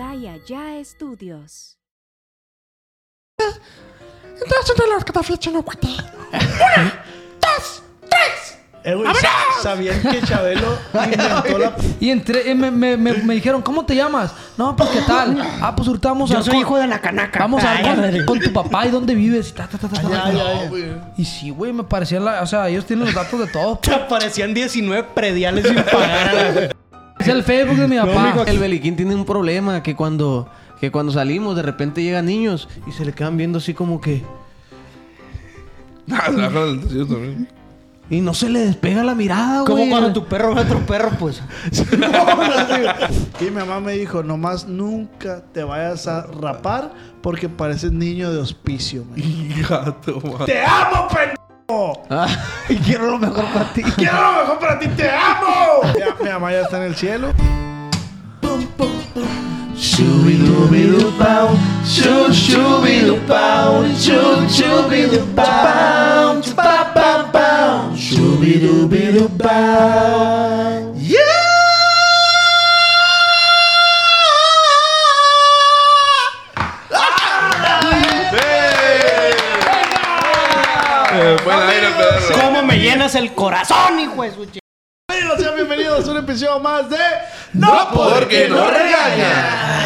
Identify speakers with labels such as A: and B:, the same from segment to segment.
A: Allá Estudios.
B: Entonces de los que te flechan los cuates. ¡Una, dos, tres!
C: Eh, güey,
B: ¡Vámonos!
C: sa- ¿Sabían que Chabelo inventó la...
D: Y entré, y me, me, me, me dijeron, ¿cómo te llamas? No, pues qué tal. Ah, pues ahorita vamos
E: Yo
D: a.
E: soy hijo de la canaca.
D: Vamos a
E: Ay,
D: ver con, con tu papá y dónde vives. Y, ta, ta, ta, ta, ta, ta.
C: Ay, ay, ay.
D: Y sí, güey, me parecía la. O sea, ellos tienen los datos de todo.
C: Te aparecían 19 prediales sin pagar. a la-
D: Es el Facebook de mi papá.
F: El Beliquín tiene un problema que cuando, que cuando salimos de repente llegan niños y se le quedan viendo así como que...
G: Ah, la baja del desierto también.
F: Y no se le despega la mirada, güey.
E: Como cuando tu perro ve a otro perro, pues.
C: y mi mamá me dijo, nomás nunca te vayas a rapar porque pareces niño de hospicio. me dijo.
G: Gato, ma.
C: ¡Te amo, pendejo!
F: y quiero lo mejor para ti.
C: ¡Quiero lo mejor para ti! ¡Te amo! Ya, mi mamá ya está en el cielo.
F: Shubidubidupau, shu- shubidupau, shu- shubidupau, pa- pa- pau, shubidubidupau.
G: Eh, fue el aire, perro.
E: ¿Cómo me llenas el corazón, hijo de su ch...
C: Bienvenidos, sean bienvenidos a un episodio más de
G: No, porque no
C: regaña.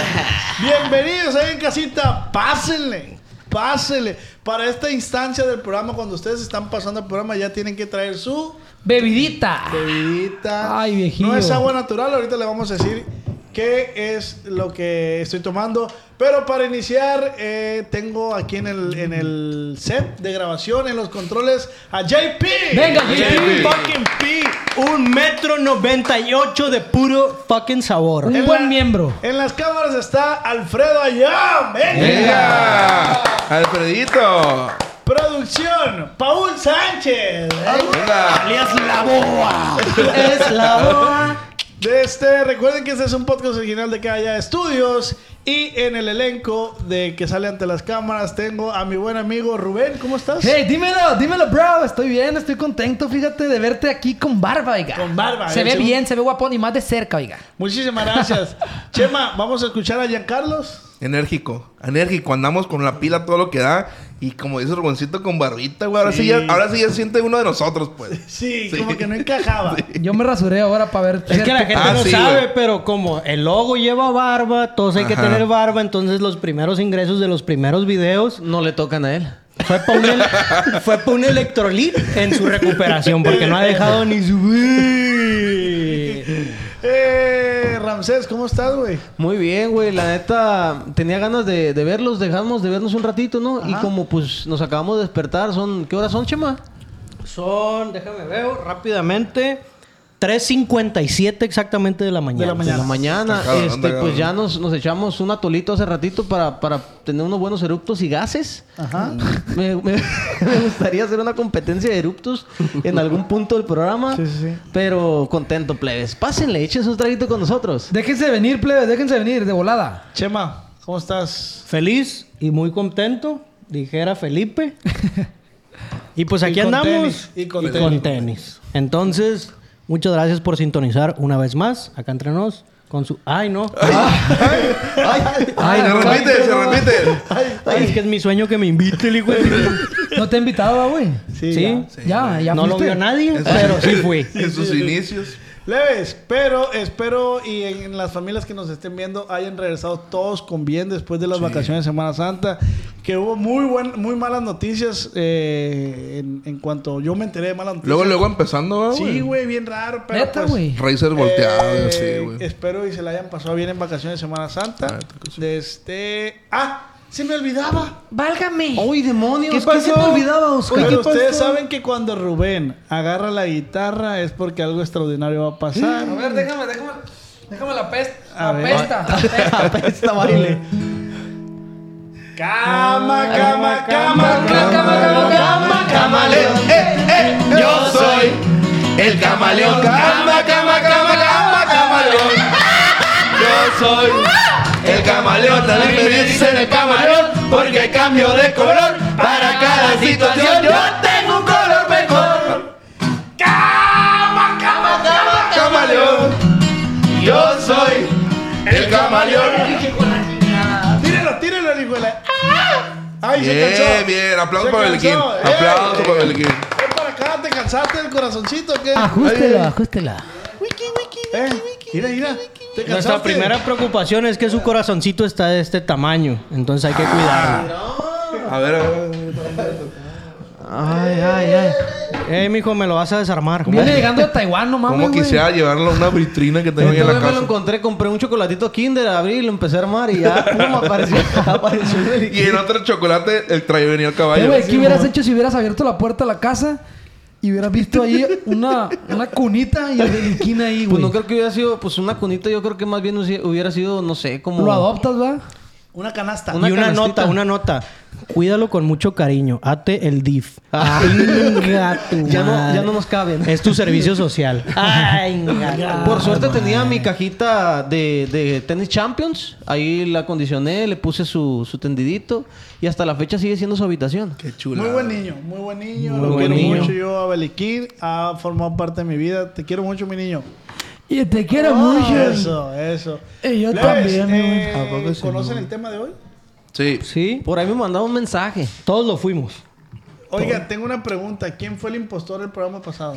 C: Bienvenidos ahí en casita, pásenle, pásenle. Para esta instancia del programa, cuando ustedes están pasando el programa, ya tienen que traer su
D: Bebidita.
C: bebidita.
D: Ay, viejillo.
C: No es agua natural, ahorita le vamos a decir qué es lo que estoy tomando. Pero para iniciar, eh, tengo aquí en el, en el set de grabación, en los controles, a JP.
D: Venga,
E: Jerry
D: JP.
E: fucking P. Un metro noventa y ocho de puro fucking sabor.
D: Un
C: En
D: buen
C: la-
D: miembro.
C: En las cámaras está Alfredo Ayam.
G: Venga, Alfredito.
C: Producción, Paul Sánchez.
G: Venga.
E: Alias la boa.
C: Es la De este, recuerden que este es un podcast original de Calla Estudios. Y en el elenco de que sale ante las cámaras tengo a mi buen amigo Rubén. ¿Cómo estás?
D: Hey, dímelo, dímelo, bro. Estoy bien, estoy contento, fíjate, de verte aquí con barba, oiga.
C: Con barba,
D: Se
C: eh,
D: ve
C: sí.
D: bien, se ve guapón y más de cerca, oiga.
C: Muchísimas gracias. Chema, vamos a escuchar a Giancarlos.
G: Enérgico, enérgico, andamos con la pila todo lo que da. Y como dice Ruboncito con barbita, güey. Ahora sí,
C: Sí.
G: ya, ahora sí ya siente uno de nosotros, pues.
C: Sí,
G: Sí.
C: como que no encajaba.
D: Yo me rasuré ahora para ver.
E: Es que la gente
G: Ah,
E: no
G: sí,
E: sabe,
G: güey.
E: pero como el logo lleva barba, todos hay que
G: Ajá.
E: tener barba, entonces los primeros ingresos de los primeros videos
F: No le tocan a él.
E: fue para un, el- fue pa' un electrolit en su recuperación, porque no ha dejado ni subir.
C: Eh, Ramsés, ¿cómo estás, güey?
F: Muy bien, güey. La neta, tenía ganas de, de verlos. Dejamos de vernos un ratito, ¿no? Y como pues nos acabamos de despertar, son... ¿Qué horas son, Chema?
E: Son, déjame ver rápidamente, 3.57 exactamente de la mañana.
C: De la mañana.
F: De la mañana.
G: Está cabrón,
F: este,
G: está
F: pues
G: cabrón.
F: ya nos, nos echamos un atolito hace ratito para, para tener unos buenos eructos y gases.
C: Ajá.
F: Me, me- me gustaría hacer una competencia de eruptos en algún punto del programa.
C: Sí, sí, sí.
F: Pero contento, plebes. Pásenle, échense un traguito con nosotros.
D: Déjense venir, plebe, déjense venir, de volada.
C: Chema, ¿cómo estás?
E: Feliz y muy contento, dijera Felipe. y pues aquí
C: Y con
E: andamos.
C: tenis, y con tenis.
E: tenis. Entonces, muchas gracias por sintonizar una vez más. Acá entre nos. Con su. Ay, no.
D: Ay,
G: se
D: no,
G: repite,
D: ay,
G: se
D: no.
G: repite.
E: Ay, es que es mi sueño que me invite el hijo de-
D: No te he invitado, ah, güey.
C: Sí.
E: Sí.
D: Ya, ya
E: No lo
D: fuiste.
E: vio nadie,
G: En sus-
E: pero sí fui.
G: En sus inicios.
C: Leves, pero espero y en las familias que nos estén viendo hayan regresado todos con bien después de las vacaciones de Semana Santa, que hubo muy buen, muy malas noticias eh, en, en cuanto yo me enteré de malas noticias.
G: Luego, luego empezando, güey.
C: Sí, güey, bien raro, pero
D: Neta,
C: pues,
D: güey.
G: Razer volteado,
C: eh,
G: sí, güey.
C: Espero y se la hayan pasado bien en vacaciones de Semana Santa.
G: Ah, está que sí.
C: De este... ¡Ah! ¡Se me olvidaba!
D: Válgame.
F: ¡Uy, demonios!
C: ¿Qué pasó?
F: te olvidaba, Oscar?
C: Pero
F: Pues, ¿Qué
C: ustedes
F: pasó?
C: saben que cuando Rubén agarra la guitarra es porque algo extraordinario va a pasar.
D: A ver, déjame, déjame. Déjame la pesta.
C: A ver.
D: Apesta. apesta.
F: Apesta baile.
C: Cama, cama,
D: Cama, cama, cama, cama,
G: Camaleón, eh, eh, yo soy el camaleón. Cama, cama, cama, cama, camaleón. Yo soy el camaleón. También me dicen el camaleón porque cambio de color para cada situación. Yo tengo un color mejor. Cama, cama, cama, camaleón. Yo soy el camaleón.
C: Ay, ¡Ah! se
G: Bien,
C: cansó.
G: bien. Aplauso
C: Se
G: para
C: cansó.
G: Belkin.
C: ¡Eh!
G: Aplauso para Belkin.
C: Ven para acá, ¿te cansaste del corazoncito o qué?
A: Ajústela, ajústela.
C: Eh, mira, mira. ¿Te cansaste?
E: Nuestra primera preocupación es que su corazoncito está de este tamaño, entonces hay
C: Ah.
E: que cuidarlo.
G: A ver, a ver.
F: Ay, ay, ay.
E: Eh, mijo, me lo vas a desarmar.
D: Viene llegando de Taiwán, no mames.
G: ¿Cómo
D: güey.
G: quisiera llevarlo a una vitrina que tengo ahí
F: Esta
G: en la
F: vez me lo
G: casa?
F: encontré, compré un chocolatito Kinder, abrí, lo empecé a armar y ya, pum, apareció, apareció el
G: Y en otro chocolate, el trae venía el
D: Eh,
G: caballo.
D: güey, ¿qué hubieras hecho si hubieras abierto la puerta de la casa y hubieras visto ahí una, una cunita y el deliquín ahí,
F: Pues
D: güey?
F: no creo que hubiera sido, pues una cunita, yo creo que más bien husi- hubiera sido, no sé, como...
D: Lo adoptas, ¿verdad?
C: Una canasta.
E: y una
F: canastita.
E: nota, una nota. Cuídalo con mucho cariño. Ate el DIF. Inga tu
F: Ya no, ya
E: madre.
F: no nos caben.
E: Es tu servicio social. Ay, inga tu
F: Por suerte
E: madre.
F: tenía mi cajita de, de tenis champions, ahí la acondicioné, le puse su, su tendidito y hasta la fecha sigue siendo su habitación.
G: Qué chulo.
C: Muy buen niño, muy buen niño.
E: Muy
C: Lo
E: buen
C: quiero
E: niño.
C: mucho yo a Beliquín. Ha formado parte de mi vida. Te quiero mucho, mi niño.
D: Y te quiero
C: Ah,
D: mucho.
C: Eso, eso.
D: Y yo
C: Plebes,
D: también,
C: eh,
D: güey. ¿A poco sí,
C: ¿Conocen el tema de hoy?
G: Sí.
E: Sí,
F: Por ahí me mandaba un mensaje.
E: todos lo fuimos.
C: Oiga, tengo una pregunta. ¿Quién fue el impostor del programa pasado?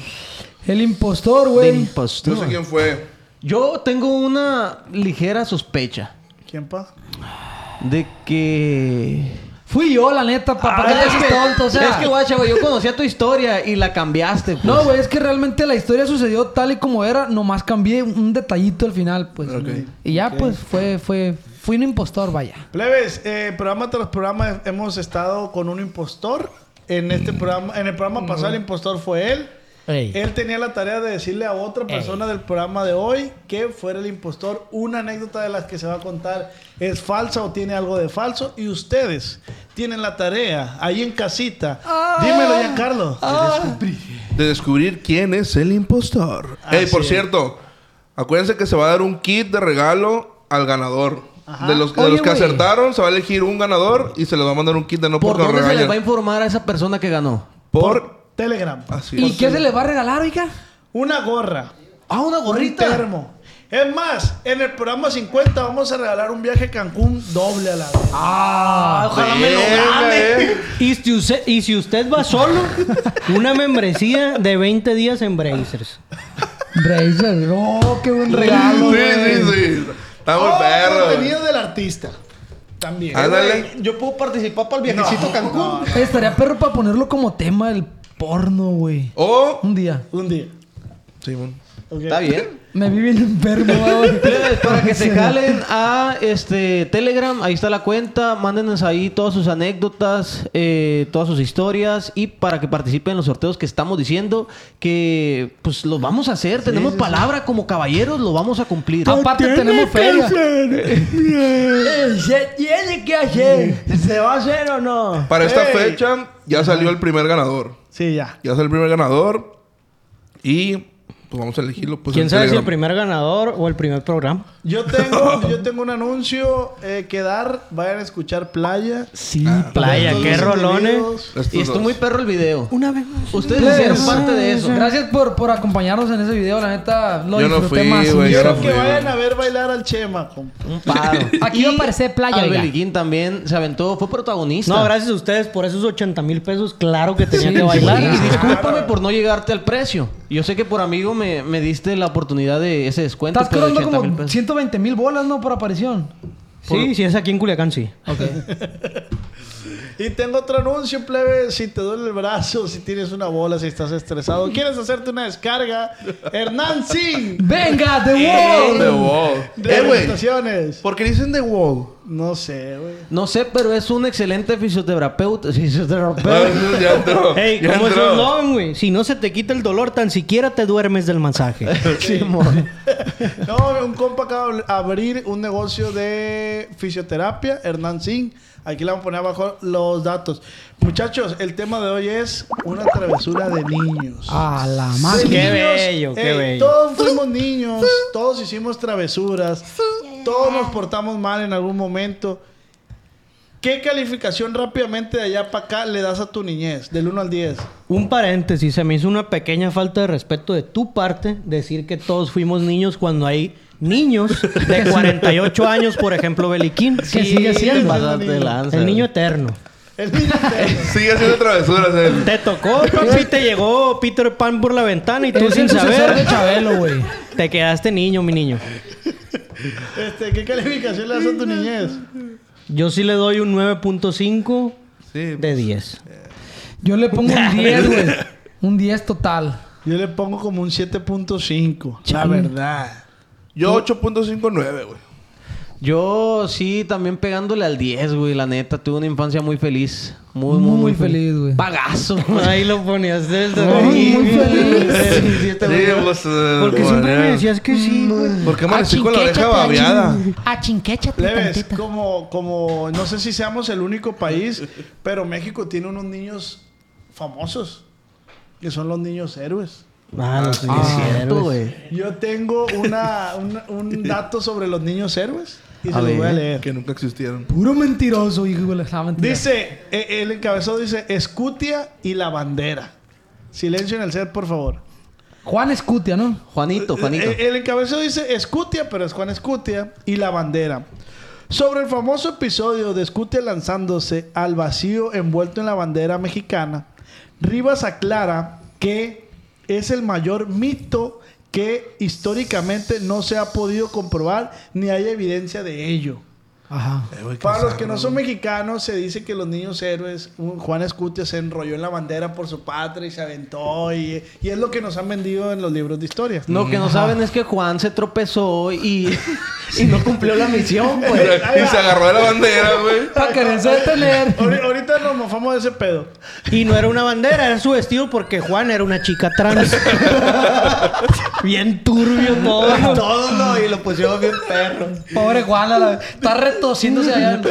D: El impostor,
F: de
D: güey.
F: impostor.
G: No sé quién fue.
F: Yo tengo una ligera sospecha
C: ¿Quién pa?
F: de que...
D: Fui yo, la neta, papá.
F: Ah,
D: es tonto, o sea.
F: es que, guacha, güey, yo conocía tu historia y la cambiaste. pues.
D: no, güey, es que realmente la historia sucedió tal y como era, nomás cambié un detallito al final, pues. Y ya, pues, fue, fue, fui un impostor, vaya.
C: Plebes, eh, programa tras programa hemos estado con un impostor. En este programa, en el programa pasado el impostor fue él.
A: Ey.
C: Él tenía la tarea de decirle a otra persona del programa de hoy que fuera el impostor. Una anécdota de las que se va a contar es falsa o tiene algo de falso. Y ustedes tienen la tarea ahí en casita. Dímelo, Giancarlo.
G: De descubrir quién es el impostor. Ey, por cierto, acuérdense que se va a dar un kit de regalo al ganador. De los, de
F: Oye,
G: los que
F: güey.
G: acertaron, se va a elegir un ganador y se les va a mandar un kit de no
F: ¿Por
G: porque lo
F: dónde se les va a
G: regañen.
F: informar a esa persona que ganó?
G: Por.
C: Telegram.
G: Así
D: ¿Y
G: es.
D: qué se le va a regalar, oiga?
C: Una gorra.
F: Ah, una
C: Un termo. Es más, en el programa 50 vamos a regalar un viaje a Cancún doble a la vez.
G: Ojalá me lo gane.
E: Y si usted, y si usted va solo, una membresía de 20 días en Brazers.
D: Bracer, no, qué buen regalo,
G: Sí,
D: güey.
G: sí, sí. Estamos
C: Todo
F: Ah,
G: perros.
C: Oh, contenido del artista. También.
G: Ándale.
F: Yo puedo participar para el viajecito a Cancún.
D: Estaría perro para ponerlo como tema del porno, güey.
G: O.
D: Un día.
C: Un día.
G: Simón.
C: Ok.
F: Está bien.
D: Me vi bien enfermo, güey.
F: Para que se jalen a este Telegram, ahí está la cuenta, mándenos ahí todas sus anécdotas, eh, todas sus historias y para que participen en los sorteos que estamos diciendo que pues los vamos a hacer, tenemos palabra como caballeros, lo vamos a cumplir.
D: Aparte tenemos feria. Se tiene que hacer.
E: ¿Se va a hacer o no?
G: Para esta
C: Ey.
G: fecha ya salió el primer ganador.
C: Sí, ya.
G: Ya salió el primer ganador. Y pues vamos a elegirlo. Pues,
E: ¿Quién
G: en
E: sabe si
G: Telegram.
E: el primer ganador o el primer programa?
C: Yo tengo, yo tengo un anuncio eh, que dar. Vayan a escuchar Playa.
D: Sí,
E: Playa, qué
C: Estos dos
E: rolones.
C: individuos.
G: Estos
F: Y estuvo
G: dos.
F: muy perro el video.
A: Una vez más.
F: Ustedes hicieron parte de eso.
D: Gracias por, por acompañarnos en ese video, la neta. Lo
G: Yo no
D: disfruté
G: fui,
D: más.
G: güey, yo
C: Quiero
G: no
C: que
G: fui,
C: vayan
G: güey.
C: a ver bailar al Chema. compa.
F: Un paro.
A: Aquí va a aparecer playa, oiga.
F: Albeliquín también se aventó, fue protagonista.
E: No, gracias a ustedes por esos 80 mil pesos. Claro que tenía
D: Sí,
E: que
D: sí,
E: bailar.
F: Y
D: sí.
F: discúlpame por no llegarte al precio. Yo sé que por amigo me, me diste la oportunidad de ese descuento.
D: Estás
F: pero de
D: cobrando
F: 80 mil
D: como
F: pesos.
D: 120 mil bolas, ¿no? Por aparición.
E: Sí, si es aquí en Culiacán, sí.
G: Ah,
C: Y tengo otro anuncio, plebe. Si te duele el brazo, si tienes una bola, si estás estresado, quieres hacerte una descarga, Hernán Sin.
D: ¡Venga, The
G: The
D: World!
G: Wall. Eh, güey.
C: Rehabilitaciones.
G: ¿Por qué dicen The Wall?
C: No sé, güey.
F: No sé, pero es un excelente fisioterapeuta.
G: Ah,
F: fisioterapeuta.
G: ya entró.
E: Ey,
G: ya
E: ¿cómo es
G: entró.
E: un don, güey? Si no se te quita el dolor, tan siquiera te duermes del masaje.
C: No, un compa acaba de abrir un negocio de fisioterapia, Hernán Sin. Aquí le vamos a poner abajo los datos. Muchachos, el tema de hoy es una travesura de niños.
D: A la madre.
E: Sí. Qué
C: Niños,
E: bello, qué
C: ey,
E: bello.
C: Todos fuimos niños, todos hicimos travesuras, todos nos portamos mal en algún momento. ¿Qué calificación rápidamente de allá para acá le das a tu niñez, del 1 al 10?
E: Un paréntesis, se me hizo una pequeña falta de respeto de tu parte decir que todos fuimos niños cuando hay niños de 48 años, por ejemplo, Beliquín.
D: Que sigue siendo.
F: Pásate de lanza.
E: El niño eterno.
C: El niño interno.
G: Sigue haciendo travesuras él.
E: Te tocó, papi, te llegó Peter Pan por la ventana y tú
D: Es
E: sin
D: el sucesor de
E: saber
D: Chabelo, güey.
E: te quedaste niño, mi niño.
C: Este, ¿Qué calificación le das a tu niñez?
E: Yo sí le doy un 9.5
G: Sí.
E: de 10.
D: Yo le pongo un 10, güey. Un 10 total.
C: Yo le pongo como un 7.5. La
D: Chale.
C: verdad.
G: Yo 8.59, güey.
F: Yo sí, también pegándole al 10, güey. La neta, tuve una infancia muy feliz. Muy, muy,
D: Muy,
F: muy
D: feliz, güey.
F: Pagazo.
E: Ahí lo ponías desde
D: Muy, muy feliz.
F: Sí, sí, está
G: Sí,
F: bueno.
G: pues, eh,
E: Porque
G: de
E: siempre me
G: manera-
E: decías que sí,
F: Mm,
E: güey.
G: ¿Por qué amanecí con la oreja babeada?
B: Achinquéchate
C: Leves,
B: tantito.
C: como, como, no sé si seamos el único país, pero México tiene unos niños famosos, que son los niños héroes.
E: Ah, los
F: Cierto,
E: noticieros.
F: güey.
C: Yo tengo una, un, un dato sobre los niños héroes y
F: A
C: se los voy a
F: ver,
C: leer.
G: Que nunca existieron.
D: Puro mentiroso, hijo, güey. Ah, mentira.
C: Dice, eh, el encabezado dice, Escutia y la bandera. Silencio en el set, por favor.
D: Juan Escutia, ¿no?
F: Juanito, Juanito.
C: Eh, El encabezado dice Escutia, pero es Juan Escutia y la bandera. Sobre el famoso episodio de Escutia lanzándose al vacío envuelto en la bandera mexicana, Rivas aclara que es el mayor mito que históricamente no se ha podido comprobar ni hay evidencia de ello.
D: Ajá.
C: Para los que no son mexicanos, se dice que los niños héroes, un Juan Escutia se enrolló en la bandera por su patria y se aventó y, y es lo que nos han vendido en los libros de historia.
F: Lo que no saben es que Juan se tropezó y, y no cumplió la misión, pues.
G: Pero- y se agarró de la bandera, güey.
D: Para quererse detener.
C: Ahori- Ahorita nos mofamos de ese pedo.
E: Y no era una bandera, era su vestido porque Juan era una chica trans. Bien turbio todo.
F: Todo lo, y lo pusieron bien perro.
D: Pobre Juan, a la- está retosiéndose allá en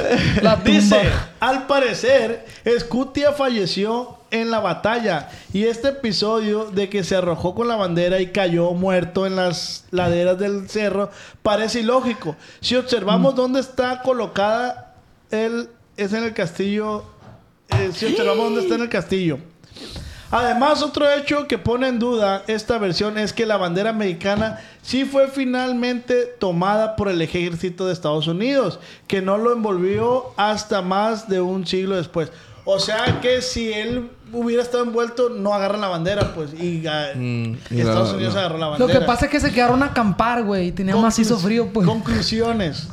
D: la tumba.
C: Dice, al parecer, Scutia falleció en la batalla y este episodio de que se arrojó con la bandera y cayó muerto en las laderas del cerro parece ilógico. Si
F: Mm.
C: observamos dónde está colocada él es en el castillo eh, si observamos dónde está en el castillo. Además, otro hecho que pone en duda esta versión es que la bandera mexicana sí fue finalmente tomada por el ejército de Estados Unidos, que no lo envolvió hasta más de un siglo después. O sea que si él hubiera estado envuelto, no agarra la bandera, pues. Y, ah,
G: Mm, y
C: Estados
G: la-
C: Unidos
G: la-
C: agarró la
D: Lo
C: bandera.
D: que pasa es que se quedaron a acampar, güey. Y tenía macizo
C: Conclus-
D: frío, pues. Eh,
C: Conclusiones.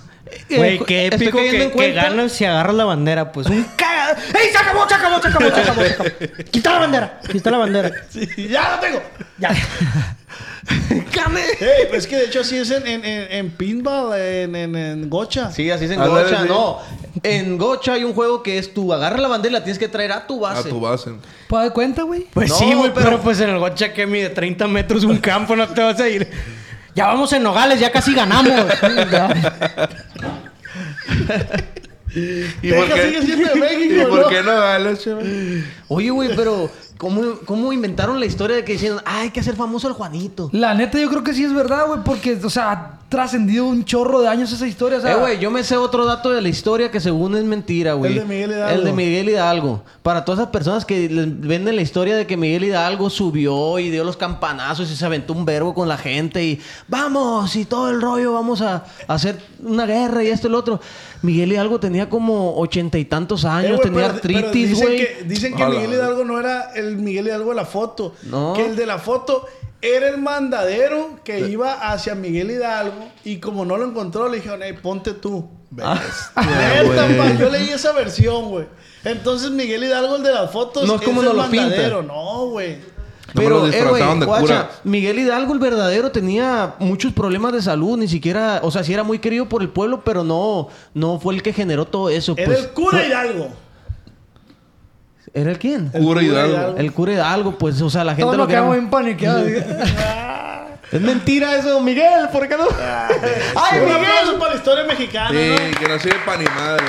E: Güey, qué épico que, que ganas si agarras la bandera, pues. Un caga. ¡Ey, se acabó, se acabó, se acabó, se acabó! se acabó! ¡Quita la bandera! ¡Quita la bandera!
C: Sí, ¡Ya lo tengo!
E: Ya.
C: Ey, pues es que de hecho así es en, en, en- en pinball, en, en, en gocha.
F: Sí, así es en
G: Ándale,
F: Gocha.
G: sí.
F: No, en Gocha hay un juego que es tú agarras la bandera y la tienes que traer a tu
G: A
F: base.
G: tu base.
D: ¿Puedo dar cuenta, güey?
E: Pues
F: No,
E: sí, güey, pero...
F: pero
E: pues en el gocha que mide 30 metros un campo no te vas a ir. Ya vamos en Nogales, ya casi ganamos.
G: ¿Y
C: Texas
G: por qué?
C: sigue siendo de México,
G: ¿Y por
C: ¿no?
G: qué no gales, chaval?
F: Oye, güey, pero ¿cómo, ¿cómo inventaron la historia de que dijeron, ah, hay que hacer famoso al Juanito?
D: La neta, yo creo que sí es verdad, güey. Porque, o sea, ha trascendido un chorro de años esa historia. O sea,
F: eh, güey, yo me sé otro dato de la historia que según es mentira, güey.
C: El de Miguel Hidalgo.
F: El de Miguel Hidalgo. Para todas esas personas que les venden la historia de que Miguel Hidalgo subió y dio los campanazos y se aventó un verbo con la gente y vamos y todo el rollo, vamos a, a hacer una guerra y esto y lo otro. Miguel Hidalgo tenía como ochenta y tantos
C: Eh,
F: años,
C: güey,
F: tenía
C: pero- pero
F: artritis,
C: dicen
F: güey.
C: que- Dicen que
G: A la
C: Miguel
G: verga.
C: Hidalgo no era el Miguel Hidalgo de la foto.
F: No.
C: Que el de la foto era el mandadero que iba hacia Miguel Hidalgo y como no lo encontró le dijeron, "Ey, ponte tú.
F: Ah,
C: Neta, pa, yo leí esa versión, güey. Entonces Miguel Hidalgo, el de las fotos,
F: No es como
C: el
F: nos lo pintan.
C: mandadero. No, güey.
G: Pero,
F: Pero, eh, güey,
G: disfrazaban de
F: guacha,
G: cura.
F: Miguel Hidalgo, el verdadero, tenía muchos problemas de salud. Ni siquiera, o sea, sí era muy querido por el pueblo, pero no, no fue el que generó todo eso.
C: Era
F: pues.
C: el cura Hidalgo.
F: ¿Era el quién?
C: El
G: Cura Hidalgo.
C: Hidalgo.
F: El cura Hidalgo, pues, o sea, la gente
D: Todos
F: lo
D: nos
F: que
D: quedamos bien paniqueados.
F: Es mentira eso, Miguel, ¿por qué no?
C: ¡Ay, un aplauso para la historia mexicana,
G: Sí,
C: ¿no?
G: que no sirve pa' ni madre.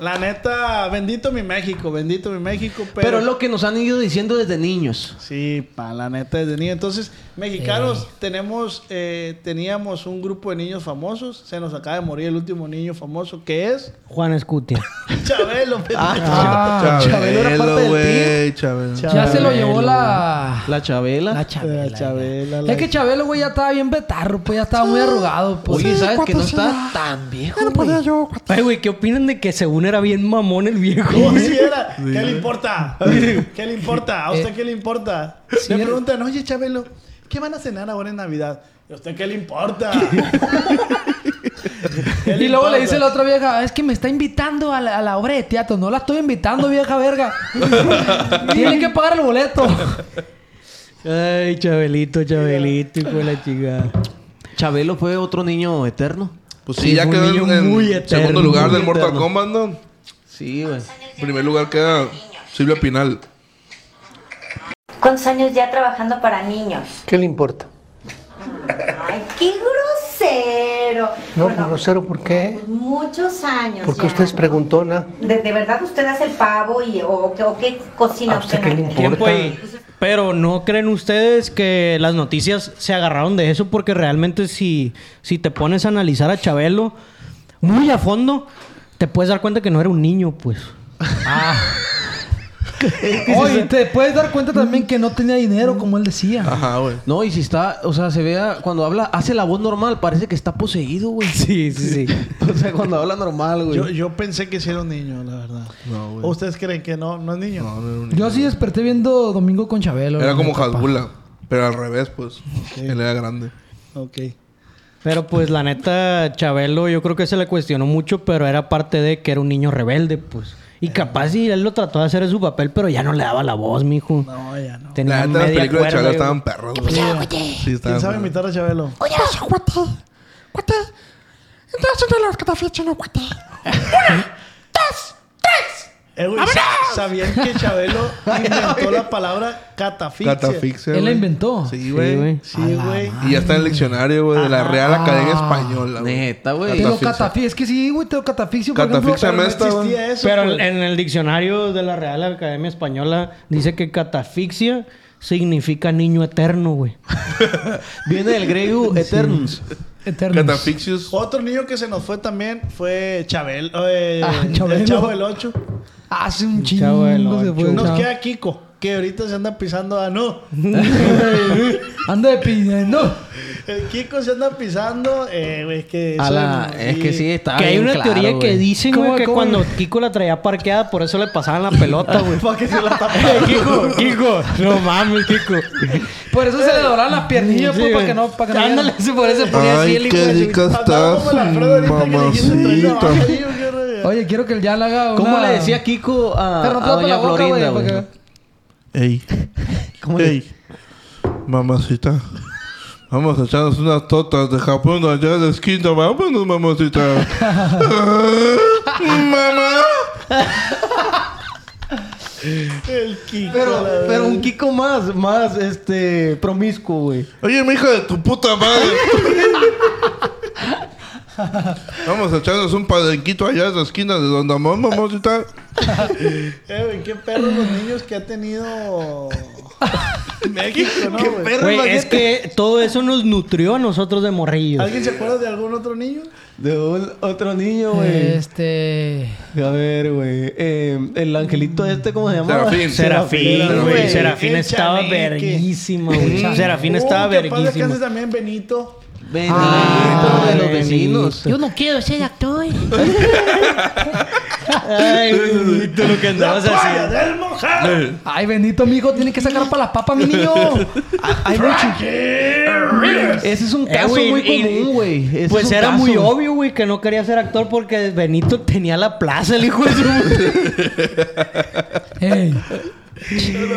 C: La neta, bendito mi México, bendito mi México,
F: Pero es lo que nos han ido diciendo desde niños.
C: Sí, pa, la neta desde niño. Entonces, mexicanos, tenemos, eh, teníamos un grupo de niños famosos. Se nos acaba de morir el último niño famoso, que es
E: Juan Escutia.
C: Chabelo.
D: Ah,
G: Chabelo,
F: era parte del
G: güey, Chabelo.
D: ya se lo llevó la...
F: La Chabela.
E: La
C: Eh,
E: chabela.
C: Chabela. la-
D: Es que Chabelo, güey, ya estaba bien betarro, pues ya estaba muy arrugado, pues.
F: Oye,
D: Sí.
F: ¿sabes que no
B: cuatrocientos.
F: está tan viejo?
B: Ya no podía yo, cuate.
E: Ay, güey, ¿qué opinan de que según era bien mamón el viejo.
C: Como si era, ¿Qué le importa? ¿Qué le importa? ¿A usted qué le importa?
D: Eh, sí,
C: le
D: era-
C: preguntan, oye, Chabelo, ¿qué van a cenar ahora en Navidad? ¿Y a usted qué le importa? ¿Qué
D: Y luego le dice la
C: importa?
D: otra vieja, es que me está invitando a la, a la obra de teatro. No la estoy invitando, vieja verga. Tiene que pagar el boleto.
E: Ay, Chabelito, Chabelito, hijo de la chingada.
F: Chabelo fue otro niño eterno.
G: Pues sí,
E: Sí,
G: ya
E: fue un
G: quedó en,
E: niño
G: en
E: muy eterno,
G: segundo lugar
E: muy
G: del Mortal
E: eterno.
G: Kombat, ¿no?
F: Sí, güey.
G: En primer lugar queda Silvia Pinal.
H: ¿Cuántos años ya trabajando para niños?
I: ¿Qué le importa?
H: Ay, qué grosero.
I: No, pues,
H: Bueno,
I: grosero, ¿por qué?
H: Muchos años.
I: Porque
H: ya.
I: usted es preguntona.
H: ¿De, de verdad usted hace el pavo y, o, o qué cocina
I: ¿A usted Ah, pues, qué le importa?
E: Tiempo ahí. Pero ¿no creen ustedes que las noticias se agarraron de eso? Porque realmente si, si te pones a analizar a Chabelo muy a fondo, te puedes dar cuenta que no era un niño, pues.
D: Oye, te puedes dar cuenta también que no tenía dinero, como él decía.
G: Ajá, güey.
F: No, y si está, o sea, se vea, cuando habla, hace la voz normal, parece que está poseído, güey.
E: Sí, sí, sí.
F: O sea, cuando habla normal, güey.
C: Yo, yo pensé que sí era un niño, la verdad.
G: No, güey.
C: ¿Ustedes creen que no? ¿No es niño?
G: No, no era un niño.
D: Yo sí desperté viendo Domingo con Chabelo.
G: Era
D: la
G: como
D: neta, pa.
G: Hasbula, pero al revés, pues. Él era grande.
C: Ok.
E: Pero pues la neta, Chabelo yo creo que se le cuestionó mucho, pero era parte de que era un niño rebelde, pues. Y capaz si él lo trató de hacer en su papel, pero ya no le daba la voz, mijo.
C: No, ya no.
E: Tenía
G: La neta, las
E: media
G: películas
E: cuerda,
G: de Chabelo
E: güey.
G: estaban perros, güey. Sí,
C: ¿Quién
G: estaban
C: sabe
G: perros.
C: imitar a Chabelo?
B: Oye, pasa, guate. Guate. Entonces, de los que te flechan, guate.
C: Eh, güey, sa- ¿Sabían que Chabelo inventó la palabra catafixia?
G: Catafixia,
D: Él la
G: güey.
D: inventó.
G: Sí,
E: Sí,
G: güey.
E: güey.
C: Sí, güey.
G: Y ya está en el diccionario, güey, de la Real Academia Española. güey.
F: Neta, güey.
D: Te lo
G: Catafixia.
D: catafixia. Es que sí, güey, te lo catafixio. por ejemplo,
G: Catafixia
C: Pero no
G: me está, güey.
C: existía eso.
E: Pero
C: pues.
E: en el diccionario de la Real Academia Española dice que catafixia significa niño eterno, güey.
F: Viene del griego eternus.
D: Eternos.
G: Catafixius.
C: Otro niño que se nos fue también fue Chabel, eh,
D: Ah, Chabelo.
C: el Chavo del 8.
D: Hace un
E: Chavo
D: chingo
E: del
D: se
E: ocho.
D: fue. el
C: Nos
D: chavo.
C: queda Kiko, que ahorita se anda pisando a no.
D: Anda de pidiendo.
C: El Kiko se anda pisando, eh, güey, que
F: A
C: eso
F: la-
C: no-
F: es que sí, está
E: que hay
F: bien
E: una
F: claro,
E: teoría que
F: güey.
E: dicen,
D: ¿Cómo,
E: güey, que
D: cómo?
E: cuando Kiko la traía parqueada, por eso le pasaban la pelota, güey.
C: Para que se la tapa.
E: Eh, Kiko, Kiko, no mames, Kiko.
D: Por eso se le doblan las piernillas,
E: Sí,
D: pues, para
E: güey.
D: que no... Para que no
E: Ándale,
D: vieran.
E: se por eso ponía así el
G: Ay,
E: hijo
G: qué
E: de su-
G: rica
C: Andaba
G: estás,
C: como la Alfredo ahorita que le dijiste, traía una baja
G: mamacita.
C: ahí, güey, qué rollo.
D: Oye, quiero que el ya le haga
F: ¿Cómo
D: una-
F: le decía Kiko a,
D: Pero no te
F: a
D: tapas la
F: Doña
D: boca,
F: Florinda,
D: güey,
F: güey?
D: para que-
G: Ey.
F: ¿Cómo le-
G: Ey. Mamacita. Vamos a echarnos unas totas de Japón allá de la esquina. Vámonos, mamacita. Mamá.
C: El Kiko.
F: Pero,
C: la-
F: pero un Kiko más, más, este, promiscuo, güey.
G: Oye, mi hija de tu puta madre. Vamos a echarnos un padenquito allá de la esquina de Don Damón, mamacita.
C: Eh, güey, qué perros los niños que ha tenido México, ¿no? güey?
E: Güey, es que todo eso nos nutrió a nosotros de morrillos.
C: ¿Alguien se acuerda de algún otro niño?
F: De un otro niño, güey.
D: Este...
F: A ver, güey. Eh, el angelito este, ¿cómo se llama?
G: Serafín.
E: Serafín,
G: güey.
E: güey. Serafín
C: El
E: estaba
C: chaneque.
E: verguísima, güey. Serafín
C: Oh,
E: estaba
C: que paz descanse
E: verguísima.
C: también Benito.
F: Benito
E: Ah,
F: de los
E: Benito.
F: vecinos.
A: Yo no quiero ser actor.
E: Ay, Benito, lo que andabas
C: ¡Vaya
E: haciendo.
C: del mojar!
D: Ay, Benito, mijo, tiene que sacar para las papas, mi niño.
F: Hay mucho- Ese es un
E: Eh,
F: caso
E: güey,
F: muy
E: y-
F: común, güey. Ese es
E: Pues
F: un
E: era
F: caso.
E: muy obvio, güey, que no quería ser actor porque Benito tenía la plaza, el hijo de su...
D: Ey,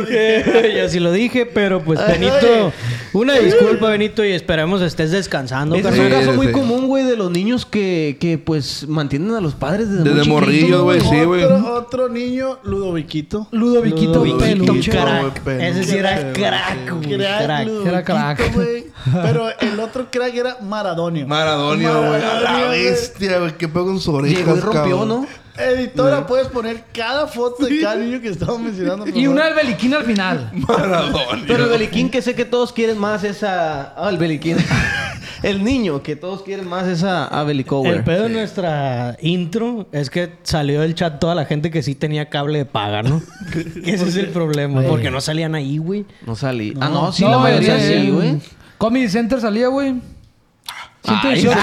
E: Eh, Yo sí lo dije, pero pues Benito... Una disculpa, Benito, y esperemos estés descansando.
F: Ese es
E: carnal.
F: un
G: Sí,
F: caso
G: sí,
F: muy
G: sí.
F: común, güey, de los niños que, que, pues, mantienen a los padres desde,
G: Desde
F: muy chiquitos,
G: morrillos, güey, sí, güey.
C: Otro, otro niño, Ludoviquito.
D: Ludoviquito
E: Ludoviquito,
D: Peluche.
E: crack.
G: Peluche.
E: Ese sí era crack, güey. Crack.
D: Era crack.
C: güey. Pero el otro crack era Maradonio.
G: Maradonio, güey. A
C: Maradonio,
G: La
C: güey.
G: bestia, güey. Qué pego en su oreja.
F: Llegó y rompió, ¿no?
C: Editora, puedes poner cada foto de cada niño que estamos mencionando. por
D: Y una
C: favor?
D: albeliquina al final.
G: Maradonio.
F: Pero el Beliquín que sé que todos quieren más esa... Ah, el Beliquín. el niño que todos quieren más esa a
E: El pedo de nuestra intro es que salió del chat toda la gente que sí tenía cable de paga, ¿no? Ese es el problema. Porque no salían ahí, güey.
F: No salí. ah, no, sí, la
D: No,
F: mayoría
D: ese-
F: sí, güey.
D: Comedy Center salía, güey. 118.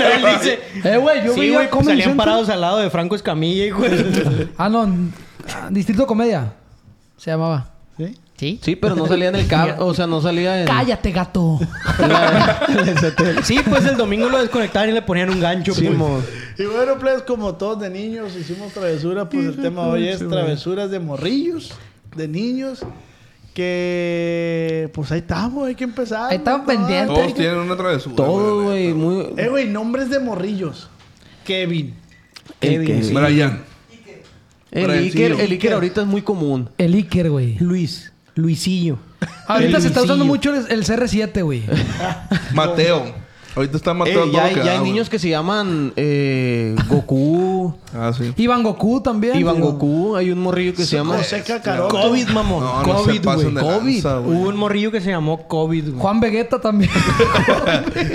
E: Él dice.
D: Eh, güey, yo
E: sí,
D: veía
E: güey, pues,
D: Comedy
E: salían
D: Central.
E: parados al lado de Franco Escamilla, hijo.
D: Ah, no. n- ah, Distrito Comedia. Se llamaba.
C: ¿Sí?
A: ¿Sí?
F: Sí, pero no salía en el cable. O sea, no salía en.
D: Cállate, gato.
E: Sí, pues el domingo lo desconectaban y le ponían un gancho, pues.
C: Y bueno, pues como todos de niños hicimos travesura, pues el tema hoy es travesuras de morrillos, de niños, que pues ahí estamos, hay que empezar.
D: Ahí estamos
C: ¿no? Todas-
D: pendientes.
G: Todos tienen una travesura.
F: Todo, güey. Muy.
C: Eh, güey, nombres de morrillos. Kevin.
F: El,
G: Sí. Brian.
F: el Iker, el Iker ahorita es muy común.
D: El Iker, güey.
E: Luis. Luisillo.
D: Ahorita se está usando
E: Luisillo.
D: mucho el, el CR7, güey.
G: Mateo. Ahorita está
F: Ey,
G: Mateo. todo
F: ya, hay-
G: lo que
F: ya
G: da,
F: hay
G: güey.
F: niños que se llaman eh, Goku,
G: Ah, sí.
D: Iván Goku también.
F: Iván
D: digo.
F: Goku. Hay un morrillo que se llama.
C: José Cacaroto.
E: COVID, mamón.
G: No, no se
E: COVID,
G: pasen
E: güey.
G: de
E: COVID.
G: lanza, güey.
E: Hubo un morrillo que se llamó COVID, güey.
D: Juan Vegeta también.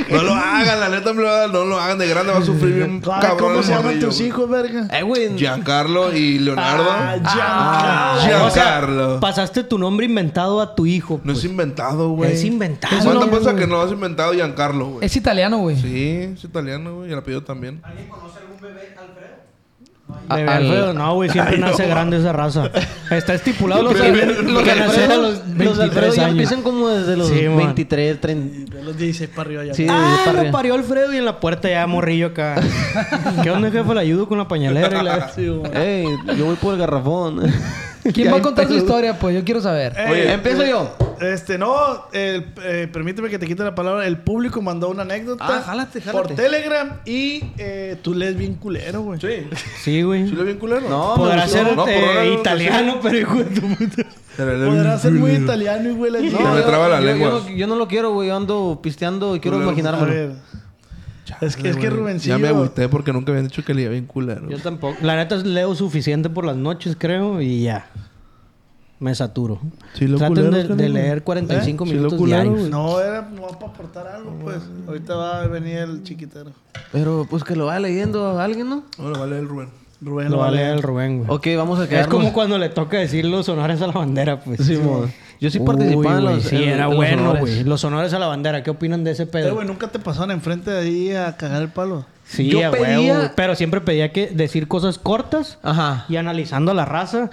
G: No lo hagan, la neta, me lo hagan, no lo hagan de grande, va a sufrir bien
C: Ay,
G: cabrón.
C: ¿Cómo
G: el
C: se llaman
G: morrillo,
C: tus
G: güey.
C: hijos, verga?
F: Eh, güey.
G: Giancarlo y Leonardo. Ah,
C: Ah, ya.
E: O sea,
G: Giancarlo.
E: pasaste tu nombre inventado a tu hijo. pues.
G: no es inventado, güey.
E: Es inventado.
G: ¿Cuánto
D: Es un-
G: pasa que no has inventado Giancarlo, güey?
D: es italiano, güey.
G: Sí, es italiano, güey. Y el apellido también.
E: Bebé Alfredo, no, güey, siempre nace grande esa raza. Está estipulado los,
G: Siempre
E: Alfredo-
G: viene-
E: los
F: Los
E: que nacieron a
F: Alfredo,
E: los
F: los Alfredo
E: 23
F: ya
E: años.
F: empiezan como desde los
E: Sí, man.
F: 23, 30.
C: Ya los 16 para arriba ya.
F: Sí,
E: Ah,
F: para
E: lo
F: arriba.
E: parió Alfredo y en la puerta ya morrillo acá. ¿Qué onda, jefe? Le ayudo con la pañalera y la...
F: Ey, yo voy por el garrafón.
D: ¿Quién va a contar su historia, pues? Yo quiero saber.
C: Eh,
G: Oye,
F: Empiezo yo.
C: Este, no, el- eh, permíteme que te quite la palabra. El público mandó una anécdota
F: Ah, jálate, jálate.
C: por Telegram y eh, tú lees bien culero, güey. Sí.
E: Sí, güey.
G: ¿Sí lo bien culero?
F: No,
E: Podrá
F: me
E: ser
G: No, por
E: eh,
G: ahora no lo
E: italiano, pero hijo de tu puta.
C: Podrá ser muy italiano y güey. la-
G: Se me
F: yo-
G: traba la
F: yo-
G: lengua.
F: Yo, no- yo no lo quiero, güey. Yo ando pisteando y quiero
G: Culero.
C: A
F: imaginármelo.
C: ver. Es que, es que Rubencillo.
G: Ya me agüité porque nunca habían dicho que le iba bien culero.
E: Yo tampoco. La neta leo suficiente por las noches, creo, y ya. Me saturo.
G: Sí, lo
E: Traten
G: culero,
E: de,
G: canijo.
E: de leer 45
G: ¿Eh? Sí, lo
E: minutos
G: culero,
E: diarios.
G: güey.
C: No, era no para aportar algo, pues. Ahorita va a venir el chiquitero.
F: Pero pues que lo vaya leyendo a alguien, ¿no?
G: Ahora vale el Rubén.
C: Rubén
E: Lo va a
C: Vale.
E: leer el Rubén, güey.
F: Ok, vamos a
E: Es
F: quedarnos.
E: como cuando le toca decir los honores a la bandera, pues.
F: Sí, mo. Yo sí
E: Uy,
F: participaba en
E: güey,
F: los.
E: Sí,
F: en-
E: era
F: en los
E: bueno,
F: honores.
E: güey. Los honores a la bandera. ¿Qué opinan de ese
C: Eh,
E: pedo?
C: güey, nunca te pasaron enfrente de ahí a cagar el palo.
E: Sí,
F: Yo
E: a huevo,
F: pedía-
E: güey. Pero siempre pedía que decir cosas cortas
F: Ajá.
E: y analizando a la raza.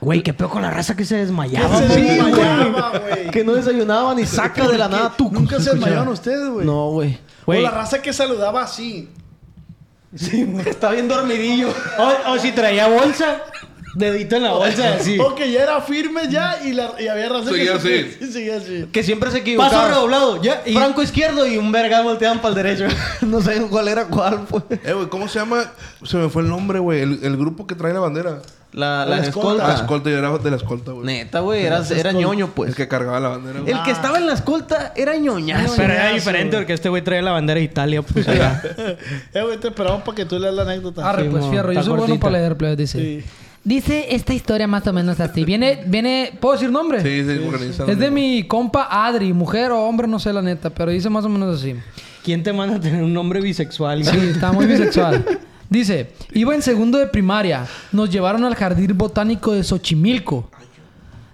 E: Güey, qué peor con la raza que se desmayaba.
C: se
E: güey.
C: desmayaba, güey.
F: Que no desayunaban y saca de la nada tu.
C: Nunca se desmayaron ustedes, güey.
F: No, güey.
C: O
E: Güey.
C: la raza que saludaba así.
F: Está bien dormidillo.
E: O, o si traía bolsa, dedito en la bolsa, así.
C: O que ya era firme ya y, la, y había raza
G: Seguía
C: que se-
G: así.
C: sí, seguía así.
F: Que siempre se equivocaba.
E: Paso redoblado. Ya, y-
F: Franco izquierdo y un verga volteaban para el derecho. no sé cuál era cuál, pues.
G: Eh, güey, ¿cómo se llama? Se me fue el nombre, güey. El, el grupo que trae la bandera.
F: La,
C: La
F: la,
C: escolta.
F: escolta.
G: La escolta, yo era de la escolta, güey.
F: Neta, güey. Era, era ñoño,
G: El
F: pues.
G: que cargaba la bandera, güey.
F: El que estaba en la escolta era ñoñazo.
E: Pero era diferente porque este güey traía la bandera de Italia, pues. allá.
C: Eh, güey, te esperamos para que tú leas la anécdota.
D: Arre,
E: Sí,
D: pues
E: mo,
D: fierro. Yo
E: está
D: soy bueno
E: cortita.
D: para leer, plebes, dice.
C: Sí.
A: Dice esta historia más o menos así.
D: Viene, viene... ¿Puedo decir nombre?
G: Sí, sí, organizan.
D: Es de mi compa Adri, mujer o hombre, no sé la neta, pero dice más o menos así.
E: ¿Quién te manda a tener un nombre bisexual?
D: Sí, está muy bisexual. Dice, iba en segundo de primaria, nos llevaron al jardín botánico de Xochimilco.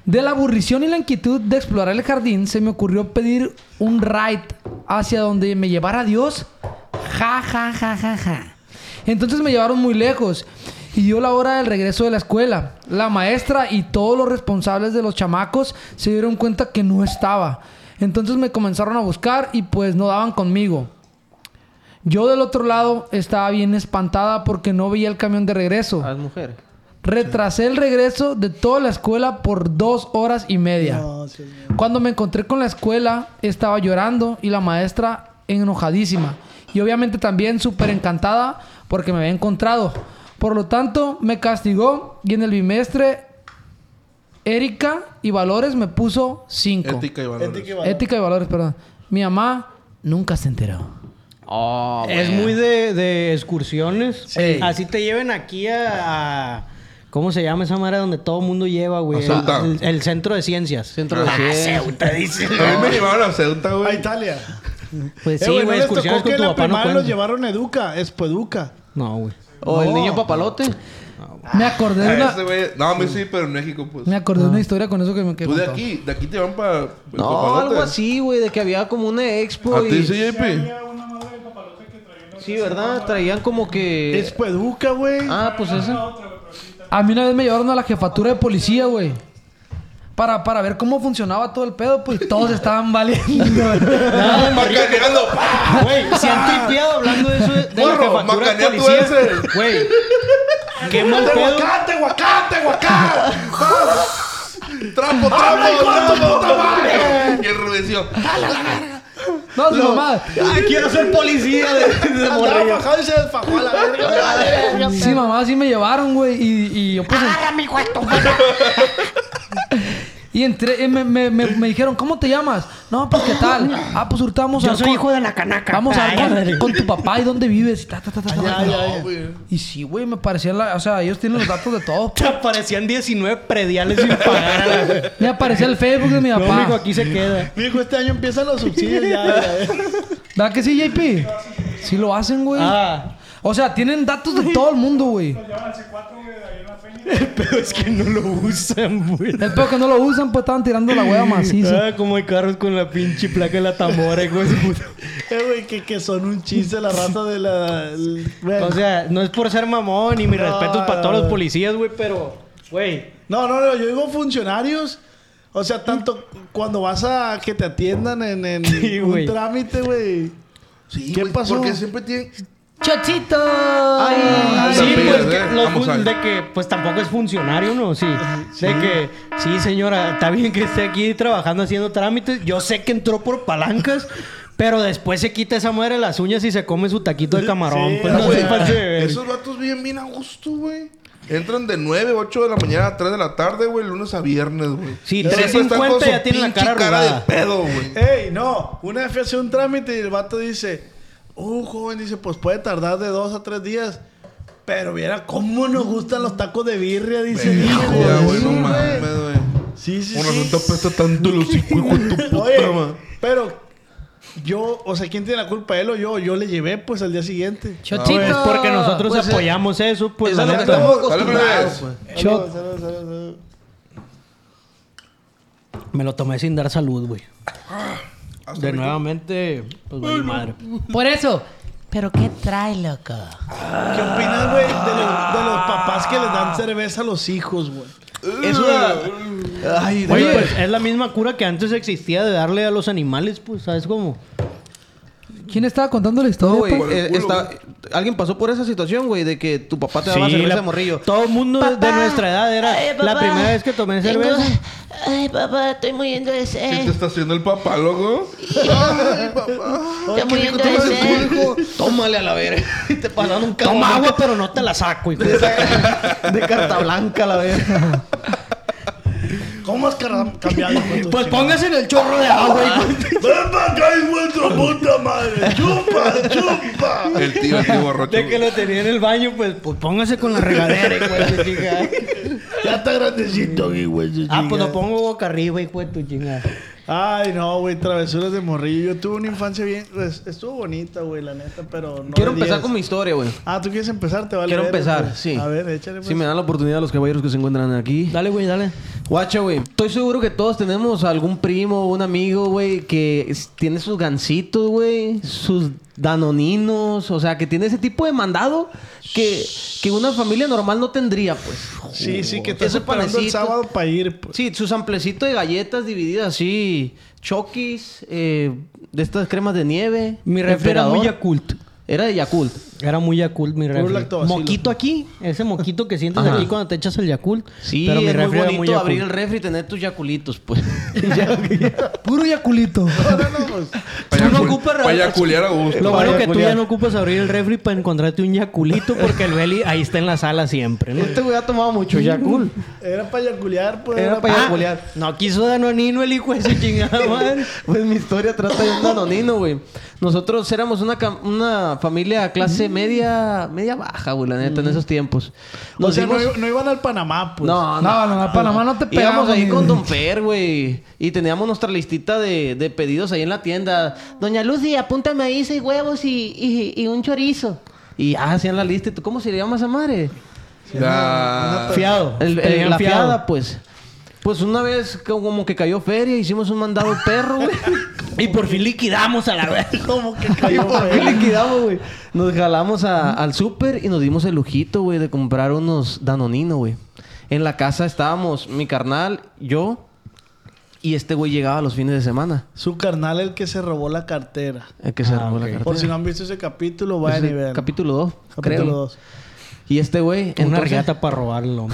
D: De la aburrición y la inquietud de explorar el jardín, se me ocurrió pedir un ride hacia donde me llevara Dios. Ja, ja, ja, ja, ja. Entonces me llevaron muy lejos y dio la hora del regreso de la escuela. La maestra y todos los responsables de los chamacos se dieron cuenta que no estaba. Entonces me comenzaron a buscar y pues no daban conmigo. Yo del otro lado estaba bien espantada porque no veía el camión de regreso.
F: Ah, es mujer.
D: Retrasé el regreso de toda la escuela por dos horas y media.
C: No, sí, sí.
D: Cuando me encontré con la escuela, estaba llorando y la maestra enojadísima. Y obviamente también súper encantada porque me había encontrado. Por lo tanto, me castigó y en el bimestre, Erika y Valores me puso 5.
G: Ética y valores.
C: Ética y valores.
D: Ética y Valores, perdón. Mi mamá nunca se enteró.
F: Oh,
E: Es muy de, de excursiones.
D: Sí.
E: Así te lleven aquí a, a- ¿Cómo se llama esa madre donde todo el mundo lleva, güey?
G: A Ceuta.
E: El, el- el centro de ciencias. Ah,
F: Centro Eh, de ciencia.
G: A mí me llevaron a Ceuta,
C: A
G: güey.
C: Italia.
E: Pues
C: Eh,
E: sí,
C: güey, no
E: güey,
C: les tocó
E: excursiones
C: que
E: con
C: en
E: tu
C: la
E: papá no
C: primaria los
E: cuentan.
C: llevaron a Educa, Espoeduca.
E: No, güey.
F: O el niño papalote.
D: Me acordé de
G: A
D: una,
G: ese güey- No, a mí sí, pero en México, pues.
D: me acordé
B: Ah.
D: de una historia con eso que me que
G: Tú de
D: contó.
G: aquí, de aquí te van para.
F: No, algo así, güey, de que había como una expo
G: ¿A
F: y...
E: pues.
G: ti sí, JP?
F: Sí, ¿verdad? Traían como
E: Eh.
F: que...
C: Es peduca, güey.
F: Ah, pues esa.
D: A mí una vez me llevaron a la jefatura de policía, güey. Para, para ver cómo funcionaba todo el pedo, pues y todos estaban valiendo.
G: Ah, Macaneando. ¡pah!
E: Güey, se han tripeado hablando de eso de, de
G: Morro,
E: la jefatura de
G: macanea tú
E: policía.
G: ese.
E: Güey, qué mal
C: ¡Aguacate,
E: pedo.
C: aguacate, aguacate, aguacate!
G: ¡Trapo,
C: ¡Habla, hijo de
G: trapo,
C: tu puta
G: trapo! Y el rubecio.
D: No, no, mamá.
E: Ay, quiero ser policía de, de morrillo.
C: Trabajado y se desfajó a la verga.
D: Sí, mamá, sí me llevaron, güey. Y, y yo pues...
B: ¡Ahora, mi guato!
D: Y entré, eh, me, me, me, me dijeron, ¿cómo te llamas? No, pues qué tal. Ah, pues ahorita vamos a
B: Yo
D: ver
B: soy
D: con-
B: hijo de eh. la canaca.
D: Vamos a
B: Ay,
D: ver con, con tu papá y dónde vives. Y, ta, ta, ta, ta, ta.
C: ya,
D: y sí, güey, me parecía la. O sea, ellos tienen los datos de todo.
E: Aparecían 19 prediales sin pagar. a la-
D: Me aparecía el Facebook de mi
E: No, mijo,
D: papá.
E: aquí se queda.
C: Mijo, este año empiezan los subsidios ya. ya.
D: ¿Verdad que sí, JP? Sí lo hacen, güey.
E: Ah,
D: O sea, tienen datos de todo el mundo, güey.
E: pero es que no lo usan, güey.
D: El peor que no lo usan, pues estaban tirando la hueva macizo.
E: Ah, como hay carros con la pinche placa de la Tamora, hijo de su puta.
C: Eh, güey, que, que son un chiste la raza de la... el- güey.
E: O sea, no es por ser mamón y
G: Ah.
E: mis respetos para todos los policías, güey, pero, güey.
C: No, no, no, yo digo funcionarios. O sea, tanto cuando vas a que te atiendan en, en
E: Sí,
C: un
E: güey.
C: trámite, güey.
G: Sí,
C: ¿Qué
G: güey,
C: pasó?
G: Porque siempre tienen.
D: ¡Chocito!
E: Sí,
G: también,
E: pues,
G: ¿eh?
E: que los
G: Vamos
E: fun-
G: a ver.
E: de que, pues tampoco es funcionario, ¿no? Sí. De que, sí, señora, está bien que esté aquí trabajando haciendo trámites. Yo sé que entró por palancas, pero después se quita esa madre de las uñas y se come su taquito de camarón.
C: Sí,
E: pues
C: ah,
E: no
G: Güey,
E: se pase de ver.
G: esos vatos viven bien a gusto, güey. Entran de 9, 8 de la mañana a 3 de la tarde, güey, lunes a viernes, güey.
E: Sí,
G: Siempre están
E: 3.50
G: con su
E: ya tienen la
G: pinche
E: cara
G: de
E: arrugada.
G: pedo, güey.
C: Ey, no, una vez fui a hacer un trámite y el vato dice, un joven dice, pues puede tardar de dos a tres días. Pero viera cómo nos gustan los tacos de birria, dice.
G: Verga,
C: hijo de
G: güey, no
C: sí,
G: mames,
C: güey.
G: güey.
C: Sí, sí,
G: Con razón
C: sí.
G: te apesta tanto los hocico, hijo de tu puta,
C: Oye,
G: madre.
C: pero yo, o sea, ¿quién tiene la culpa? Él o yo. Yo le llevé, pues, al día siguiente.
D: ¡Chocito!
E: Pues porque nosotros
F: Pues, eh,
E: apoyamos eso, pues la
F: Eso es lo que
E: neta.
F: estamos
G: Dale,
F: acostumbrados, pues.
G: plebes.
F: güey.
C: Saludos,
D: Shot.
C: saludos, saludos,
E: Me lo tomé sin dar salud, güey. De nuevamente, pues vale madre.
D: eh,
A: Por eso. ¿Pero qué trae, loco?
C: saludos. ¿Qué opinas, güey, de, los- de los papás que les dan cerveza a los hijos, güey?
F: Es una... Ay,
E: Oye,
F: güey.
E: pues es la misma cura que antes existía de darle a los animales, pues, ¿sabes cómo?
D: ¿Quién estaba contando la historia?
F: No, güey,
D: pa?
G: por el
F: eh,
G: culo,
F: está-
G: güey.
F: Alguien pasó por esa situación, güey, de que tu papá te daba cerveza de morrillo.
E: Todo el mundo de- de nuestra edad era
H: Ay,
E: la
H: papá.
E: primera vez que tomé
H: Tengo-
E: cerveza.
H: Ay, papá, estoy muriendo de
G: ¿Qué te
H: sed.
G: está haciendo el papá, loco? Ay, papá.
H: Estoy muriendo de
G: Tómale
H: sed.
G: el culo, hijo.
F: Tómale a la verga. Y te pasaron un cabrón.
E: Toma agua, pero no te la saco, hijo.
F: De carta blanca, la verga.
C: ¿Cómo has car- cambiado? güey, tu
E: Pues
C: chingada?
E: póngase en el chorro de agua, hijo.
C: ¡Ven para acá, vuestra puta madre! ¡Chupa, chupa!
G: El tío, el tío
F: Ah,
G: borracho.
E: De que lo tenía en el baño, pues, pues póngase con la regadera, hijo. de tu chingada.
C: Ya está grandecito, güey, güey. su
E: Ah, pues
C: chingada.
E: lo pongo boca arriba, hijo de tu chingada.
C: Ay, no, güey, travesuras de morrillo. Yo tuve una infancia bien. pues, estuvo bonita, güey, la neta, pero no.
F: Quiero
C: de
F: empezar
C: 10.
F: con mi historia, güey.
C: Ah, ¿tú quieres empezar? Te vale.
F: Quiero
C: verga,
F: empezar,
C: güey.
F: sí.
C: A ver, échale. pues.
F: Si me dan la oportunidad los caballeros que se encuentran aquí.
E: Dale, güey, dale.
F: Guacha, güey. Estoy seguro que todos tenemos algún primo o un amigo, güey, que es- tiene sus gancitos, güey, sus danoninos, o sea, que tiene ese tipo de mandado que, que una familia normal no tendría, pues.
C: Sí, sí, que estás
F: Ese
C: esperando el
F: panecito.
C: sábado para ir, pues.
F: Sí, su samplecito de galletas divididas así, choquis, eh, de estas cremas de nieve.
E: Mi refri era
F: Emperador.
E: muy Yakult.
F: Era de Yakult.
E: Era muy Yakult mi refri.
C: lactobacilo.
E: Moquito aquí. Ese moquito que sientes
F: Ajá.
E: aquí cuando te echas el Yakult.
F: Sí,
E: pero mi
F: es
E: refri
F: muy
E: era
F: bonito abrir el
E: Yakult.
F: refri y tener tus yaculitos, pues.
D: Puro yaculito.
F: pues.
G: Vaya
E: no
G: cul-
E: ocupas ra-
G: Vaya a culiar a gusto.
E: Lo bueno
F: Vaya
E: que tú
F: culiar.
E: ya no ocupas abrir el refri para encontrarte un Yaculito porque el Beli ahí está en la sala siempre, ¿no?
F: Este güey ha tomado mucho Yakult.
C: Era para yaculear, pues.
F: Era pa'
E: Ah,
F: Yaculear.
E: no quiso Danonino el hijo de su chingada madre.
F: Pues mi historia trata de un danonino, güey. Nosotros éramos una, cam- una familia
D: Mm.
F: clase media media baja, güey, la neta, en esos tiempos.
C: O
F: Nos
C: sea, no,
F: dimos-
C: i- no iban al Panamá, pues.
F: no,
D: No, no, no, Panamá no te pegamos.
F: Íbamos ahí
D: ni-
F: con Don Fer, güey. Y teníamos nuestra listita de, de pedidos ahí en la tienda. Doña Lucy, apúntame ahí ah, seis huevos y, y- y un chorizo. Y ya hacían la lista. ¿Y tú cómo se le llama esa madre?
G: Ah.
E: Fiado.
F: El- el-
E: Te dijeron
F: la
E: fiado.
F: fiada, pues. Pues una vez como que cayó feria, hicimos un mandado perro, güey.
E: Y por fin liquidamos a la vez.
C: ¿Cómo que
F: Y
C: cayó?
F: por fin liquidamos, güey. Nos jalamos a- al súper y nos dimos el lujito, güey, de comprar unos Danonino, güey. En la casa estábamos mi carnal, yo y este güey llegaba los fines de semana.
C: Su carnal el que se robó la cartera.
F: El que se robó la cartera.
C: Ah, Por si no han visto ese capítulo, vayan
F: Ese
C: y vean.
F: Capítulo 2,
C: Capítulo
F: creo.
C: 2.
F: Y este güey...
E: Una
F: entonces-
E: regata para robarlo.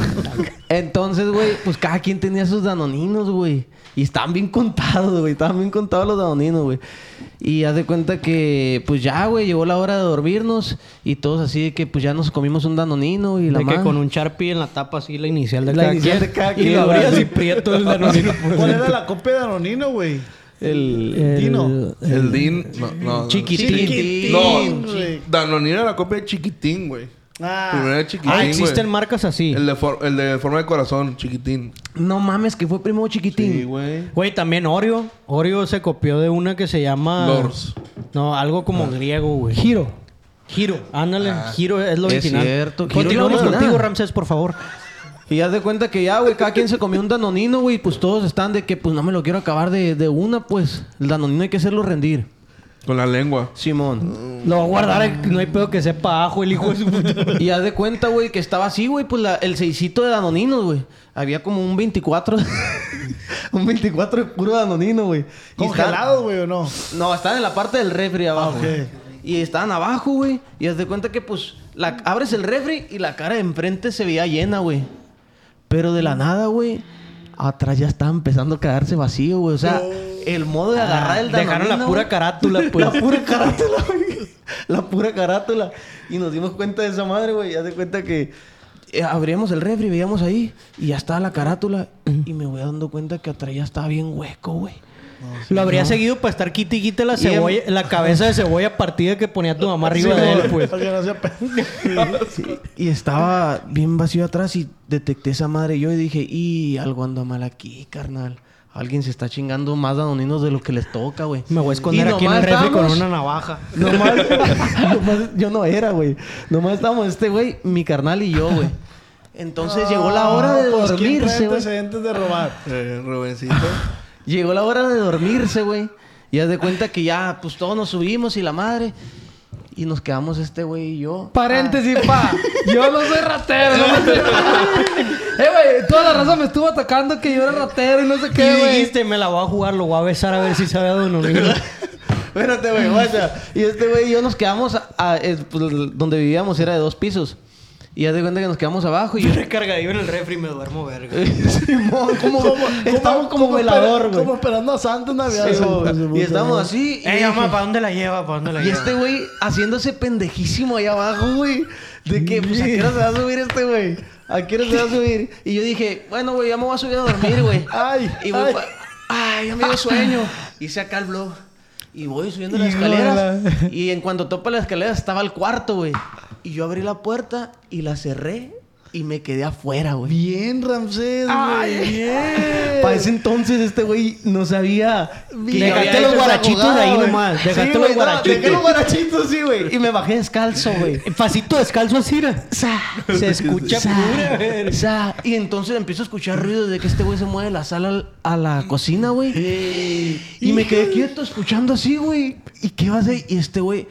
F: Entonces, güey, pues cada quien tenía sus danoninos, güey. Y estaban bien contados, güey. Estaban bien contados los danoninos, güey. Y haz de cuenta que, pues ya, güey, llegó la hora de dormirnos. Y todos así de que, pues ya nos comimos un danonino y la
E: De que
F: madre.
E: con un Sharpie en la tapa así la inicial de,
F: La
E: cada,
F: inicial
E: quien.
F: de cada
E: Y
F: quien,
E: lo abrías
F: güey.
E: y prieto el danonino.
F: pues.
C: ¿Cuál era la copa de Danonino, güey?
F: El...
C: Dino.
G: El Din. No, no.
E: Chiquitín.
G: Chiquitín.
C: Chiquitín,
G: No.
C: güey.
G: Danonino era la copia de Chiquitín, güey.
C: Ah.
G: Primero era Chiquitín.
E: Ah,
G: güey.
E: existen marcas así.
G: El de, for- el de forma de corazón, Chiquitín.
F: No mames, que fue primo chiquitín.
G: Sí, güey.
E: Güey, también Oreo. Oreo se copió de una que se llama...
G: Lors.
E: No, algo
F: Ah.
E: como griego, güey.
D: Giro.
E: Giro. Ándale. Giro es lo
F: es
E: original.
F: cierto, Giro es lo
E: Continuamos
F: original.
E: contigo, Ramsés, por favor.
F: Y haz de cuenta que ya, güey, cada quien se comió un danonino, güey. Pues todos están de que, pues no me lo quiero acabar de, de una, pues. El danonino hay que hacerlo rendir.
G: Con la lengua.
F: Simón.
E: Lo voy a guardar. eh, No hay pedo que sepa ajo el hijo de su puta.
F: Y haz de cuenta, güey, que estaba así, güey, pues la- el seisito de Danoninos, güey. Había como un 24. un 24 de puro Danonino, güey. Y
C: ¿Congelado, güey, o no?
F: estaban- no, estaban en la parte del refri abajo.
C: ok.
F: güey. Y estaban abajo, güey. Y haz de cuenta que, pues, la, abres el refri y la cara de enfrente se veía llena, güey. Pero de la nada, güey, atrás ya estaba empezando a quedarse vacío, güey. O sea, el modo de agarrar el Danonino.
E: Ah, Dejaron la pura
F: güey,
E: carátula, pues.
F: la pura carátula, güey. La pura carátula. Y nos dimos cuenta de esa madre, güey. Haz de cuenta que eh, abríamos el refri, veíamos ahí. Y ya estaba la carátula. Y me voy dando cuenta que atrás ya estaba bien hueco, güey.
E: Lo habría seguido para estar quite y quite la
F: Y en-
E: cebolla, la cabeza de cebolla partida que ponía tu mamá arriba de él, pues.
C: Para que no sea pendejo.
F: Y estaba bien vacío atrás y detecté esa madre yo y dije, y algo anda mal aquí, carnal. Alguien se está chingando más danoninos de lo que les toca, güey.
E: Me voy a esconder
F: Y
E: aquí en el
F: nomás
E: refri con
F: estábamos-
E: una navaja.
F: Nomás, nomás- yo no era, güey. Nomás estábamos este güey, mi carnal y yo, güey. Entonces llegó la hora de
C: Pues, ¿quién trae
F: dormirse, güey.
C: antecedentes de robar?
G: Eh, Rubéncito.
F: Llegó la hora de dormirse, güey. Y haz de cuenta que ya, pues todos nos subimos y la madre. Y nos quedamos este güey y yo.
D: Paréntesis, pa. Yo no soy ratero. no me- eh, güey, toda la raza me estuvo atacando que yo era ratero y no sé qué,
E: ¿Qué
D: güey.
E: dijiste? Me la voy a jugar, lo voy a besar a ver si sabe a Danonino.
F: Espérate, güey, guacha. Y este güey y yo nos quedamos a- a- eh, pues, donde vivíamos, era de dos pisos. Y haz de cuenta que nos quedamos abajo y yo.
E: Recargadillo en el refri me duermo verga.
F: Simón, como, estamos como
C: esper-
F: velador, güey.
C: Como esperando a Santa en Navidad.
F: Sí,
C: Simón, Simón,
F: güey. y estábamos
C: Simón.
F: así. y
E: Ey,
F: yo
E: mamá,
F: dije-
E: ¿para dónde la lleva? ¿Para dónde la
F: Y
E: lleva?
F: este güey haciéndose pendejísimo ahí abajo, güey. De que, pues, ¿a qué hora se va a subir este güey? ¿A qué hora se va a subir? Y yo dije, bueno, güey, ya me voy a subir a dormir, güey.
C: Ay,
F: Y voy
C: ay.
F: pa- ay, ya me dio sueño. Hice acá el blog. Y voy subiendo las
D: Híjole.
F: escaleras. Y en cuanto topa las escaleras estaba el cuarto, güey. Y yo abrí la puerta y la cerré y me quedé afuera, güey.
C: Bien, Ramsés, güey. Bien.
F: Para ese entonces este güey no sabía. que
E: Dejaste
F: había hecho
E: los
F: esa
E: guarachitos
F: jugada,
E: ahí
F: güey.
E: nomás.
F: Sí,
E: Dejaste los
F: güey, no,
C: Ah,
E: guarachitos.
F: Dejé los guarachitos, sí, güey. Y me bajé descalzo, güey.
E: Facito descalzo así, era. Se escucha pura
F: O
E: verga.
F: sea, y entonces empiezo a escuchar ruido de que este güey se mueve de la sala al- a la cocina, güey. Y me quedé quieto escuchando así, güey. ¿Y qué va a hacer? Y este güey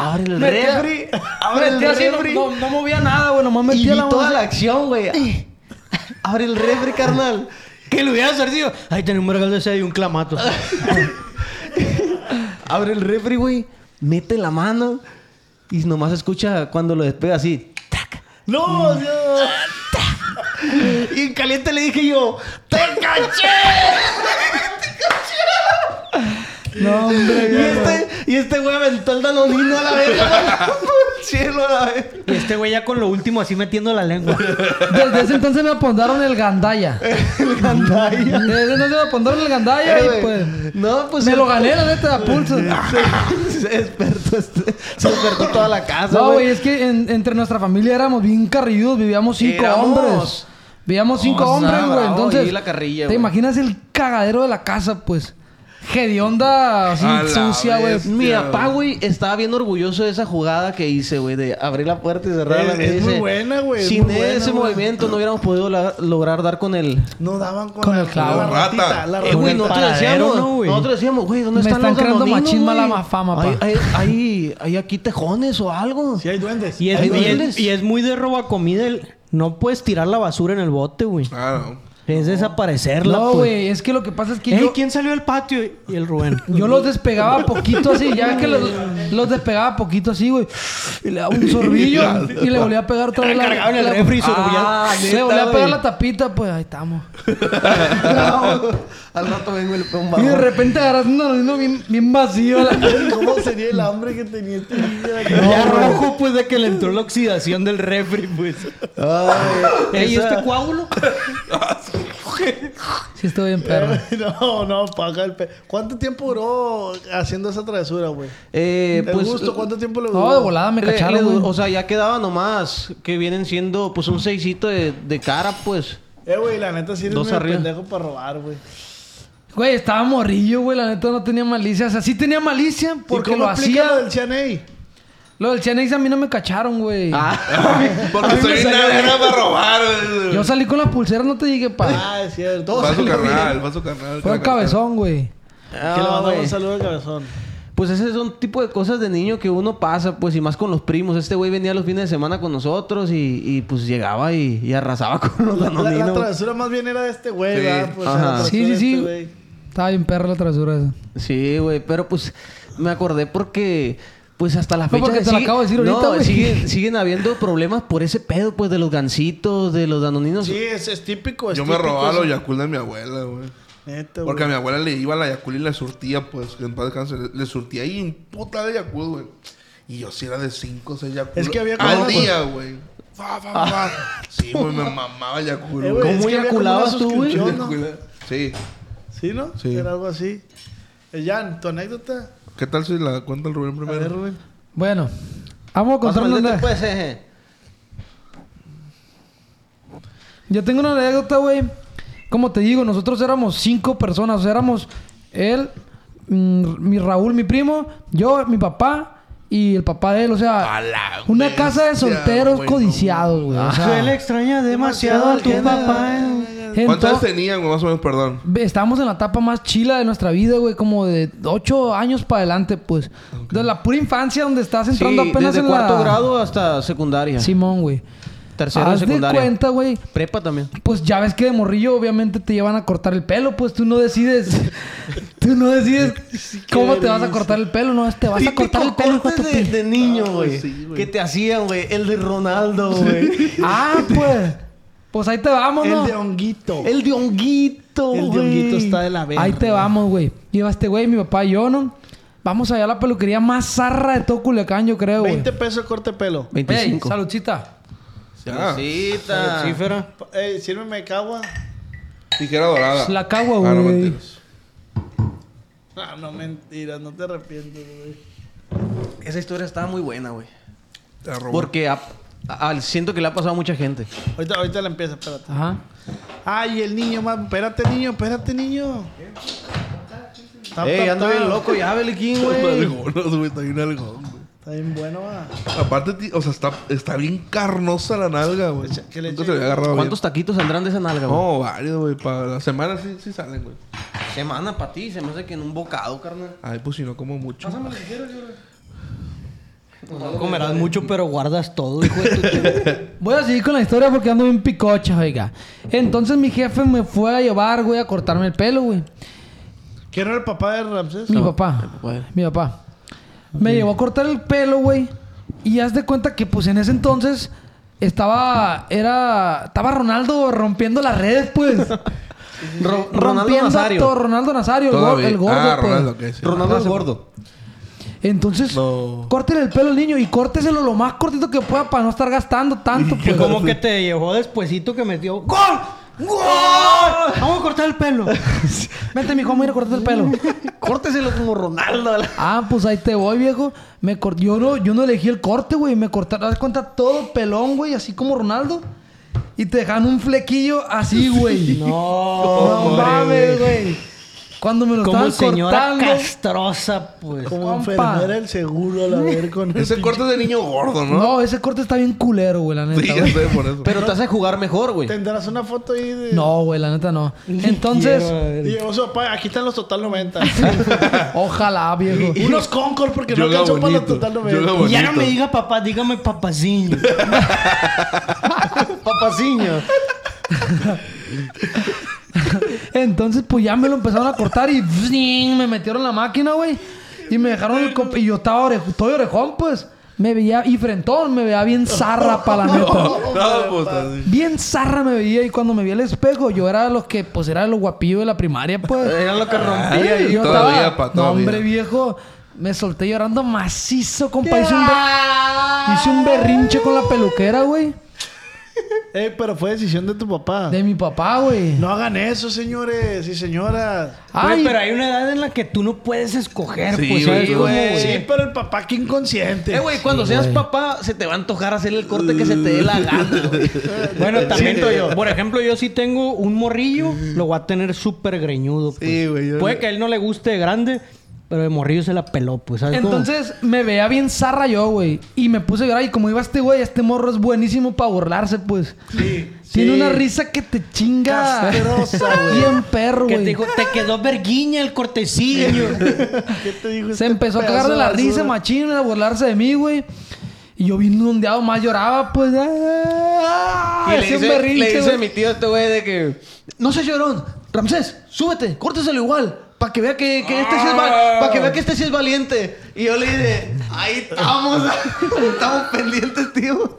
F: abre el
D: Me queda-
F: refri, abre el
D: Metí así, no-
F: refri.
D: no, no movía nada, güey. Nomás
F: Y
D: metía
F: vi
D: la
F: toda
D: mano
F: la
D: así.
F: acción, güey. Abre el refri, carnal.
E: Que lo hubiera sortido. Ahí tenía un regalo de ese y un clamato.
F: Abre el refri, güey. Mete la mano. Y nomás escucha cuando lo despega así.
C: No, Dios.
F: Y en caliente le dije yo,
D: No, hombre.
F: y este, y este güey aventó el danonino a la verga. Por el cielo a la verga.
E: Y este güey ya con lo último así metiendo la lengua.
D: Desde ese entonces me apondaron el gandaya.
F: El gandalla.
D: Desde ese entonces me apondaron el gandaya
F: Eh,
D: y
F: güey.
D: pues...
F: no, pues
D: Me
F: el-
D: lo gané, la neta, a pulso.
F: Se, se despertó, este- se despertó toda la casa,
D: No, güey,
F: güey.
D: es que en- entre nuestra familia éramos bien carrilludos, vivíamos cinco
F: Éramos.
D: hombres. Vivíamos cinco
F: O sea,
D: hombres, güey.
F: bravo,
D: Entonces,
F: y la carrilla,
D: ¿te
F: güey.
D: imaginas el cagadero de la casa, pues? hedionda, así,
G: A la
D: sucia, güey.
G: bestia.
F: Mi
G: Hostia,
F: papá,
G: güey.
F: güey, estaba bien orgulloso de esa jugada que hice, güey, de abrir la puerta y cerrarla.
C: Es-
F: Me
C: es
F: dice,
C: muy buena, güey, es
F: Sin
C: muy buena,
F: ese
C: güey".
F: movimiento no hubiéramos podido la- lograr dar con el.
C: No daban con,
D: Con
C: la-
D: el clavo.
C: la
G: Rata.
C: ratita, la
F: Eh, güey,
C: ratita.
F: nosotros
E: paradero,
F: decíamos,
E: ¿no, güey?
F: nosotros decíamos, güey, ¿dónde
D: Me
F: están,
D: están
F: los
D: creando
F: danoninos,
D: machín
F: güey?
D: mala fama, pa.
F: Hay, hay, hay, hay aquí tejones o algo.
C: Sí hay duendes.
E: Y es,
F: Ay,
E: y es-
F: duendes.
E: y es muy de roba comida el no puedes tirar la basura en el bote, güey.
F: Ah,
G: Claro.
E: Es desaparecerla,
D: No,
E: pues.
D: güey, es que lo que pasa es que
F: Eh,
E: Ey,
D: yo,
E: ¿quién salió al patio? Y el Rubén.
D: yo los despegaba poquito así, ya que los, los despegaba poquito así, güey. Y le daba un sorbillo y le volvía a pegar otra vez la.
E: Recargaba en el
D: la-
E: refri,
D: ah,
E: sorbía.
D: Le volvía a
F: Neta,
D: pegar
F: güey.
D: la tapita, pues ahí estamos.
F: Al rato vengo y le pego un
D: Y de
F: bajón.
D: repente agarras un anonino bien, bien vacío. la-
C: ¿Cómo sería el hambre que tenía este niño?
E: ya rojo, pues, de que le entró la oxidación del refri, pues. Ey, ¿y este coágulo?
D: Sí, estoy bien perro.
C: No, no, paga el pe... ¿Cuánto tiempo duró haciendo esa travesura, güey?
F: Eh,
C: El
F: pues,
C: gusto, ¿cuánto tiempo le duró?
D: No, de volada me
F: Eh, Le- le-
D: cacharon, güey.
F: o sea, ya quedaba nomás que vienen siendo pues un seisito de, de cara, pues.
C: Eh, güey, la neta sí eres
F: Dos
C: medio
F: arriba.
C: pendejo para robar, güey.
D: Güey, estaba morrillo, güey. La neta no tenía malicia. O sea, sí tenía malicia porque lo hacía.
C: lo del Chaney?
D: Lo del Chenex a mí no me cacharon, güey.
F: Ah,
G: Porque soy una verga para robar. güey.
D: Yo salí con las pulseras, no te dije, pa.
C: Ah, es cierto.
G: Va su
C: Que
G: carnal, va su carnal.
D: Fue un cabezón, güey.
C: le
F: Ah,
C: mandamos
F: güey.
C: un saludo al cabezón.
F: Pues ese es un tipo de cosas de niño que uno pasa, pues, y más con los primos. Este güey venía los fines de semana con nosotros y, y, pues llegaba y, y arrasaba con los
C: La, la
F: danoninos.
C: travesura más bien era de este güey,
G: Sí.
C: ¿verdad? Pues,
F: Ajá.
C: era la
D: Sí,
C: travesura
D: sí,
C: de
D: sí.
C: este güey.
D: Estaba bien perro la travesura esa.
F: Sí, güey, pero pues me acordé porque pues hasta la
D: No,
F: fecha
D: porque te lo acabo de decir ahorita, güey.
F: siguen, siguen habiendo problemas por ese pedo pues de los gansitos, de los danoninos.
C: Sí, es, es típico. es
G: Yo me
C: típico
G: robaba
C: eso.
G: los Yakul de mi abuela, güey.
C: Neta,
G: Porque a mi
C: güey.
G: abuela le iba la Yakul y le surtía, pues, que en paz descanse, le- le surtía ahí un puta de Yakul, güey. Y yo sí era de 5 o 6 Yakul.
C: Es que había
G: Al
C: como- Ah.
G: día, güey. Fa, fa, fa. Sí, güey, me mamaba Yakul,
C: Eh,
G: güey.
C: güey, es
F: ¿Cómo
C: que había como una
F: yaculabas tú, güey?
C: suscripción, ¿no?
G: Sí.
C: Sí, ¿no?
G: Sí.
C: Era algo así. Eh, Jan, tu anécdota.
G: ¿Qué tal si la cuenta el Rubén
C: A ver,
G: primero?
C: Rubén.
D: Bueno, vamos a contar
F: Pásame
D: una
F: el de
D: anécdota.
F: tú, pues, eh.
D: Yo tengo una anécdota, güey. Como te digo, nosotros éramos cinco personas. O sea, éramos él, mm, mi Raúl, mi primo, yo, mi papá y el papá de él. O sea,
G: A la
D: una casa de
G: bestia,
D: solteros
G: güey, no.
D: codiciados, güey. O sea,
E: Se le extraña demasiado a tu papá. eh.
G: ¿Cuántas
D: entonces-
G: tenían, güey? Más o menos, perdón.
D: Ve- Estábamos en la etapa más chila de nuestra vida, güey, como de 8 años para adelante, pues. De la pura infancia donde estás
F: Sí,
D: entrando apenas
F: desde
D: en
F: cuarto
D: la...
F: grado hasta secundaria.
D: Simón, güey.
F: tercero de
D: Haz de
F: secundaria.
D: cuenta, güey.
F: Prepa también.
D: Pues ya ves que de morrillo obviamente te llevan a cortar el pelo, pues tú no decides... tú no decides cómo te vas a cortar el pelo, no, es, te vas a cortar el pelo, hijo de tu
F: de,
D: pin-
F: de niño, Ah, güey. que te hacían, güey. El de Ronaldo, güey.
D: Ah, pues. Pues ahí te vamos, ¿no?
C: El de honguito.
F: el de honguito, güey.
C: El de honguito está de la verga.
D: Ahí te vamos, güey. Lleva este güey, mi papá y yo, ¿no? Vamos allá a la peluquería más zarra de todo Culiacán, yo creo, güey.
C: 20 pesos corte pelo.
F: 25.
D: Ey, saludcita.
F: Ah,
G: Ya.
E: eh.
F: Saludcita.
C: Ey, Eh, sírveme cagua.
G: Tijera dorada.
D: La cagua,
G: Ah, no,
D: güey.
G: mentiras.
C: Ah, no mentiras, no te arrepientes, güey.
F: Esa historia estaba muy buena, güey.
G: Te la robó.
F: Porque a- a- al- siento que le ha pasado a mucha gente.
C: Ahorita, ahorita la empieza, espérate.
D: Ajá.
C: Ay, el niño, más. Espérate, niño, espérate, niño. Tap,
F: Ey,
C: tap,
F: ando
C: tap.
F: bien loco ya, Beliquín,
G: Son
F: güey.
G: nalgonas, güey, está bien nalgón, güey.
C: Está bien bueno, va.
G: Aparte, ti- o sea, está, está bien carnosa la nalga, güey.
C: Echa- que le
G: Nunca
C: eche-
G: se le había agarrado bien.
F: ¿Cuántos taquitos saldrán de esa nalga, güey?
G: No, varios, güey. Para la semana sí, sí salen, güey.
F: Oh. Semana para ti, se me hace que en un bocado, carnal.
G: Ay, pues si no como mucho.
E: No comerás mucho, pero guardas todo, hijo de tu
D: Voy a seguir con la historia porque ando bien picocha, oiga. Entonces mi jefe me fue a llevar, güey, a cortarme el pelo, güey.
C: ¿Quién era el papá de Ramsés?
D: Mi papá. Mi papá. Me llevó a cortar el pelo, güey. Y haz de cuenta que, pues, en ese entonces estaba... Era... Estaba Ronaldo rompiendo las redes, pues.
F: Ro- Ronaldo
D: rompiendo a todo.
F: Nazario.
D: Ronaldo Nazario, el, gor-
G: Todavía.
D: el gordo,
G: Ah,
D: pues.
G: Ronaldo, que sí.
F: Ronaldo el gordo.
D: Entonces,
G: No.
D: córtele el pelo al niño y córteselo lo más cortito que pueda para no estar gastando tanto,
E: Que
D: pues.
E: como que te llevó despuesito que metió ¡Gol! ¡Gol! Vamos a cortar el pelo.
D: Vente, mijo, vamos a ir a cortarte el pelo.
F: Córteselo como Ronaldo. a la-
D: Ah, pues ahí te voy, viejo. Me cor- yo, no, yo no elegí el corte, güey. Me cortaron, das cuenta, todo pelón, güey, así como Ronaldo. Y te dejan un flequillo así, güey. No,
G: pobre,
D: mames, güey. Cuando me lo
E: Como
D: estaban
E: señora
D: cortando.
E: castrosa, pues.
C: Como
D: Compa.
C: enfermera el seguro a la ver con
G: Ese
C: el
G: corte es de niño gordo,
D: ¿no?
G: ¿no?
D: ese corte está bien culero, güey, la neta.
G: sí, ya
D: güey.
G: sé, por eso.
F: Pero te hace jugar mejor, güey.
C: Tendrás una foto ahí de.
D: No, güey, la neta no. Entonces,
C: Y llegó su papá, aquí están los Total 90.
D: ojalá, viejo.
C: Unos Concord porque no
G: Yoga
C: alcanzó para los
G: bonito.
C: Total 90.
G: Yoga
E: Ya no
G: bonito.
E: me diga papá, dígame papaciño. papaciño.
D: Entonces, pues ya me lo empezaron a cortar y ¡zing! me metieron la máquina, güey. Y me dejaron el cop... Y yo estaba orej- estoy orejón, pues. Me veía... Y frentón, me veía bien zarra para la neta.
G: No, pues así.
D: Bien zarra me veía y cuando me vi al espejo yo era de los que, pues era de los guapillos de la primaria, pues.
F: Era lo que rompía.
G: Ay,
D: Y yo
G: todavía,
D: estaba,
G: pa,
D: no,
G: todavía.
D: hombre viejo, me solté llorando macizo, compa. Hice un, be- hice un berrinche con la peluquera, güey.
C: Ey, pero fue decisión de tu papá.
D: De mi papá, güey.
C: No hagan eso, señores y señoras.
D: Ay,
E: pero hay una edad en la que tú no puedes escoger, pues.
G: Sí, güey,
E: ¿sabes cómo,
G: güey.
E: güey?
C: Sí, pero el papá que inconsciente.
F: Eh, güey, cuando seas papá, se te va a antojar hacer el corte que se te dé la gana, güey.
E: Bueno, también yo. Por ejemplo, yo sí tengo un morrillo, lo voy a tener súper greñudo. Pues.
G: Sí, güey, yo-
E: Puede que a él no le guste de grande, pero de morrillo se la peló, pues. ¿sabes cómo?
D: Entonces me veía bien zarra yo, güey. Y me puse a llorar. Y como iba este güey, este morro es buenísimo para burlarse, pues. Tiene
C: sí.
D: una risa que te chinga.
C: Castrosa, güey.
D: Bien perro,
E: que te
D: güey.
E: dijo, te quedó verguiña el cortecillo.
C: ¿Qué te dijo
D: Se
C: este
D: empezó a
C: pedazo
D: cagar de la risa,
C: basura?
D: machín, a burlarse de mí, güey. Y yo bien ondeado más lloraba, pues. ¡ah!
F: Y le
D: Hacía un
F: dice,
D: berrinche,
F: le dice
D: güey.
F: mi tío a este güey de que... No seas llorón. Ramsés, súbete. Córtaselo igual. Para que vea que, que este sí es val- pa' que vea que este sí es valiente. Y yo le dije... Ahí estamos. estamos pendientes, tío.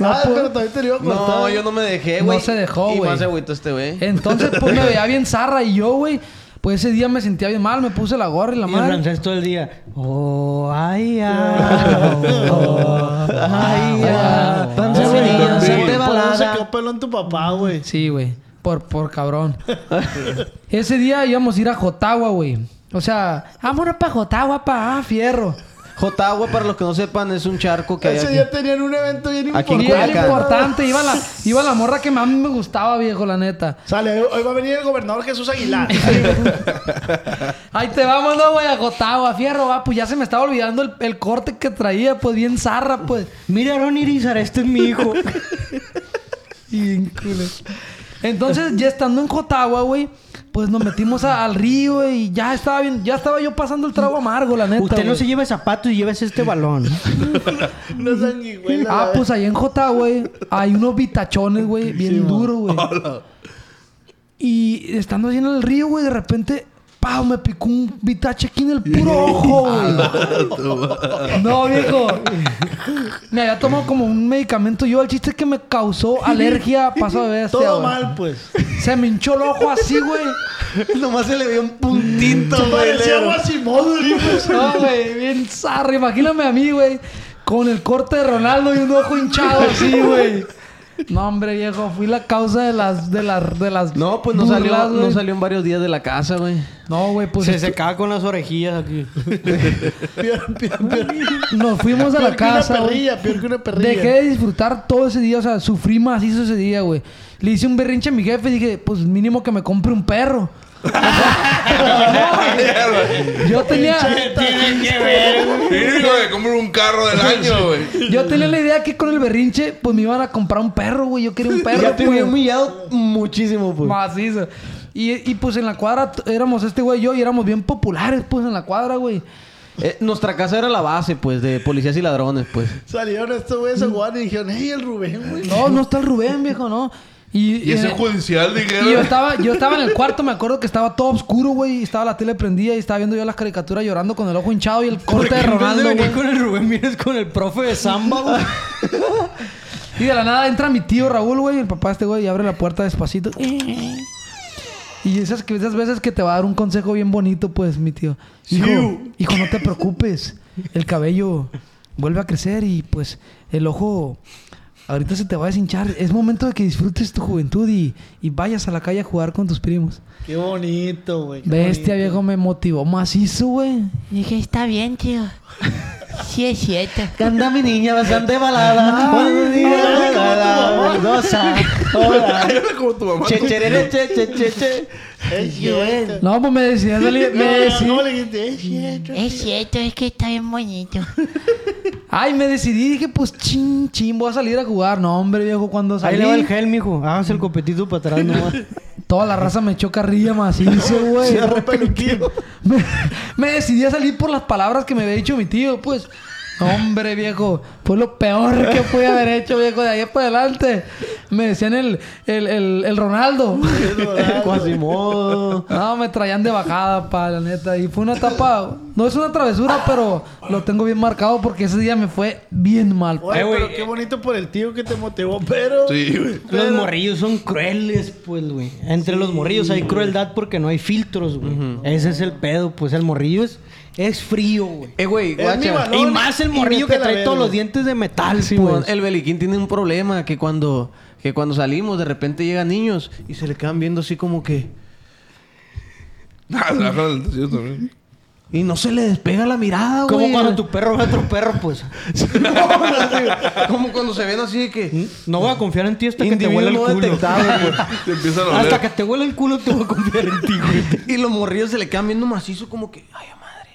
C: Ah, pero también te lo iba a cortar.
F: No, yo no me dejé,
D: No
F: güey.
D: se dejó,
F: Y
D: güey.
F: más se agüitó este güey.
D: Entonces, pues me veía bien zarra. Y yo, güey, pues ese día me sentía bien mal. Me puse la gorra y la
E: Y el
D: madre.
E: francés todo el día. Oh, ay, ah, oh, ay, ah,
D: Sí,
C: güey,
D: sí,
C: no
E: Francés,
C: sé,
E: te
C: por
E: balada.
C: eso se quedó pelón tu papá, güey.
D: Sí, güey. Por, por cabrón. Ese día íbamos a ir a Jotagua, güey. O sea, vámonos para Jotagua, pa' ah, fierro.
F: Jotagua, para los que no sepan, es un charco que hay
C: Ese
F: aquí.
C: día tenían un evento bien
F: Aquí en
D: Y
C: importante.
D: era
F: Culiacán.
D: importante. Iba la, iba la morra que más me gustaba, viejo, la neta.
C: Sale, hoy va a venir el gobernador Jesús Aguilar.
D: Ahí te vamos, no, güey, agotado, a fierro, va. Pues ya se me estaba olvidando el, el corte que traía, pues bien zarra, pues.
E: Mira, Aaron Irizar, este es mi hijo.
D: Bien culo. Entonces, ya estando en Jotagua, güey, pues nos metimos a- al río güey, y ya estaba bien, ya estaba yo pasando el trago amargo, la neta.
E: Usted no
D: güey.
E: se lleva zapatos y lleves este balón.
C: no sean hijuelas,
D: Ah,
C: la
D: pues ahí en Jotagua, güey, hay unos bitachones, güey, bien duros, güey. Y estando así en el río, güey, de repente, ¡pau! Me picó un bitache aquí en el puro ojo, güey. no, viejo. Me había tomado como un medicamento yo. El chiste es que me causó alergia. Paso de bestia,
C: Todo
D: güey.
C: mal, pues.
D: Se me hinchó el ojo así, güey.
F: Nomás se le vio un puntito, güey.
C: Parecía Guasimodri, pues.
D: No, güey, bien zarra. Imagíname a mí, güey, con el corte de Ronaldo y un ojo hinchado así, güey. No, hombre, viejo, fui la causa de las... De las, de las
F: No, pues no
D: burlas,
F: salió, no
D: güey.
F: salió en varios días de la casa, güey.
D: No, güey, pues...
E: Se
D: estu-
E: secaba con las orejillas aquí.
C: Peor, peor, peor.
D: Nos fuimos a
C: Peor
D: la
C: que una
D: casa, güey.
C: perrilla, peor que una perrilla.
D: Dejé de disfrutar todo ese día, o sea, sufrí más hizo ese día, güey. Le hice un berrinche a mi jefe y dije, pues mínimo que me compre un perro. yo tenía
G: Mira, hijo, que compro un carro del año, güey.
D: yo tenía la idea que con el berrinche pues me iban a comprar un perro, güey. Yo quería un perro. güey.
F: humillado muchísimo, pues.
D: Macizo. Y, y, pues en la cuadra t- éramos este güey y yo y éramos bien populares pues en la cuadra, güey.
F: Eh, nuestra casa era la base, pues, de policías y ladrones, pues.
C: Salieron estos güeyes a jugar y dijeron, hey, el Rubén, güey.
D: No, no está el Rubén, viejo, no. Y,
G: Y ese
D: eh,
G: judicial,
D: Y yo
G: dijeron.
D: estaba, yo estaba en el cuarto, me acuerdo que estaba todo oscuro, güey. y Estaba la tele prendida y estaba viendo yo las caricaturas llorando con el ojo hinchado y el corte de Ronaldo, güey.
E: con el Rubén, vienes con el profe de samba, güey.
D: Y de la nada entra mi tío Raúl, güey, el papá de este güey, y abre la puerta despacito. Y esas, que- esas veces que te va a dar un consejo bien bonito, pues, mi tío. Hijo,
C: Sí.
D: hijo, no te preocupes. El cabello vuelve a crecer y, pues, el ojo ahorita se te va a deshinchar. Es momento de que disfrutes tu juventud y, y vayas a la calle a jugar con tus primos.
C: Qué bonito, güey. qué
D: Bestia,
C: bonito.
D: viejo, me motivó macizo, güey.
A: Dije, está bien, tío. Sí, es cierto.
F: Canta mi niña bastante balada. Baldosa. Hola.
G: Háblale como tu mamá.
F: Che, che, che, che, che, che.
D: No, pues me decidí a salir. Me decidí-
C: ¿Cómo le dijiste? Es cierto.
A: Es cierto, es que está bien bonito.
D: Ay, me decidí. Dije, pues chin, chin, voy a salir a jugar. No, hombre, viejo, cuando
E: Ahí
D: salí.
E: le va el gel, mijo. Hágase el copetito para atrás nomás.
D: Toda la raza me echó carrilla macizo, güey. me, me decidí a salir por las palabras que me había dicho mi tío, pues. Hombre, viejo, fue lo peor que pude haber hecho, viejo, de ahí para adelante. Me decían el, el, el, el Ronaldo.
F: Quasimodo.
D: No, me traían de bajada, pa, la neta. Y fue una etapa, no es una travesura, pero lo tengo bien marcado porque ese día me fue bien mal. pa.
C: Oye,
E: Eh, güey,
C: pero qué bonito por el tío que te motivó, pero...
G: Sí, güey.
E: Los morrillos son crueles, pues, güey. Entre los morrillos hay crueldad porque no hay filtros, güey. Ese es el pedo, pues el morrillo es, es frío, güey.
F: Eh, güey,
C: Es mi
F: guacha.
C: valor.
E: Y
C: no,
E: más el
C: y
E: morrillo
C: vete
E: que
C: a la
E: trae todos
C: verga.
E: los dientes de metal, sí,
F: Simón,
E: pues.
F: el Beliquín tiene un problema que cuando, que cuando salimos de repente llegan niños y se le quedan viendo así como que...
G: Ah, se bajaron del desierto también.
F: Y no se le despega la mirada, güey.
E: Como cuando tu perro ve a otro perro, pues.
F: Como cuando se ven así de que...
E: No voy a confiar en ti ¿Mm? hasta que te
F: individuo
E: huela el
F: no
E: culo.
F: detectado, güey.
G: Se empiezan a
E: Hasta
G: oler.
E: que te huela el culo te voy a confiar en ti, güey.
F: Y los morrillos se le quedan viendo macizo como que... Ay, madre.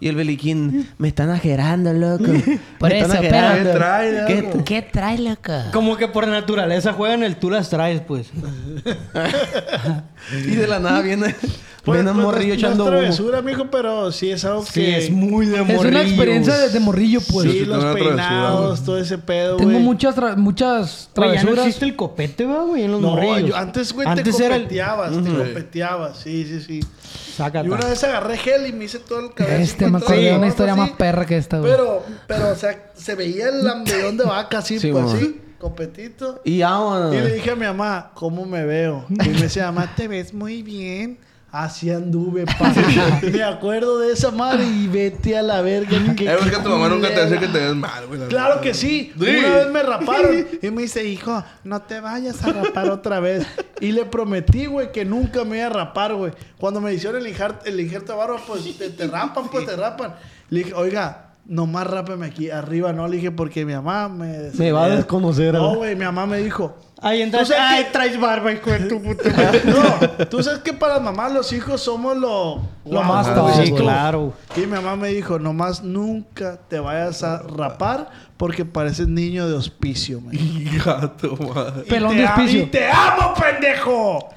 F: Y el Beliquín... Me están ajerando, loco.
A: Por
F: Me están
A: eso,
F: ajerando.
A: pero- ¿Qué
G: trae,
F: ¿Qué
G: loco?
A: ¿Qué trae, loco?
E: Como que por naturaleza juegan el tú las traes, pues.
F: Y de la nada viene...
C: Pues,
F: viene un
C: pues,
F: morrillo
C: no es-
F: echando
C: No es
F: humo.
C: travesura, mijo, pero sí es algo que...
E: Sí, es muy de
D: es una experiencia de, de morrillo, pues.
G: Sí,
C: Sí, los
G: tengo una travesura,
C: peinados,
G: güey.
C: todo ese pedo,
D: tengo
C: güey.
D: muchas, tra- muchas
E: Güey, ya
D: travesuras.
E: no existe el copete, va, güey, en los
C: No,
E: morrillos.
C: yo- antes, güey, te
E: Antes era el-
C: copeteabas, te copeteabas, sí, sí, sí.
E: Sácata.
C: Y una vez agarré gel y me hice todo el cabello.
D: Este,
C: así
D: me
C: con todo
D: acordé de
C: el
D: una
C: ojo
D: historia
C: así.
D: más perra que esta, güey.
C: Pero, pero, o sea, se veía el lambeón de vaca así,
F: Sí,
C: pues
F: mamá.
C: así, copetito.
F: Y ya, bueno,
C: Y
G: Ah.
C: le dije a mi mamá, ¿cómo me veo? Y me decía, mamá, te ves muy bien. Así anduve, pa. me acuerdo de esa madre y vete a la verga. qué
G: Eh, güey, que tu mamá nunca te decía
C: culera.
G: que te ves mal, güey. la
C: Claro
G: verdad.
C: que sí.
G: Sí.
C: Una vez me raparon y me dice, hijo, no te vayas a rapar otra vez. Y le prometí, güey, que nunca me iba a rapar, güey. Cuando me hicieron el, injer- el injerto de barba, pues te, te rapan, pues te rapan. Le dije, oiga, nomás rápeme aquí arriba, no. Le dije, porque mi mamá me...
F: Me va a desconocer,
C: No,
F: ¿verdad?
C: güey, mi mamá me dijo...
E: Ahí
C: "Tú
E: entras.
C: sabes
E: Ay,
C: que-
E: traes barba, hijo de tu puta madre.
C: no, tú sabes que para las mamás los hijos somos lo,
D: Lo más
C: guau,
D: todo,
C: güey.
D: Sí,
E: claro.
C: Y mi mamá me dijo, nomás nunca te vayas a rapar porque pareces niño de hospicio, me dijo.
G: Hija de tu madre. Ah.
D: Pelón
C: Y
D: de
C: te a-
D: hospicio.
C: Y te amo, pendejo.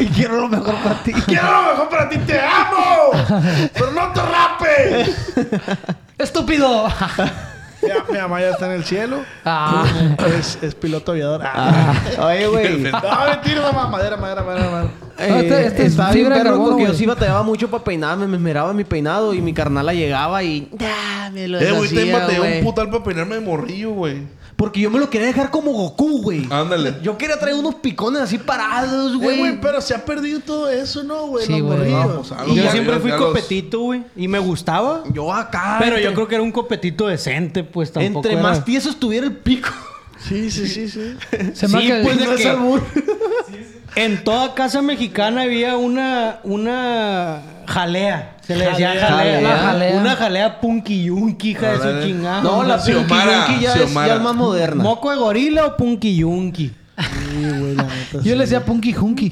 F: y quiero lo mejor para ti.
C: Quiero lo mejor para ti, te amo. Pero no te rapes.
D: ¡Estúpido!
C: Ya, mi mamá ya está en el cielo.
D: Ah.
C: Es, es piloto aviador. Ah.
F: Oye, güey.
C: No, mentira, mamá. Madera, madera, madera, madera.
D: No, este- este es
F: estaba Eh, bien
D: fibra de
F: perro
D: carbono,
F: porque yo
D: güey.
F: sí batallaba mucho para peinarme, me esmeraba en mi peinado y mi carnala llegaba y ah, me lo
G: Eh, güey, te
F: deshacía,
G: maté
F: güey.
G: un putal para peinarme de morrillo, güey.
F: Porque yo me lo quería dejar como Goku, güey.
G: Ándale.
F: Yo quería traer unos picones así parados,
C: Eh,
F: güey.
C: güey, pero se ha perdido todo eso, ¿no, güey?
D: Sí,
C: Los
D: güey.
C: morrillos.
G: Ah,
E: Y yo
G: ya-
E: siempre
G: ya-
E: fui
G: ya los-
E: copetito, güey. Y me gustaba.
F: yo acá.
E: Pero yo
F: Ah, entre-
E: creo que era un copetito decente, pues tampoco.
F: entre
E: era-
F: más tieso estuviera el pico.
C: Sí, sí, sí, sí.
D: Se me
E: Sí,
D: hace-
E: pues, de
D: no es
E: que-
D: albur.
E: En toda casa mexicana había una, una jalea. Se le decía
F: Jalea.
E: jalea.
F: La
D: jalea.
E: Una jalea punky yunky, hija de
G: Órale.
E: su chingada.
F: No, la
G: Xiomara,
F: Pinky Yonky ya es,
G: Xiomara.
F: ya es más moderna.
E: ¿Moco de gorila o punky yunky?
D: Yo le decía Punky Hunky.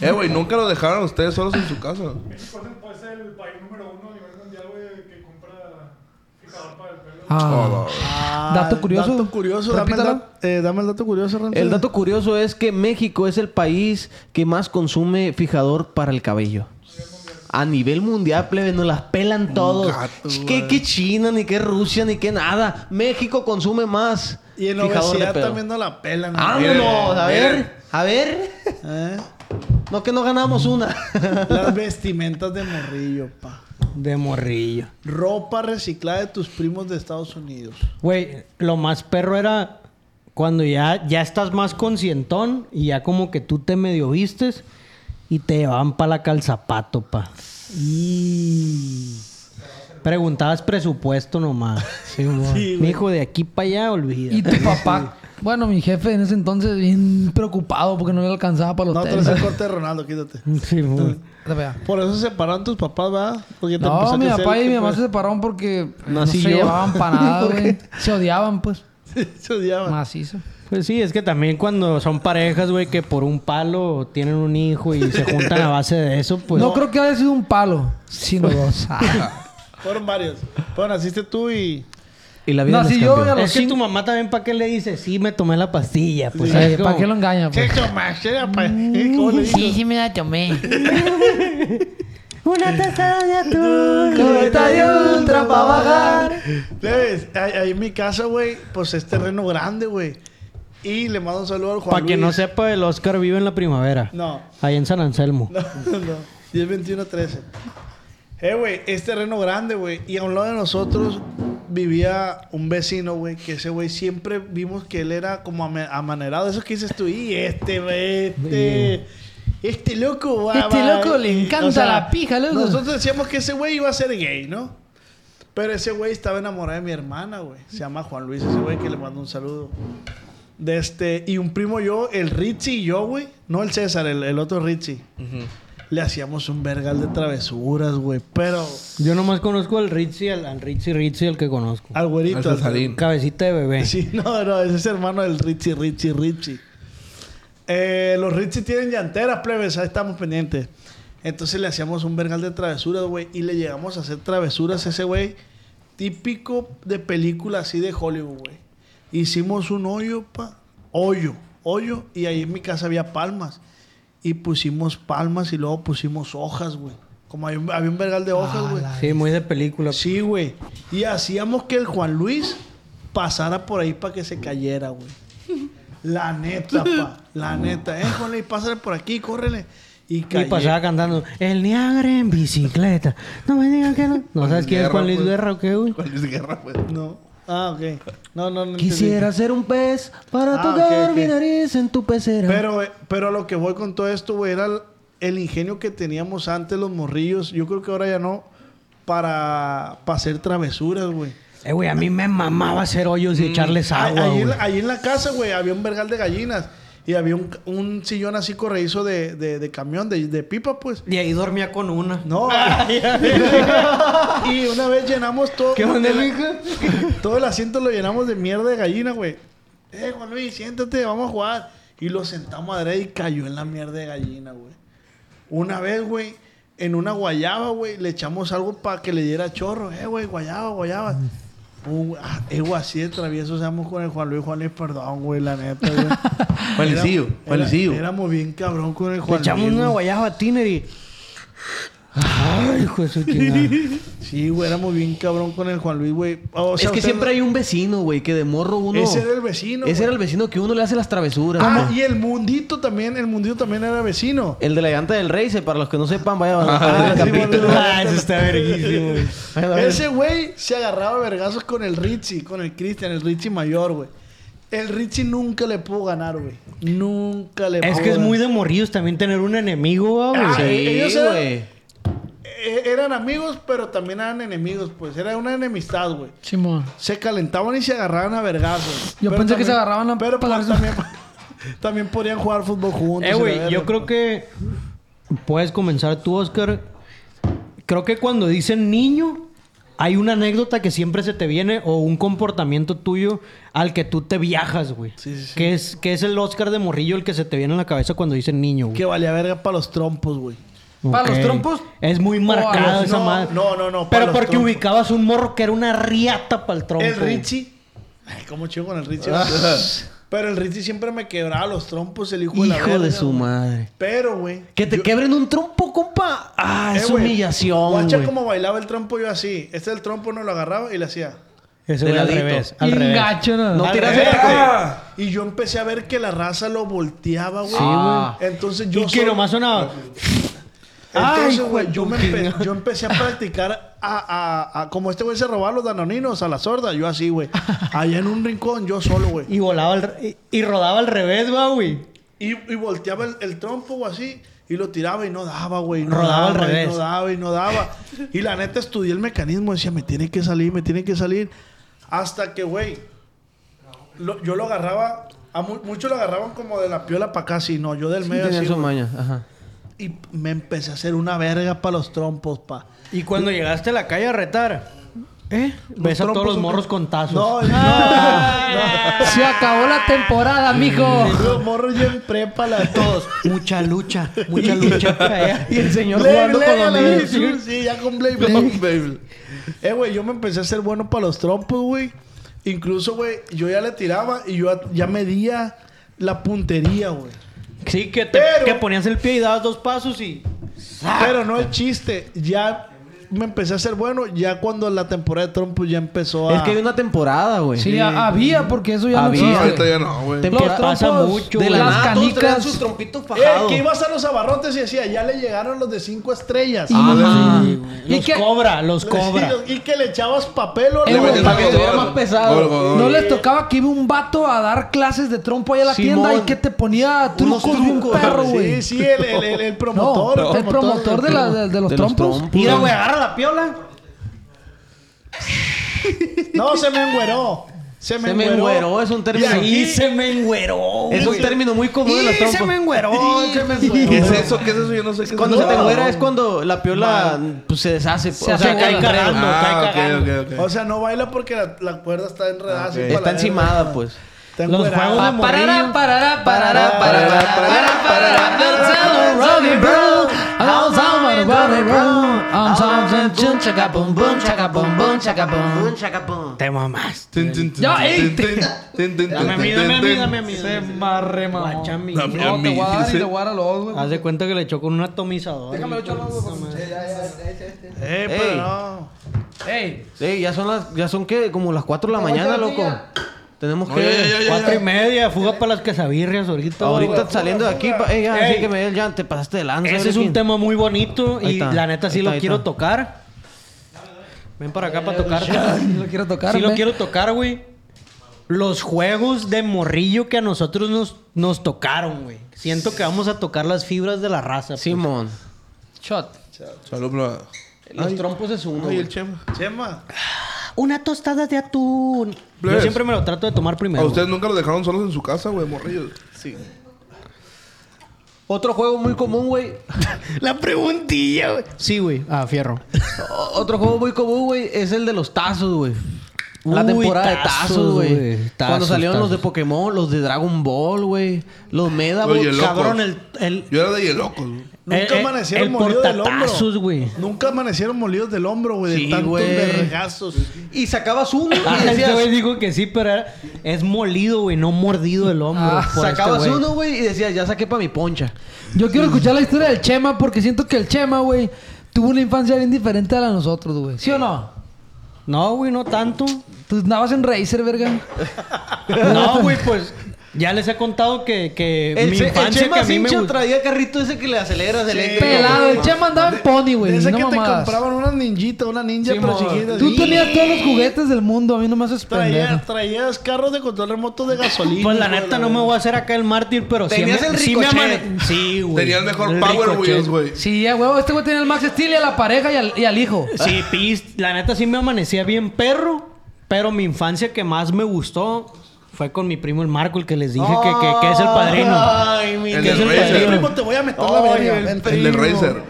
G: Eh, güey, nunca lo dejaron a ustedes solos en su casa.
F: Oh.
D: Ah. Dato curioso.
C: Dato curioso. Dame el,
D: Repítalo.
C: da- eh, dame el dato curioso, Ramsey.
F: El dato curioso es que México es el país que más consume fijador para el cabello. A nivel mundial, plebe, nos las pelan todos.
G: gato,
F: que, que China, ni que Rusia, ni que nada. México consume más.
C: Y en
F: fijador de
C: obesidad
F: pedo.
C: también no la pelan.
D: Ah,
C: güey.
F: Vámonos, a
G: Miren,
F: ver,
G: miren.
F: a ver.
C: ¿Eh?
F: No que no ganamos una.
C: Las vestimentas de morrillo, pa.
E: De morrillo.
C: Ropa reciclada de tus primos de Estados Unidos.
E: Güey, lo más perro era cuando ya, ya estás más conscientón y ya como que tú te medio vistes y te llevaban para la calzapato, pa. Y... Preguntabas presupuesto nomás. Sí, Mijo, de aquí para allá, olvida.
D: Y tu papá Bueno, mi jefe en ese entonces bien preocupado porque no le alcanzaba para los
C: No, tú
D: tenis.
C: eres el corte de Ronaldo, quítate.
E: Sí, güey.
D: La verdad.
C: Por eso se separaron tus papás, ¿verdad? Porque te
D: No,
C: empezaste
D: mi
C: a hacer
D: papá y
C: que,
D: mi mamá
C: pues,
D: se separaron porque no
E: Nací
D: se
E: yo.
D: llevaban para nada, güey. Se odiaban, pues.
C: se odiaban.
D: Macizo.
E: Pues sí, es que también cuando son parejas, güey, que por un palo tienen un hijo y se juntan a base de eso, pues.
D: no creo que haya sido un palo, sino dos.
C: Fueron varios. Pero naciste tú y...
F: Y la
D: no,
F: vida les
D: si yo
F: cambió.
D: a los
E: Es que tu
D: cinco...
E: mamá también, ¿para qué le dice? Sí, me tomé la pastilla. Pues, ¿sabes
D: Eh, ¿Para
E: cómo?
D: qué lo engaña,
C: ¿Qué
D: pues? Mm.
C: tomas? ¿Qué era pa- ¿Eh? ¿Cómo le dices?
A: Sí, sí me la tomé.
E: Una taza de atún.
D: Cubeta de ultra pa' bajar.
C: ¿Sabes? Ahí, ahí en mi casa, güey, pues es terreno grande, güey. Y le mando un saludo al Juan
E: Para que no
C: Luis.
E: sepa, el Oscar vive en la primavera.
C: No,
E: Ahí en San Anselmo.
C: no, no. 10, 21, 13. Eh, güey, es terreno grande, güey. Y a un lado de nosotros vivía un vecino, güey, que ese güey siempre vimos que él era como ama- amanerado. Eso que dices tú, y este, güey, este... Este loco, va,
D: Este
C: va".
D: loco le
C: Y,
D: encanta la pija, loco.
C: Nosotros decíamos que ese güey iba a ser gay, ¿no? Pero ese güey estaba enamorado de mi hermana, güey. Se llama Juan Luis, ese güey que le mando un saludo. De este, y un primo yo, el Richie y yo, güey. No el César, el, el otro Richie. Le hacíamos un vergal de travesuras, güey. Pero
E: Yo nomás conozco al Ritzy, al, al Ritzy Ritzy, el que conozco.
C: al
G: Al
C: güerito. al-
G: Sasadín.
E: Cabecita de bebé.
C: Ah. Sí, no, no, ese es hermano del Richie, Richie, Richie. Eh, los Richie tienen llanteras, plebes, ahí estamos pendientes. Entonces le hacíamos un vergal de travesuras, güey, y le llegamos a hacer travesuras a ese güey, típico de película así de Hollywood, güey. Hicimos un hoyo, pa, hoyo, hoyo, y ahí en mi casa había palmas. Y pusimos palmas y luego pusimos hojas, güey. Como había un, había un vergal de hojas, güey.
E: Sí, muy de película.
C: Sí, güey. Y hacíamos que el Juan Luis pasara por ahí para que se cayera, güey. La neta, pa. La neta. Eh, Juan Luis, pásale por aquí, córrele. Y,
E: Y
C: calle-
E: pasaba cantando El Niagara en bicicleta. No me digan que no. ¿No sabes quién es Juan Luis
G: pues.
E: Guerra o qué, güey?
G: Juan Luis Guerra, pues.
C: No. Ah, ok. No, no, no.
F: Quisiera ser un pez para
C: Ah,
F: tocar
C: ok, ok.
F: mi nariz en tu pecera.
C: entendí. Pero, eh, pero a lo que voy con todo esto, güey, era el, el ingenio que teníamos antes los morrillos. Yo creo que ahora ya no. Para, para hacer travesuras, güey.
E: Eh, güey, a mí me mamaba hacer hoyos y echarles
C: Ah,
E: agua,
C: ahí,
E: güey.
C: en la, ahí en la casa, güey, había un vergal de gallinas. Y había un, un sillón así corredizo de, de, de camión, de, de pipa, pues.
E: Y ahí dormía con una. Ah,
C: No. y una vez llenamos todo.
E: ¿Qué onda,
C: el-
E: mijo?
C: Todo el asiento lo llenamos de mierda de gallina, güey. Eh, Juan Luis, siéntate, vamos a jugar. Y lo sentamos adrede y cayó en la mierda de gallina, güey. Una vez, güey, en una guayaba, güey, le echamos algo para que le diera chorro. Eh, güey, guayaba, guayaba. Uh, ah, eh, güey, así de travieso seamos con el Juan Luis. Juan Luis, perdón, güey, la neta, güey.
G: Juan
C: Era-
G: Luisillo, Juan
C: era-
G: Luisillo.
C: Éramos bien cabrón con el
E: Le
C: Juan
E: echamos
C: Luis,
E: una
C: güey.
E: guayaba a Tiner y... Ay, hijo de su chingada.
C: Sí, güey, éramos bien cabrón con el Juan Luis, güey. O sea,
F: es que
C: usted-
F: siempre hay un vecino, güey, que de morro uno.
C: Ese era el vecino.
F: Ese
C: güey.
F: era el vecino que uno le hace las travesuras.
C: Ah,
F: güey.
C: y el mundito también, el mundito también era vecino.
F: El de la llanta del Rey, se- para los que no sepan, vaya a
G: Ah,
F: el
C: sí,
F: capítulo.
C: bueno.
E: Ah, eso está verguísimo, güey.
F: Vayan a ver.
C: Ese güey se agarraba a vergazos con el Richie, con el Cristian, el Richie mayor, güey. El Richie nunca le pudo ganar, güey. Nunca le
E: Es
C: pudo
E: que es
C: ganar.
E: muy de morrillos también tener un enemigo, güey.
C: Ah,
F: Sí,
C: eh, ellos eran-
F: güey.
C: Eh, eran amigos, pero también eran enemigos, pues. Era una enemistad, güey.
D: Simón.
C: Se calentaban y se agarraban a vergazos.
D: Yo
C: Pero
D: pensé que se agarraban a
C: Pero pues,
D: palazos.
C: también, también podían jugar fútbol juntos.
E: Eh,
C: y la
E: güey,
C: verga,
E: yo creo
C: pues.
E: que puedes comenzar tú, Oscar. Creo que cuando dicen niño, hay una anécdota que siempre se te viene o un comportamiento tuyo al que tú te viajas, güey.
C: Sí, sí, sí.
E: Que es, que es el Oscar de morrillo el que se te viene a la cabeza cuando dicen niño, güey.
C: Que valía verga para los trompos, güey.
D: ¿Para los
E: Ok.
D: trompos?
E: Es muy
D: O a
E: marcado
D: los-
E: esa
C: Oh, no,
E: madre.
C: no, no, no, para
E: Pero
C: los
E: porque
C: trompos.
E: ubicabas un morro que era una riata para el trompo. Ah.
C: El
E: güey.
C: Richie. Ay, cómo chido con el Richie. pero el Richie siempre me quebraba los trompos, el hijo, de la
F: Hijo de
C: verga,
F: su
C: güey.
F: madre.
C: Pero, güey.
F: Que te
C: yo-
F: quebren un trompo, compa. Ah,
C: eh,
F: es
C: güey,
F: humillación,
C: Guacha
F: güey.
C: como bailaba el trompo yo así. Este el trompo no lo agarraba y le hacía.
E: Ese
F: De
E: güey al
F: ladito.
E: revés. Al revés.
D: Engacho, ¿no?
F: No
C: Al
F: tiras
C: revés,
F: el
C: Eh, güey.
F: trompo.
C: Y yo empecé a ver que la raza lo volteaba, güey.
F: Ah.
C: Entonces yo.
E: Y que
C: sol-
E: nomás sonaba. Ay,
C: Entonces,
E: hijo
C: güey,
E: de
C: yo,
E: tu
C: me empe-
E: chinga.
C: yo empecé a practicar a, a- a- Como este güey se robaba los danoninos a la sorda. Yo así, güey. Allá en un rincón, yo solo, güey.
E: Y volaba al re- y, y rodaba al revés, va, güey.
C: Y, y volteaba el, el trompo o así y lo tiraba y no daba, güey. y No
E: Rodaba
C: daba,
E: al
C: y
E: revés.
C: No daba y no daba. Y la neta estudié el mecanismo. Decía, me tiene que salir, me tiene que salir. Hasta que, güey, lo- yo lo agarraba, a mu- muchos lo agarraban como de la piola para acá, sí, no, yo del medio
F: Tenían
C: así,
F: su
C: güey.
F: maña. Ajá.
C: Y me empecé a hacer una verga para los trompos, pa.
E: Y cuando llegaste a la calle a retar, ¿eh? Ves a
C: trompos
E: todos los
C: son-
E: morros con tazos.
C: No, no,
D: Se acabó la temporada, mijo.
C: no. Los morros ya en prepa la todos.
E: Mucha lucha, mucha lucha para allá.
D: Y el señor
C: Blade,
D: jugando
C: Blade,
D: con
C: a
D: los
C: la
D: niños.
C: vez, Sí, ya con Blade. Blade. Eh, güey, yo me empecé a hacer bueno para los trompos, güey. Incluso, güey, yo ya le tiraba y yo ya- ya medía la puntería, güey.
E: Sí, que, te,
C: Pero-
E: que ponías el pie y dabas dos pasos y...
C: Pero no el chiste. Ya me empecé a hacer bueno ya cuando la temporada de trompos ya empezó a... Eh,
F: Es que hay una temporada, güey.
D: Sí, a- había, porque eso ya
F: Había.
D: no
G: No,
D: existe.
G: ahorita ya no, güey.
F: Te
D: Los
F: pasa
D: trompos
E: mucho,
F: de
E: güey.
F: la
D: las
F: nada, todos traían
D: canicas.
F: sus trompitos
C: Eh,
F: fajados.
C: que ibas a los abarrotes y decía, ya le llegaron los de cinco estrellas.
F: Ah,
D: ¿Y
E: Los
D: qué?
E: cobra, los
C: Les-
E: cobra.
C: y los- Y que le echabas papel o
D: Eh, güey,
G: metían
F: para que
G: algodón,
F: estuviera más pesado.
G: algodón.
D: No les tocaba que iba un vato a dar clases de trompo ahí a la
F: Simón.
D: tienda y que te ponía trucos, bien
F: trucos,
D: perro, güey.
C: Sí, sí, el, el- el- el
D: No,
C: promotor.
D: el promotor de, la- de- de los
F: De los
D: trompos.
F: trompos.
E: Mira, güey, agarra la piola.
C: No, se me engüeró. Se me
F: Se me
C: engüeró.
F: engueró, es un
C: Y
F: término.
C: aquí-
E: Y se me engüeró.
F: Es un término muy común en
E: Y
F: los trompos.
E: se me engüeró. se me engüeró.
G: ¿Qué es eso? ¿Qué es eso? Yo no sé qué es
F: Cuando
G: eso.
F: se te enguera es cuando la piola pues, se deshace. pues.
D: Se
F: o sea,
D: hace
F: cae
D: bola.
F: cagando.
G: Ah,
E: cae
G: ok,
E: cagando.
G: ok, ok.
C: O sea, no baila porque la, la cuerda está enredada. así
G: Ok.
C: para
F: Está
C: la
F: encimada,
C: verga.
F: pues.
C: Está
E: Los
C: encuerada.
E: juegos de morrillo.
D: Parará, parará, parará, parará, parará, parará. Outside of Rocky Road, outside of Rocky Road, outside of Chun, chaca, bum, bum, chaca, bum, bum, chaca, bum.
E: Te mamás.
G: Tin, tin, tin,
D: Ya,
G: tin,
D: ey,
G: tin,
D: te-
G: tin, tin, tin,
E: Dame a mí,
G: tin,
E: dame a mí,
G: tin,
E: dame a mí.
D: Se marre, mamón.
E: mí.
G: Dame a
D: No, te
G: mí,
D: voy a dar y
G: dice.
D: te voy a dar a los dos, güey.
E: Haz de cuenta que le echó con un atomizador. Déjame
C: Eh, pero
F: Ey.
C: no.
D: Ey,
F: Ey, ya son las, ya son que como las 4 de la mañana,
D: la
F: loco.
D: tía.
F: Tenemos
G: No, ya, ya, ya,
F: que.
G: ya.
E: Cuatro y media, fuga para las quesabirrias ahorita. güey.
F: Ahorita saliendo de aquí, pa- ey, ya,
E: Ey.
F: así que me el ya, te pasaste de lanza.
E: Ese es
F: Erikin.
E: un tema muy bonito
F: Ahí
E: y
F: está,
E: la neta sí
F: ahí está,
E: lo
F: ahí
E: quiero
F: está.
E: tocar. Ven para acá para tocar.
D: si lo quiero tocar,
E: Sí lo
D: ve.
E: quiero tocar, güey. Los juegos de morrillo que a nosotros nos, nos tocaron, güey. Siento que vamos a tocar las fibras de la raza. pues.
F: Simón.
D: Shot.
G: Salud, bro.
F: Los trompos es uno.
G: Ay,
F: güey.
G: el chema.
C: Chema.
E: Eh, Una tostada de atún. Yo
G: Bless.
E: siempre me lo trato de tomar
G: Pues. A
E: primero.
G: ustedes nunca los dejaron solos en su casa, güey, morrillos. Sí.
F: Otro juego muy común, güey.
E: La preguntilla, güey. Sí, güey. Ah, fierro.
F: O- Otro juego muy común, güey, es el de los tazos, güey. La
E: Uy,
F: temporada de
E: tazos,
F: tazos,
E: güey.
F: güey.
E: Tazos,
F: Cuando salieron los de
E: tazos.
F: Pokémon, los de Dragon Ball, güey. Los Medabot.
G: Oye, loco.
E: Cabrón, el, el,
G: Yo era de hielocos, güey.
E: El-
C: Nunca
E: el-
C: amanecieron
E: eh, el
C: molidos del
E: portatazos,
C: hombro.
E: güey.
C: Nunca amanecieron molidos del hombro, güey.
F: Sí,
C: de tantos
F: güey.
C: vergazos.
F: Y sacabas uno
E: Ah,
F: y
E: este
F: decías...
E: güey dijo que sí, pero era- es molido, güey, no mordido el hombro.
F: Ah,
E: por este
F: sacabas
E: güey.
F: uno, güey, y decías, ya saqué para mi poncha.
D: Yo quiero escuchar la historia del Chema porque siento que el Chema, güey, tuvo una infancia bien diferente a la de nosotros, güey. ¿Sí o no?
E: No, güey, no tanto.
D: Tú andabas en Razer, verga.
E: No, güey, pues ya les he contado que, que mi
F: Che-
E: infancia que a mí me
F: Cincho
E: gustó.
F: traía carrito ese que le aceleras eléctrico.
D: Pelado, el Chema andaba en pony, güey.
C: Desde
D: No
C: que te
D: mamadas.
C: compraban una ninjita, una ninja, pero
D: Simón.
C: chiquita.
D: Tú
C: así.
D: tenías todos los juguetes del mundo, a mí no me haces pendejo.
C: Traías, traías carros de control remoto de gasolina.
E: Pues la
C: güey,
E: neta no me voy a hacer acá el mártir, pero sí
F: Tenías
E: me-
F: el
E: sí me
F: ricochet.
E: amane- Sí, güey.
G: Tenía el mejor Power Wheels,
E: ricochet.
G: güey.
D: Sí, ya, huevo, este güey tiene el Max Steel y a la pareja y al, y al hijo.
E: Sí, pis, la neta sí me amanecía bien perro, pero mi infancia que más me gustó fue con mi primo el Marco, el que les dije que, que- que es el
F: Ah.
E: padrino.
F: Ay, mi...
G: El
E: Que es
G: del
E: el
C: Oye,
E: padrino.
G: Racer.
C: primo, te voy a meter la
F: Ay,
C: verga.
F: el
G: El del Racer.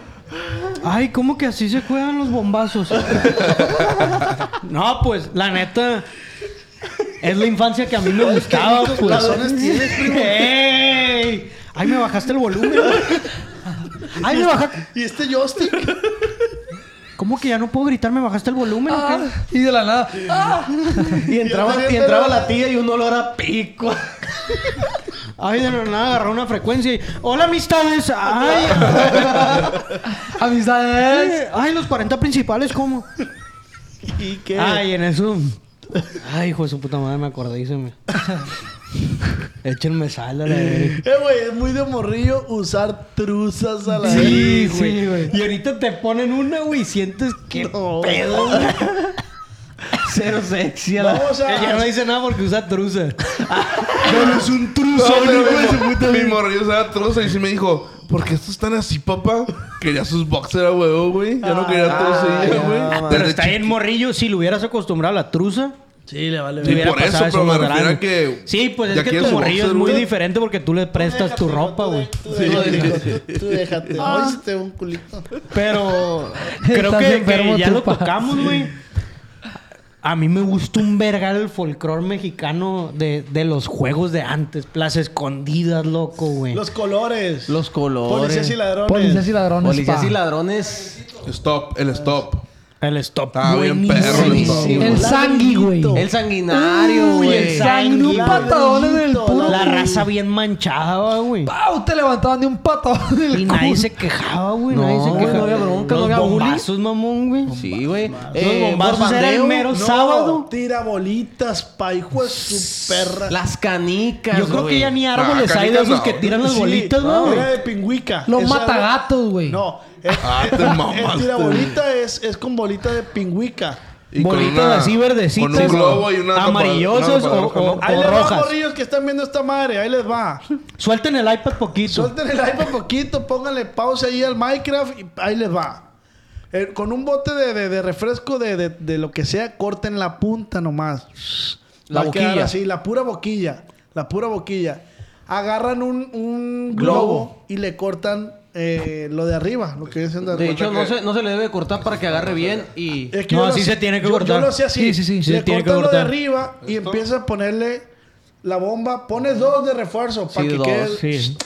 E: Ay, ¿cómo que así se juegan los bombazos? no, pues, la neta. Es la infancia que a mí me gustaba, pues. ¡Ey! Ay, me bajaste el volumen. Ay, me bajaste.
C: ¿Y este joystick?
E: ¿Cómo que ya no puedo gritar? ¿Me bajaste el volumen o
D: Ah,
E: qué?
D: y de la nada. ah.
F: Y
C: Yo
F: entraba,
C: tenía
F: y entraba
C: pelada.
F: la tía y un olor a pico.
E: Ay, de la nada agarró una frecuencia y. ¡Hola, amistades! ¡Ay!
D: Amistades.
E: ¡Ay, los 40 principales, cómo!
C: ¿Y qué?
E: Ay, en el Zoom. Ay, hijo de su puta madre, me acordé y se me. Échenme sal a la verga.
C: Eh, güey, es muy de morrillo usar truzas a la
E: Sí,
C: verga.
E: güey. y ahorita te ponen una, güey, y sientes que pedo. güey.
F: Cero sexy.
C: No, o sea,
E: Ella no dice nada porque usa truza.
G: es un truzo, Mi morrillo usaba truza y sí me dijo, ¿por qué estos están así, papá? Quería sus boxer a huevo, güey. Yo no quería truza, güey.
E: Ah, Pero
G: Desde
E: está ahí en morrillo, si lo hubieras acostumbrado a la truza,
C: Sí, le vale.
E: Si hubiera
G: por eso,
E: pasado
G: pero me
E: más
G: refiero
E: grande.
G: a que-
E: Sí, pues
G: ya
E: es que
G: quieres
E: tu
G: su
E: morrillo
G: boxer,
E: es muy
G: güey.
E: diferente porque tú le prestas tu ropa, güey.
C: Tú déjate.
D: Ah.
C: Oíste un culito.
E: Pero creo
D: Estás
E: que,
D: enfermo
E: que ya
D: tú,
E: lo
D: pa.
E: tocamos, güey. A mí me gusta un vergal el folclore mexicano de, de los juegos de antes. Plaza escondidas, loco, güey.
C: Los colores.
F: Los colores.
C: Policías y ladrones.
D: Policías y ladrones.
F: Policías
D: pa.
F: y ladrones.
G: Stop, el stop.
E: El stop.
G: Ah, bien perro el
F: Buenísimo.
G: stop.
D: El sangui, güey.
F: El sanguinario,
D: Uy,
F: güey.
D: el sangre. Un
C: Sanguinario.
D: patadón en el puro.
E: La raza bien manchada, güey.
D: ¡Pau! Te levantaban de un patadón en el
E: Y nadie
D: culo.
E: se quejaba, güey.
F: No,
E: nadie se
F: güey,
E: quejaba.
F: no había bronca, no
E: Los
F: había bullying.
E: bombazos, mamón, güey.
F: Sí, güey. Eh,
E: Los bombazos era el
F: bombardeo.
E: mero
C: No,
E: sábado.
C: Tira bolitas, pa' hijo de su perra.
F: Las canicas,
E: Yo creo que
F: güey.
E: ya ni árboles
G: Ah,
E: hay de
G: canicas
E: esos
G: no.
E: que tiran las
C: Sí,
E: bolitas, ¿no, güey.
C: Era de pingüica.
D: Los
C: Esa
D: matagatos, güey.
C: era- No. Es,
G: Ah, te mamaste,
C: tira
G: güey.
C: bolita es, es con bolita de pingüica.
G: Y con
E: Bolitas
G: una-
E: así verdecitas.
G: Con un globo y una...
E: Amarillosas
G: una-
E: o- o-
G: una-
C: Ahí les va,
E: rojas.
C: morrillos que están viendo esta madre. Ahí les va.
E: Suelten el iPad poquito.
C: Suelten el iPad poquito, pónganle pausa ahí al Minecraft y ahí les va. Eh, con un bote de, de- de refresco de, de- de lo que sea, corten la punta nomás.
F: La
C: Va a quedar
F: boquilla.
C: Así, la pura boquilla. La pura boquilla. Agarran un, un globo,
F: Globo.
C: y le cortan eh, lo de arriba, lo que dicen Ah, de
F: De
C: arriba.
F: hecho, no se, no se le debe cortar para que agarre bien y...
C: Es que
E: No,
C: yo lo
E: así
C: hacía-
E: se tiene que
C: yo-
E: cortar.
C: Yo lo hacía así.
D: Sí, sí, sí,
E: se
C: le
E: tiene que
C: cortas lo de
E: cortar.
C: arriba y empieza a ponerle la bomba. Pones dos de refuerzo para
F: Sí,
C: que
F: dos,
C: quede...
E: Sí.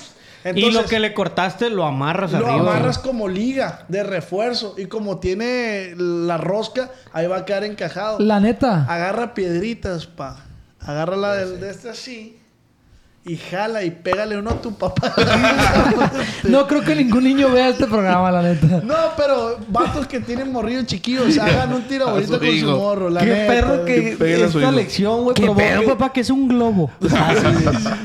E: y
C: Entonces-
E: lo que le cortaste lo amarras
C: Lo
E: arriba.
C: amarras como liga de refuerzo y como tiene la rosca, ahí va a quedar encajado.
D: La neta.
C: Agarra piedritas, pa. Agarra la del, de este así y jala y pégale uno a tu papá.
D: No creo que ningún niño vea este programa, la neta.
C: No, pero vatos que tienen morrillos chiquillos, hagan un
G: A
C: tirabolito
G: su
C: con su
G: hijo.
C: morro. La
F: Qué
C: neta.
F: perro que,
G: peguen a su hijo.
F: esta lección, güey,
E: ¿Qué
F: provoque,
E: pedo, papá? Que es un globo.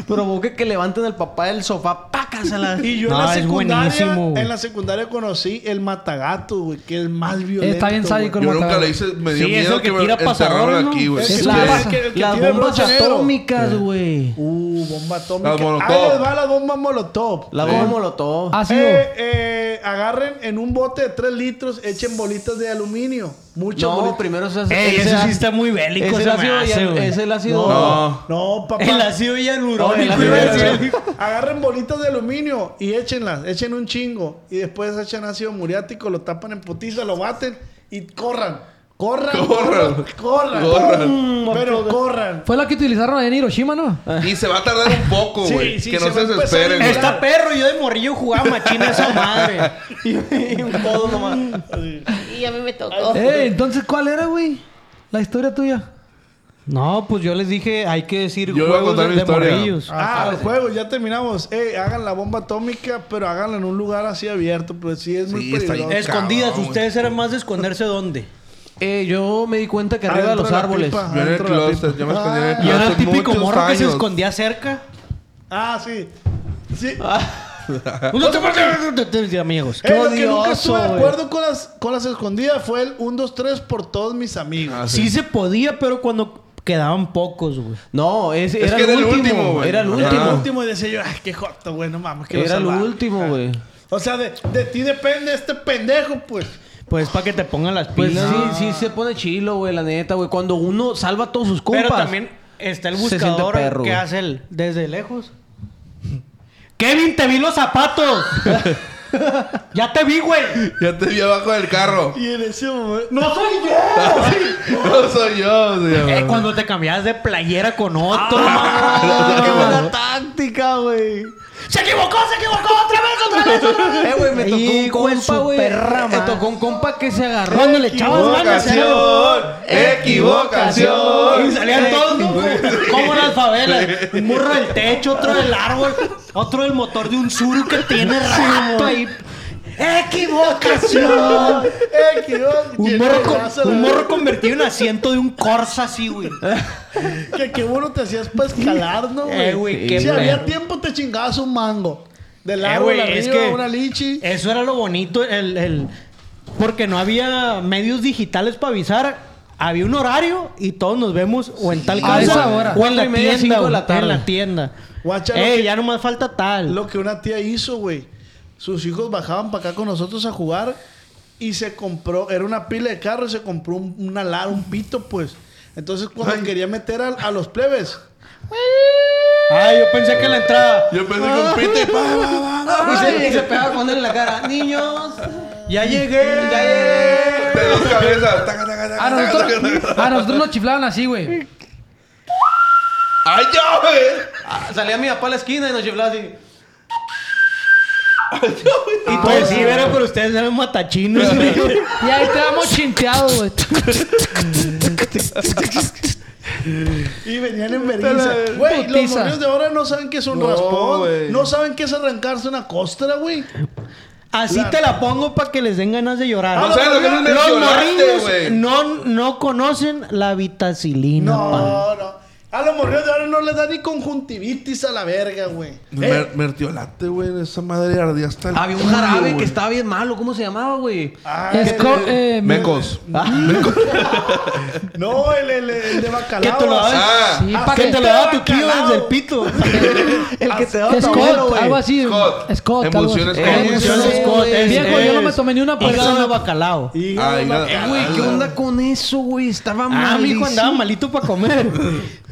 F: provoque que levanten al papá del sofá. ¡Pácasela!
C: Y yo
E: No,
C: en la
E: es
C: secundaria,
E: buenísimo, güey.
C: en la secundaria conocí el matagato, güey, que es más violento.
D: Está bien sádico el
G: Yo nunca
D: matador.
G: le hice... Me dio
E: Sí, es
G: miedo
E: el
G: que
E: que
G: me
E: tira pasadores,
G: encerraron
E: ¿no?
G: aquí, güey.
C: Es
G: Sí.
C: la-
G: Sí.
C: que- el que
F: Las
C: tiene
F: bombas
C: broche negro.
F: atómicas, güey.
C: Uh, bomba atómica.
G: Las molotov.
C: Ahí les va la bomba molotov.
F: La bomba molotov.
D: Ácido.
C: Eh, eh, agarren en un bote de 3 litros, echen bolitas de aluminio. Muchas
F: no,
C: bolitas.
F: primero se hace...
E: Ey,
F: ese
E: eso sí
F: a-
E: está muy bélico.
F: Es el
E: se me
F: ácido...
E: hace,
F: hial-
E: güey.
F: Es el ácido...
G: No.
C: No, papá.
E: El ácido
F: No, el
E: hialurónico.
F: ácido
E: iba a decir.
F: hialurónico.
C: Agarren bolitas de aluminio y échenlas, echen un chingo. Y después echen ácido muriático, lo tapan en potiza, lo baten y corran. Corran, corran, corran.
G: Corran. Corran.
C: Pero corran.
D: Fue la que utilizaron allá en Hiroshima, ¿no? Ah,
G: Y se va a tardar un poco,
C: Sí,
G: güey.
C: sí,
G: Que
C: se
G: no
C: va a
G: se
C: empezar
G: desesperen,
C: a
G: güey.
E: Está perro. Yo de morrillo jugaba machina esa madre.
B: Y a mí me tocó.
D: Eh, entonces, ¿cuál era, güey? La historia tuya.
E: No, pues yo les dije, hay que decir
G: Yo voy a
E: juegos
G: contar
E: de,
G: mi
E: de
G: historia.
E: morrillos.
C: Ah, los juegos, ya terminamos. Eh, hagan la bomba atómica, pero háganla en un lugar así abierto. Pues sí, es muy
G: Sí, está
C: peligroso.
G: bien.
E: Escondidas,
G: cabrón,
E: ustedes eran más de esconderse dónde.
F: Eh, yo me di cuenta que arriba de
C: Adentro
F: los
C: de la
F: árboles.
C: pipa.
G: Yo en el
C: Adentro de la
G: closet,
C: pipa.
G: yo me escondí en el
C: Ah.
E: Yo
G: closet.
E: era el típico
G: muchos
E: morro que se
G: años.
E: escondía cerca.
C: Ah, sí. Sí.
F: Ah,
E: Uno te amigos.
C: Eh, lo que nunca
F: odioso,
C: estuve de
F: güey.
C: acuerdo con las, con las escondidas fue el 1, 2, 3 por todos mis amigos.
G: Ah,
E: Sí se podía, pero cuando quedaban pocos, güey.
F: No, ese
G: Es
F: era,
G: que
F: el último.
G: güey.
F: era el
G: Ajá.
C: Y el
F: último.
C: último y decía yo, ay, qué joto, güey, no mames, que lo
F: Era el
C: salvaron".
F: último, güey.
C: O sea, de, de ti depende este pendejo, pues.
E: Pues para que te pongan las
F: Pues
E: pilas.
F: sí, sí se pone chilo, güey, la neta, güey. Cuando uno salva a todos sus compas.
E: Pero también está el
F: Se siente
E: buscador
F: perro,
E: que
F: güey.
E: hace el desde lejos. Kevin, te vi los zapatos. ya te vi, güey.
G: Ya te vi abajo del carro.
C: Y en ese momento... ¡No soy yo!
G: No soy yo,
E: Eh,
F: Ah.
G: señor.
E: cuando te cambiabas de playera con otro.
F: ¡Qué buena táctica, güey!
E: Ah. Se equivocó, se equivocó otra vez, otra vez. otra vez!
F: Eh, güey, me tocó un
E: Hijo de
F: compa,
E: su
F: güey.
E: perra
F: Me
E: madre.
F: tocó un compa que se agarró.
E: Cuando le echabas ganas, era-
G: Equivocación.
E: Y salían todos ¿no? como, como las favelas. Un morro del techo, otro del árbol, otro del motor de un suru que tiene rato ahí. ¡Equivocación!
C: Eh, que yo-
E: Un
C: que
E: morro,
C: te
E: con-
C: vas a
E: un
C: la-
E: morro convertido en asiento de un Corsa así, güey.
C: Que qué bueno te hacías para escalar, ¿no, güey?
E: Eh, güey, qué
C: si había
E: perro.
C: tiempo te chingabas un mango. Del
E: Eh,
C: árbol
E: güey,
C: arriba,
E: es que- eh,
C: una lichi.
E: Eso era lo bonito, el, el- porque no había medios digitales para avisar. Había un horario y todos nos vemos o en tal
D: a esa
E: casa
D: hora.
E: o en
F: Cuatro
E: la
F: y media,
E: tienda,
F: cinco de
E: güey,
F: la tarde.
E: en la tienda.
C: Guacha, lo
E: eh,
C: que-
E: ya nomás falta tal.
C: Lo que una tía hizo, güey. Sus hijos bajaban para acá con nosotros a jugar y se compró, era una pila de carro y se compró un, una lara, un pito, pues. Entonces, cuando quería meter a, a los plebes,
E: Ay, Ah, yo pensé que la entrada.
G: Yo pensé que un pito y pa, pa, pa, pa.
F: Y se, y se pegaba con él en la cara. Niños.
E: Ya llegué.
F: Ya llegué.
G: De dos cabezas. Taca, taca, taca,
D: A
G: taca,
D: Ah, nosotros,
G: taca, taca.
D: a nosotros nos chiflaban así, güey.
G: ¡Ay, ya, güey!
F: Ah, Salía mi papá a la esquina y nos chiflaba así.
E: Y pues sí, pero por ustedes eran matachinos.
D: Y ahí estábamos chinteados, güey.
C: Y venían en vergüenza. Güey, los
D: Putiza.
C: morrillos de ahora no saben qué es un raspón.
G: güey.
C: No saben qué es arrancarse una costra, güey.
E: Así te la pongo para que les den ganas de llorar.
G: No sabes lo que nos
E: Ah, Los
G: mencionaste,
E: morrillos
G: güey.
E: no, no conocen la vitacilina, pa.
C: No, no. A los morrillos de ahora no les da ni conjuntivitis a la verga, güey. Eh,
G: Mer- mertiolate, güey. Esa madre ardía hasta el
F: Había un
G: culo,
F: jarabe que
G: güey.
F: estaba bien malo. ¿Cómo se llamaba, güey?
C: Ah,
D: Es co- eh,
G: Mecos.
C: No, el, el- el de
E: ¿Qué
C: bacalao.
E: te lo das?
G: Ah,
D: Sí,
C: Ah,
D: pa'
E: ¿Qué
D: que-
E: te lo da tu tío desde el pito?
F: El que te daba
D: Scott,
F: primero, güey.
D: algo así.
G: Scott.
D: Scott.
G: Emulsión
D: algo así.
G: Scott.
E: Emulsión
D: Eso,
E: Scott, eh,
D: güey.
E: es-
D: Viejo, yo no me
E: es-
D: tomé ni una
E: Hígado de
D: pegada.
E: bacalao.
C: Hígado,
G: Ay, nada.
F: Eh, Güey, ¿qué onda con eso, güey? Estaba mal.
E: Ah, mi hijo andaba malito para comer.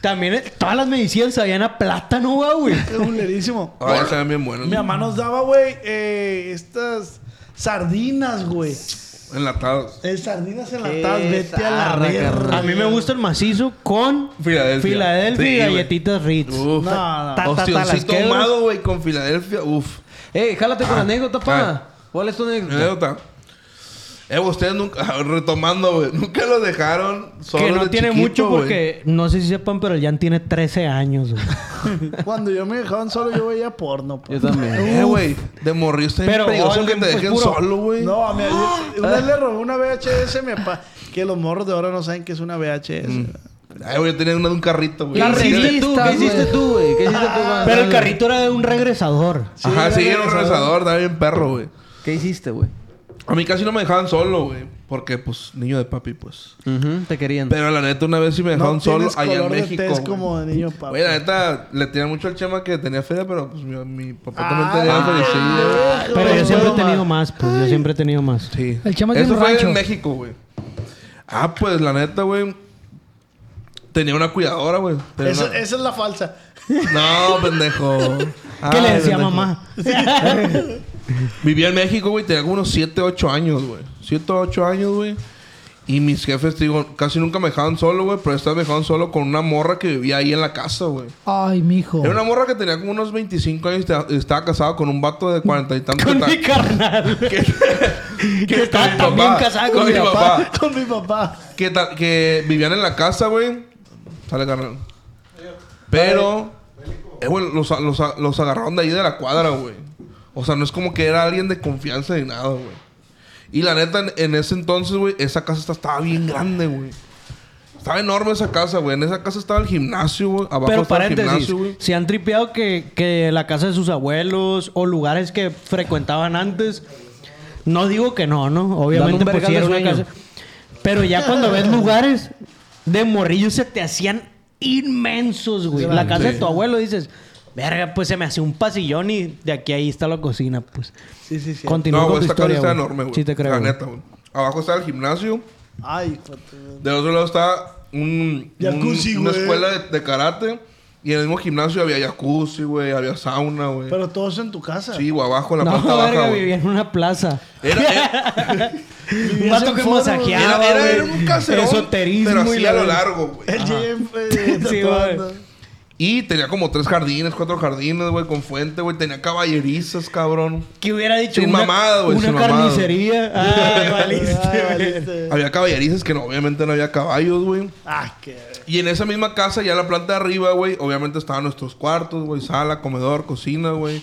E: También eh, todas las medicinas sabían a plátano, va, güey.
C: culerísimo.
G: Ay, estaban bien buenos.
C: Mi mamá nos daba, güey, eh, estas sardinas, güey.
G: Enlatados.
C: Eh, sardinas
F: Qué
C: enlatadas, vete a la
F: zarra,
C: verga.
F: carnal.
E: A mí me gusta el macizo con
G: Filadelfia.
E: Filadelfia
G: Sí,
E: y
G: güey. Uh.
E: galletitas Ritz.
G: Uf.
C: No,
E: Ta,
C: no.
E: ta, ta, las
G: Ostioncito
E: quebras.
G: ahumado, güey, con Filadelfia. Uf.
E: Eh,
F: Ey, jálate con
G: Ah,
F: anécdota, pa. ¿Cuál es tu
G: Mi
F: anécdota?
G: anécdota. Eh, ustedes nunca... Retomando, güey. Nunca lo dejaron solo
E: Que no
G: de
E: tiene
G: chiquito,
E: mucho
G: güey.
E: porque no sé si sepan, pero el Jan tiene 13 años. güey.
C: Cuando yo me dejaban solo, yo veía porno. pues. pa.
F: Yo también.
G: Eh, güey. De morrillo está bien
E: Pero,
G: peligroso
E: oh,
G: que te
E: pues,
G: dejen
E: puro.
G: solo, güey.
C: No, a mí, yo- una vez le robó una VHS a mi papá. Que los morros de ahora no saben que es una VHS.
G: Ay, güey, yo tenía una de un carrito, güey.
D: La
G: Así
D: revista,
G: de-
F: ¿Tú? ¿Qué
D: güey.
F: hiciste tú, güey? ¿Qué hiciste tú, pa?
E: Pero el carrito era de un regresador.
G: Ajá,
C: era
G: sí, era un
C: regresador.
G: rezador, estaba bien perro, güey.
F: ¿Qué hiciste, güey?
G: A mí casi no me dejaban solo, güey. Porque, pues, niño de papi, pues.
F: Ujú, ¿Mm? te querían.
G: Pero la neta, una vez sí me dejaron solo
C: tienes
G: allá en
C: color de
G: México.
C: tez
G: güey.
C: como de niño papá.
G: Güey, la neta, le tenía mucho al chema que tenía feria, pero pues mi, mi papá
C: Ah,
G: también tenía feria.
C: ah,
G: sí, güey.
E: Pero yo siempre he
C: broma.
E: tenido más, pues. Yo siempre he tenido más.
G: Sí.
D: El chema tiene
G: Eso
D: un
G: fue
D: rancho.
G: en México, güey. Ah, pues la neta, güey. Tenía una cuidadora, güey. Tenía
C: Esa,
G: una-
C: esa es la falsa.
G: No, pendejo.
E: ¿Qué
G: Ay,
E: le decía
G: pendejo.
E: mamá?
G: Vivía en México, güey. Tenía como unos 7, 8 años, güey. 7, 8 años, güey. Y mis jefes, te digo, casi nunca me dejaban solo, güey. Pero esta vez me dejaban solo con una morra que vivía ahí en la casa, güey.
D: Ay, mijo.
G: Era una morra que tenía como unos 25 años y ta- y estaba casada con un vato de 40 y tantos.
E: Con
G: ta-
E: mi carnal.
G: que
E: estaba también casada con mi
G: papá.
C: Con mi papá.
G: Que, ta- que vivían en la casa, güey. Sale, carnal. Pero, eh, güey, los, a- los a- los agarraron de ahí de la cuadra, güey. O sea, no es como que era alguien de confianza ni nada, güey. Y la neta, en, en ese entonces, güey, esa casa esta- estaba bien grande, güey. Estaba enorme esa casa, güey. En esa casa estaba el gimnasio, güey. Abajo
E: Pero
G: estaba el
E: paréntesis,
G: gimnasio, güey.
E: si han tripeado que, que la casa de sus abuelos o lugares que frecuentaban antes, no digo que no, ¿no? Obviamente
F: un
E: pues, sí
F: vergal
E: era
F: de
E: una
F: sueño.
E: casa. Pero ya cuando ves lugares de morrillos se te hacían inmensos, güey. La casa de tu abuelo dices, verga, pues se me hace un pasillón y de aquí a ahí está la cocina, pues.
C: Sí, sí, sí.
E: Continúa
G: No,
E: con
G: güey,
E: tu
G: esta casa
E: historia,
G: está
E: güey.
G: enorme, güey.
E: Sí te creo.
G: La
E: güey.
G: neta, güey. Abajo estaba el gimnasio.
C: Ay, hijo de tu-
G: Del otro lado está un,
C: Jacuzzi,
G: un- una
C: güey.
G: escuela de, de karate. Y en el mismo gimnasio había jacuzzi, güey. Había sauna, güey.
C: Pero todo eso en tu casa.
G: Sí, güey, abajo, en la
E: No,
G: planta baja,
E: verga,
G: güey.
E: vivía en una plaza.
G: Era, era,
E: Un vato que masajeaba,
G: era, era-
E: güey.
G: era un caserón,
E: Esoterismo
G: pero
E: y
G: así
E: la
G: a lo
E: verga.
G: largo, güey.
C: El JM fue de-
E: Sí,
C: tatuando.
E: güey.
G: Y tenía como tres jardines, cuatro jardines, güey, con fuente, güey. Tenía caballerizas, cabrón.
E: Que hubiera dicho
G: Sin
E: una,
G: mamada, güey,
E: una
G: sin mamada.
E: carnicería. Ay,
C: Ay,
E: valiste. güey.
C: valiste.
G: Había caballerizas que no, obviamente no había caballos, güey.
C: Ah, qué.
G: Y en esa misma casa, ya en la planta de arriba, güey, obviamente estaban nuestros cuartos, güey, sala, comedor, cocina, güey.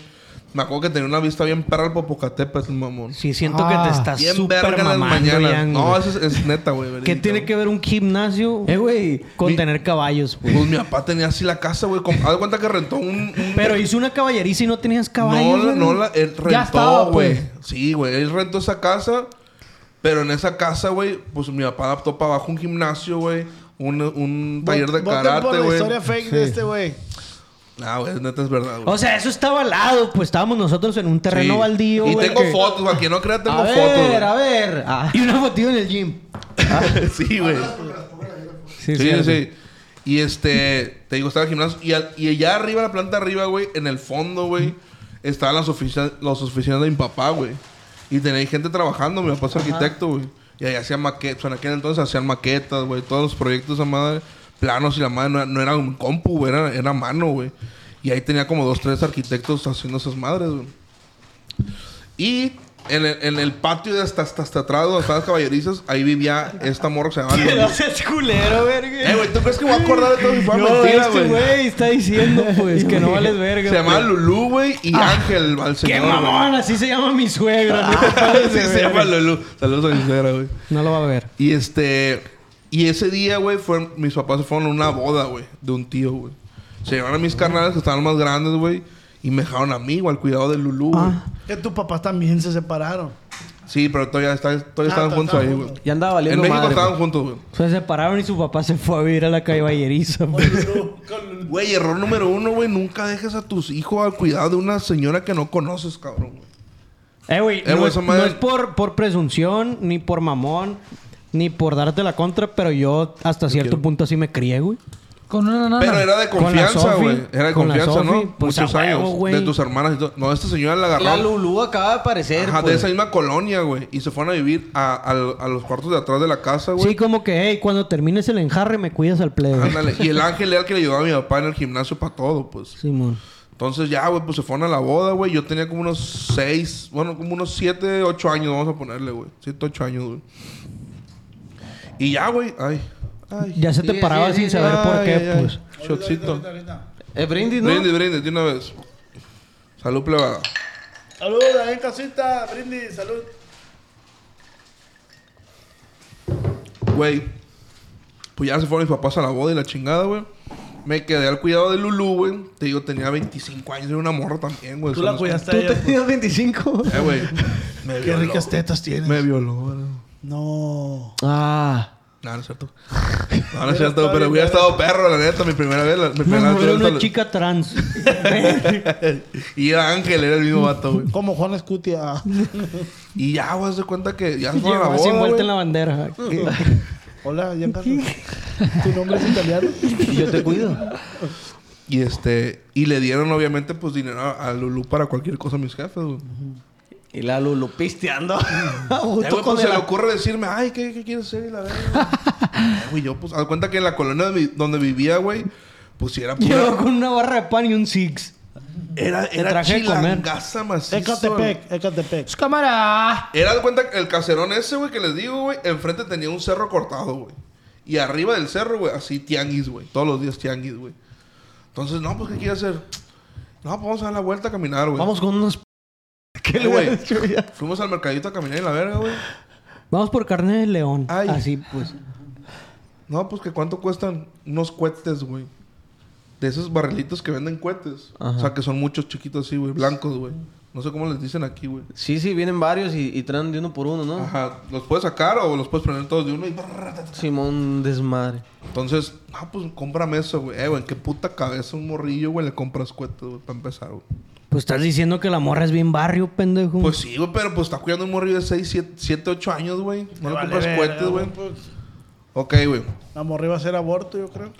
G: Me acuerdo que tenía una vista bien perra al Popocatépetl, mamón.
E: Sí, siento
D: Ah,
E: que te estás
G: Bien
E: súper
G: verga en las
E: mamando,
G: mañanas.
E: Ian,
G: no,
E: güey.
G: eso es, es neta, güey.
E: ¿Qué
G: verídico.
E: tiene que ver un gimnasio
F: Eh, güey.
E: con
G: mi-
E: tener caballos, güey?
G: Pues mi papá tenía así la casa, güey. con- Haz de cuenta que rentó un... un-
E: Pero hizo una caballeriza y no tenías
G: no,
E: caballos,
G: la-
E: güey.
G: no, la, él
D: estaba,
G: rentó, güey.
D: pues.
G: Sí, güey. Él rentó esa casa. Pero en esa casa, güey, pues mi papá adaptó para abajo un gimnasio, güey. Un, un taller de
C: Voten por
G: karate,
C: la
G: güey.
C: historia fake de este güey.
G: Ah, güey, neta es verdad, güey.
E: O sea, eso estaba al lado, pues estábamos nosotros en un terreno
G: Sí.
E: baldío,
G: Y
E: güey,
G: tengo
E: que-
G: fotos, para quien no crea, tengo
F: A
G: fotos.
F: ver,
G: güey.
F: a ver. Ah,
E: Y una fotito en el gym.
G: sí, güey.
J: Sí,
G: Sí, sí,
J: cierto.
G: Y este, te digo, estaba el gimnasio. Y, al- y allá arriba, la planta arriba, güey, en el fondo, güey, estaban las, oficinas las oficinas de mi papá, güey. Y tenía gente trabajando, mi papá es arquitecto, güey. Y ahí hacían maquetas. en aquel entonces hacían maquetas, güey. Todos los proyectos, esa madre, planos y la madre, no, era- no era un compu, güey, era, era mano, güey. Y ahí tenía como dos, tres arquitectos haciendo esas madres, güey. Y en el, en el patio de hasta, hasta, hasta atrás, donde estaban las caballerizas, ahí vivía esta morra que se llamaba Lolita.
E: es culero, verga.
G: Eh, güey, ¿tú crees que me voy a acordar de todo mi fama?
E: No,
G: Mentira,
E: este
G: güey.
E: güey está diciendo, pues, que no vales verga.
G: Se llamaba
E: pues.
G: Lulú, güey, y Ángel, al
E: Ah, ¡Qué
G: señor. güey. Ah,
E: mamón! Así se llama mi suegro.
F: Ah,
G: Sí, se llama Lulú. Saludos a mi suegra, güey.
E: No lo va a ver.
G: Y este... Y ese día, güey, fueron- mis papás se fueron a una boda, güey, de un tío, güey. Se llevaron a mis carnales que estaban más grandes, güey, y me dejaron a mí, güey, al cuidado de Lulú, güey.
F: Ah.
C: Que tus papás también se separaron.
G: Sí, pero todavía, está- todavía
C: Ah,
G: estaban juntos ahí,
C: estaban
G: güey.
C: juntos.
F: Y andaba
G: En
F: valiendo
G: México
F: madre.
G: estaban
F: güey.
G: juntos, güey.
E: Se separaron y su papá se fue a vivir a la calle Valleriza. güey.
G: Güey, error número uno, güey. Nunca dejes a tus hijos al cuidado de una señora que no conoces, cabrón. güey.
E: Eh, güey,
G: Eh,
E: no,
G: güey,
E: es-
G: esa madre-
E: no es por, por presunción, ni por mamón, ni por darte la contra, pero yo hasta cierto
G: quiero-
E: punto así me crié, güey.
D: Con una nana.
G: Pero era de
E: Con la
G: confianza,
E: Sofi,
G: güey. Era de
E: con la
G: confianza,
E: Sofi,
G: ¿no?
E: pues,
G: Muchos
E: a huevo,
G: años.
E: güey.
G: De tus hermanas y todo. No, esta señora la
F: La
G: agarraron.
F: Lulú acaba de aparecer.
G: Ajá, de
F: pues.
G: esa misma colonia, güey. Y se fueron a vivir a, al- a los cuartos de atrás de la casa, güey.
E: Sí, como que, hey, cuando termines el enjarre me cuidas al plebe.
G: Ándale. Y el ángel era el que le ayudaba a mi papá en el gimnasio para todo, pues.
E: Simón.
G: Entonces ya, güey, pues se fueron a la boda, güey. Yo tenía como unos seis, bueno, como unos siete, ocho años, vamos a ponerle, güey. Siete, ocho años, güey. Y ya, güey. Ay. Ay.
E: Ya se te
F: Sí,
E: paraba
F: sí,
E: sin
F: sí,
E: saber
G: Ay,
E: por qué,
G: ay, ay.
E: pues.
G: Shotcito.
F: Eh, brindis, ¿no?
G: Brindis, brindis, de una vez. Salud, plebada.
C: Salud, ahí en casita. Brindis, salud.
G: Güey, pues ya se fueron mis papás a la boda y la chingada, güey. Me quedé al cuidado de Lulú, güey. Te digo, tenía 25 años, era una morra también, güey.
C: Tú
G: Eso
C: la
G: no-
C: cuidaste a ella.
F: Tenías 25.
G: Eh, güey. Me
C: Qué
G: violó.
C: ricas
E: este.
C: tetas tienes.
G: Me violó, güey.
C: No.
F: Ah.
G: No, no es cierto. No, no es cierto, pero hubiera estado perro, la neta, mi primera vez. La, mi
E: Me
G: primera
E: murió
G: vez.
E: una chica trans.
G: Y era Ángel, era el mismo vato, güey.
C: Como Juan Escutia.
G: Y ya, güey, se cuenta que ya se fueron a la
E: Llegó así
G: boda,
E: envuelta
G: güey.
E: en la bandera.
C: Hola, Giancarlo. ¿Tu nombre es italiano?
F: Yo te cuido.
G: Y este... Y le dieron, obviamente, pues, dinero a, a Lulú para cualquier cosa a mis jefes, güey.
F: Y la Lulú pisteando.
G: Eh,
F: Justo
G: güey,
F: con
G: pues se
F: el-
G: le ocurre decirme, ay, ¿qué, qué quieres ser? Y la verga, güey. Eh, güey, yo pues, haz cuenta que en la colonia de mi- donde vivía, güey, pues sí era
E: Llegó
G: pura.
E: con una barra de pan y un six.
G: Era, era
E: traje de comer.
G: chilangaza macizo. güey.
C: Ecatepec,
E: Pues,
C: Ecatepec.
D: ¡Cámara!
G: Era de cuenta que el caserón ese, güey, que les digo, güey, enfrente tenía un cerro cortado, güey. Y arriba del cerro, güey, así tianguis, güey. Todos los días tianguis, güey. Entonces, no, pues, ¿qué quieres hacer? No, pues vamos a dar la vuelta a caminar, güey.
F: Vamos con unos. ¿Qué
G: Eh,
F: le
G: güey.
F: hubieras hecho ya?
G: Fuimos al mercadito a caminar y la verga, güey.
E: Vamos por carne de león.
G: Ay.
E: Así, pues.
G: No, pues que cuánto cuestan unos cohetes, güey. De esos barrilitos que venden cohetes. O sea, que son muchos chiquitos así, güey. Blancos, güey. No sé cómo les dicen aquí, güey.
F: Sí, sí, vienen varios y, y traen de uno por uno,
E: Ah.
F: ¿no?
G: Ajá. Los puedes sacar o los puedes prender todos de uno y...
F: Simón desmadre.
G: Entonces, ah, pues cómprame eso, güey. Eh, güey, qué puta cabeza un morrillo, güey, le compras cohetes, güey, para empezar, güey.
E: Pues estás diciendo que la morra es bien barrio, pendejo.
G: Pues sí, güey, pero pues está cuidando un morrillo de 6, 7, 8 años, güey. No le compras cohetes, güey. pues. Ok, güey.
C: La morra iba a hacer aborto, yo creo.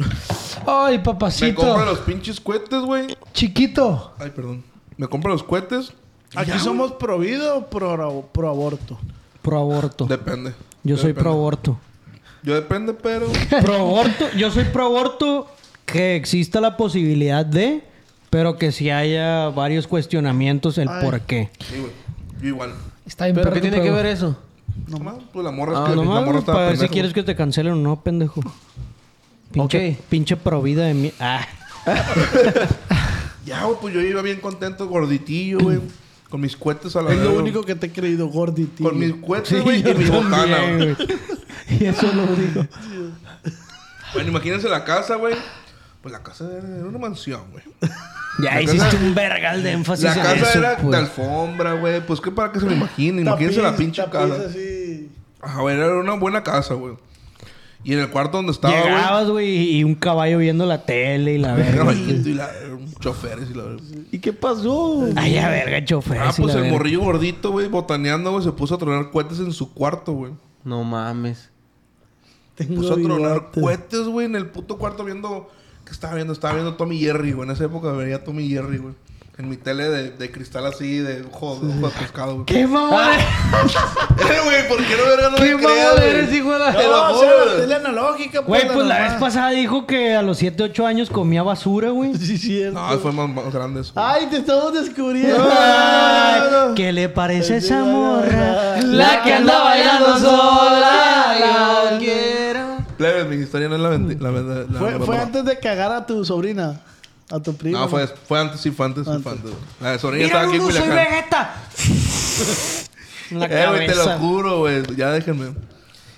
D: ¡Ay,
G: Me
D: papacito!
G: compra los pinches cohetes, güey.
D: Chiquito.
G: Ay, perdón. Me compra los cohetes.
C: Aquí somos pro vida o pro, pro aborto.
E: pro aborto.
G: Depende.
E: Yo soy
G: depende.
E: pro aborto.
G: Yo depende, pero.
E: Pro aborto. Yo soy pro aborto que exista la posibilidad de, pero que si haya varios cuestionamientos el por qué.
G: Sí, güey. Yo igual.
D: Está bien
F: ¿Pero
D: perro
F: qué
D: tu
F: tiene que
D: pedo.
F: ver eso?
G: No más, pues la morra
E: Ah,
G: es que la
E: nomás
G: morra
E: Ah, para ver si
G: pendeja,
E: quieres
G: güey.
E: que te cancelen o no, pendejo. Pinche,
F: Ok.
E: pinche pro vida de mí. Ah.
G: Ya, güey, pues yo iba bien contento, gorditillo, güey. Con mis cohetes a la
C: Es lo
G: verga.
C: único que te he creído, Gordy, tío.
G: Con mis cohetes, güey, y mi botana, güey.
E: y eso lo digo.
G: Bueno, imagínense la casa, güey. Pues la casa era era una mansión, güey.
E: Ya
G: La
E: hiciste
G: casa-
E: un vergal de énfasis
G: La
E: en
G: casa
E: eso,
G: era de
E: pues.
G: alfombra, güey. Pues que para que se lo imaginen.
C: Tapiz,
G: Imagínense la pinche
C: tapiz
G: casa.
C: así.
G: Ajá, güey, era una buena casa, güey. Y en el cuarto donde estaba, güey.
E: Llegabas, güey, y un caballo viendo la tele y la verga.
G: caballito y la- choferes y la verga.
F: ¿Y qué pasó?
E: Ay, a verga, chofer.
G: Ah,
E: sí,
G: pues
E: la
G: el
E: verga.
G: morrillo gordito, güey, botaneando, güey, se puso a tronar cohetes en su cuarto, güey.
F: No mames.
G: Te
C: Tengo
G: puso a tronar
C: bigotes.
G: cohetes, güey, en el puto cuarto viendo. ¿Qué estaba viendo? Estaba viendo Tommy Jerry, güey. En esa época veía Tommy Jerry, güey. En mi tele de, de cristal así, de ojo, ojo de pescado, güey.
E: ¡Qué mamá!
G: Eh, güey, ¿por qué no verga no
E: ¡Qué
G: me creas,
E: mamón
G: güey?
E: eres, hijo de la-
G: Te lo
C: No, o
G: juro,
C: sea, la
G: güey.
C: tele analógica,
E: Güey, pues la
C: nomás.
E: vez pasada dijo que a los 7, 8 años comía basura, güey.
C: Sí, cierto.
G: No, fue más, más grande eso.
C: Ay, te estamos descubriendo.
E: Ay, ¿Qué le parece esa morra? La que anda bailando sola. la quiero.
G: Plebes, mi historia no es la mentira. La, la- la-
C: Fue,
G: la-
C: fue
G: la-
C: antes de cagar a tu sobrina. A tu prima.
G: No, fue, fue antes, sí, fue antes, sí, fue
C: Antes.
G: antes. güey. La de Sonia
E: Mira,
G: estaba aquí en
E: Lulu, soy
G: Culiacán.
E: Vegeta. En la
G: Eh, güey, te lo
E: cabeza.
G: juro, güey. Ya déjenme.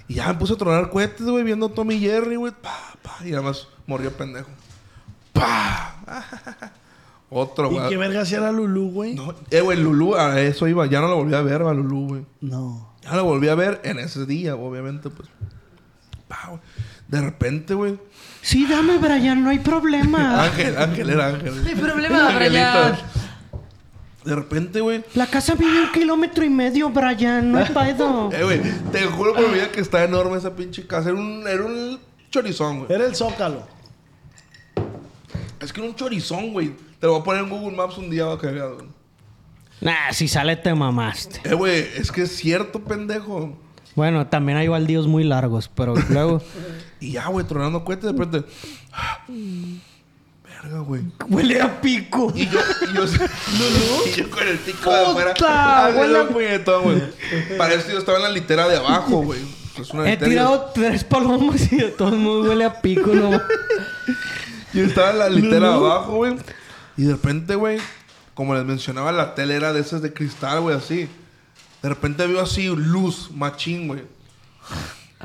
G: Y ya me puse a tronar cohetes, güey, viendo Tommy y Jerry, güey. Pa, pa. Y además murió el pendejo. Pa. Otro,
C: ¿Y qué
G: güey.
C: verga hacía la Lulú, güey?
G: No, eh, güey, Lulú, a eso iba. Ya no la volví a ver, va, Lulú, güey.
C: No.
G: Ya la volví a ver en ese día, obviamente, pues. Pa, güey. De repente, güey.
E: Sí, dame, Brian, no hay problema.
G: Ángel, Ángel era Ángel.
E: hay problema, Brian.
G: De repente, güey.
E: La casa vive un kilómetro y medio, Brian, no hay pedo.
G: Eh, güey, te juro por mi vida que está enorme esa pinche casa. Era un, era un chorizón, güey.
C: Era el Zócalo.
G: Es que era un chorizón, güey. Te lo voy a poner en Google Maps un día, va a cagar, güey.
E: Nah, si sale te mamaste.
G: Eh, güey, es que es cierto, pendejo.
E: Bueno, también hay baldíos muy largos, pero luego...
G: Y ya, güey, tronando cohetes, de repente. ¡ah! Verga, güey.
E: Huele a pico.
G: Y yo, y yo, y yo con el pico de afuera.
E: Puta,
G: Hágale
E: huele a-
G: un puñetón, güey. Para esto yo estaba en la litera de abajo, güey. Es una
E: He
G: litera y-
E: tirado tres palomas y de todos modos huele a pico, no.
G: Yo estaba en la litera abajo, güey. Y de repente, güey, como les mencionaba, la tele era de esas de cristal, güey, así. De repente veo así luz, machín, güey.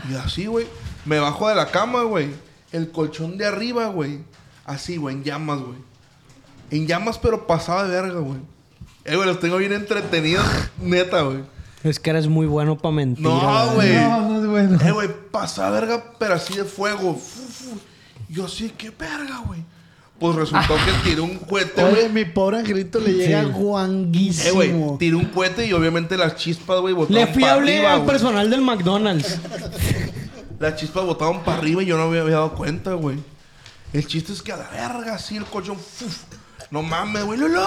G: Y así, güey. Me bajo de la cama, güey. El colchón de arriba, güey. Así, güey, en llamas, güey. En llamas, pero pasada de verga, güey. Eh, güey, los tengo bien entretenidos, neta, güey.
E: Es que eres muy bueno para mentir.
G: No,
E: la
G: güey.
D: no es bueno.
G: Eh, güey, pasa verga, pero así de fuego. Fu, fu. Yo sí, qué verga, güey. Pues resultó que tiré un cohete,
C: Oye,
G: güey.
C: mi pobre angelito le llega
G: Eh, güey,
C: guanguísimo.
G: tiré un cohete y obviamente las chispas, güey, botaron
E: Le fui a
G: pa'
E: hablar
G: arriba,
E: al
G: güey.
E: personal del McDonald's.
G: Las chispas botaban para arriba y yo no me había dado cuenta, güey. El chiste es que a la verga, así el colchón. ¡fuf! No mames, güey. ¡Lulú!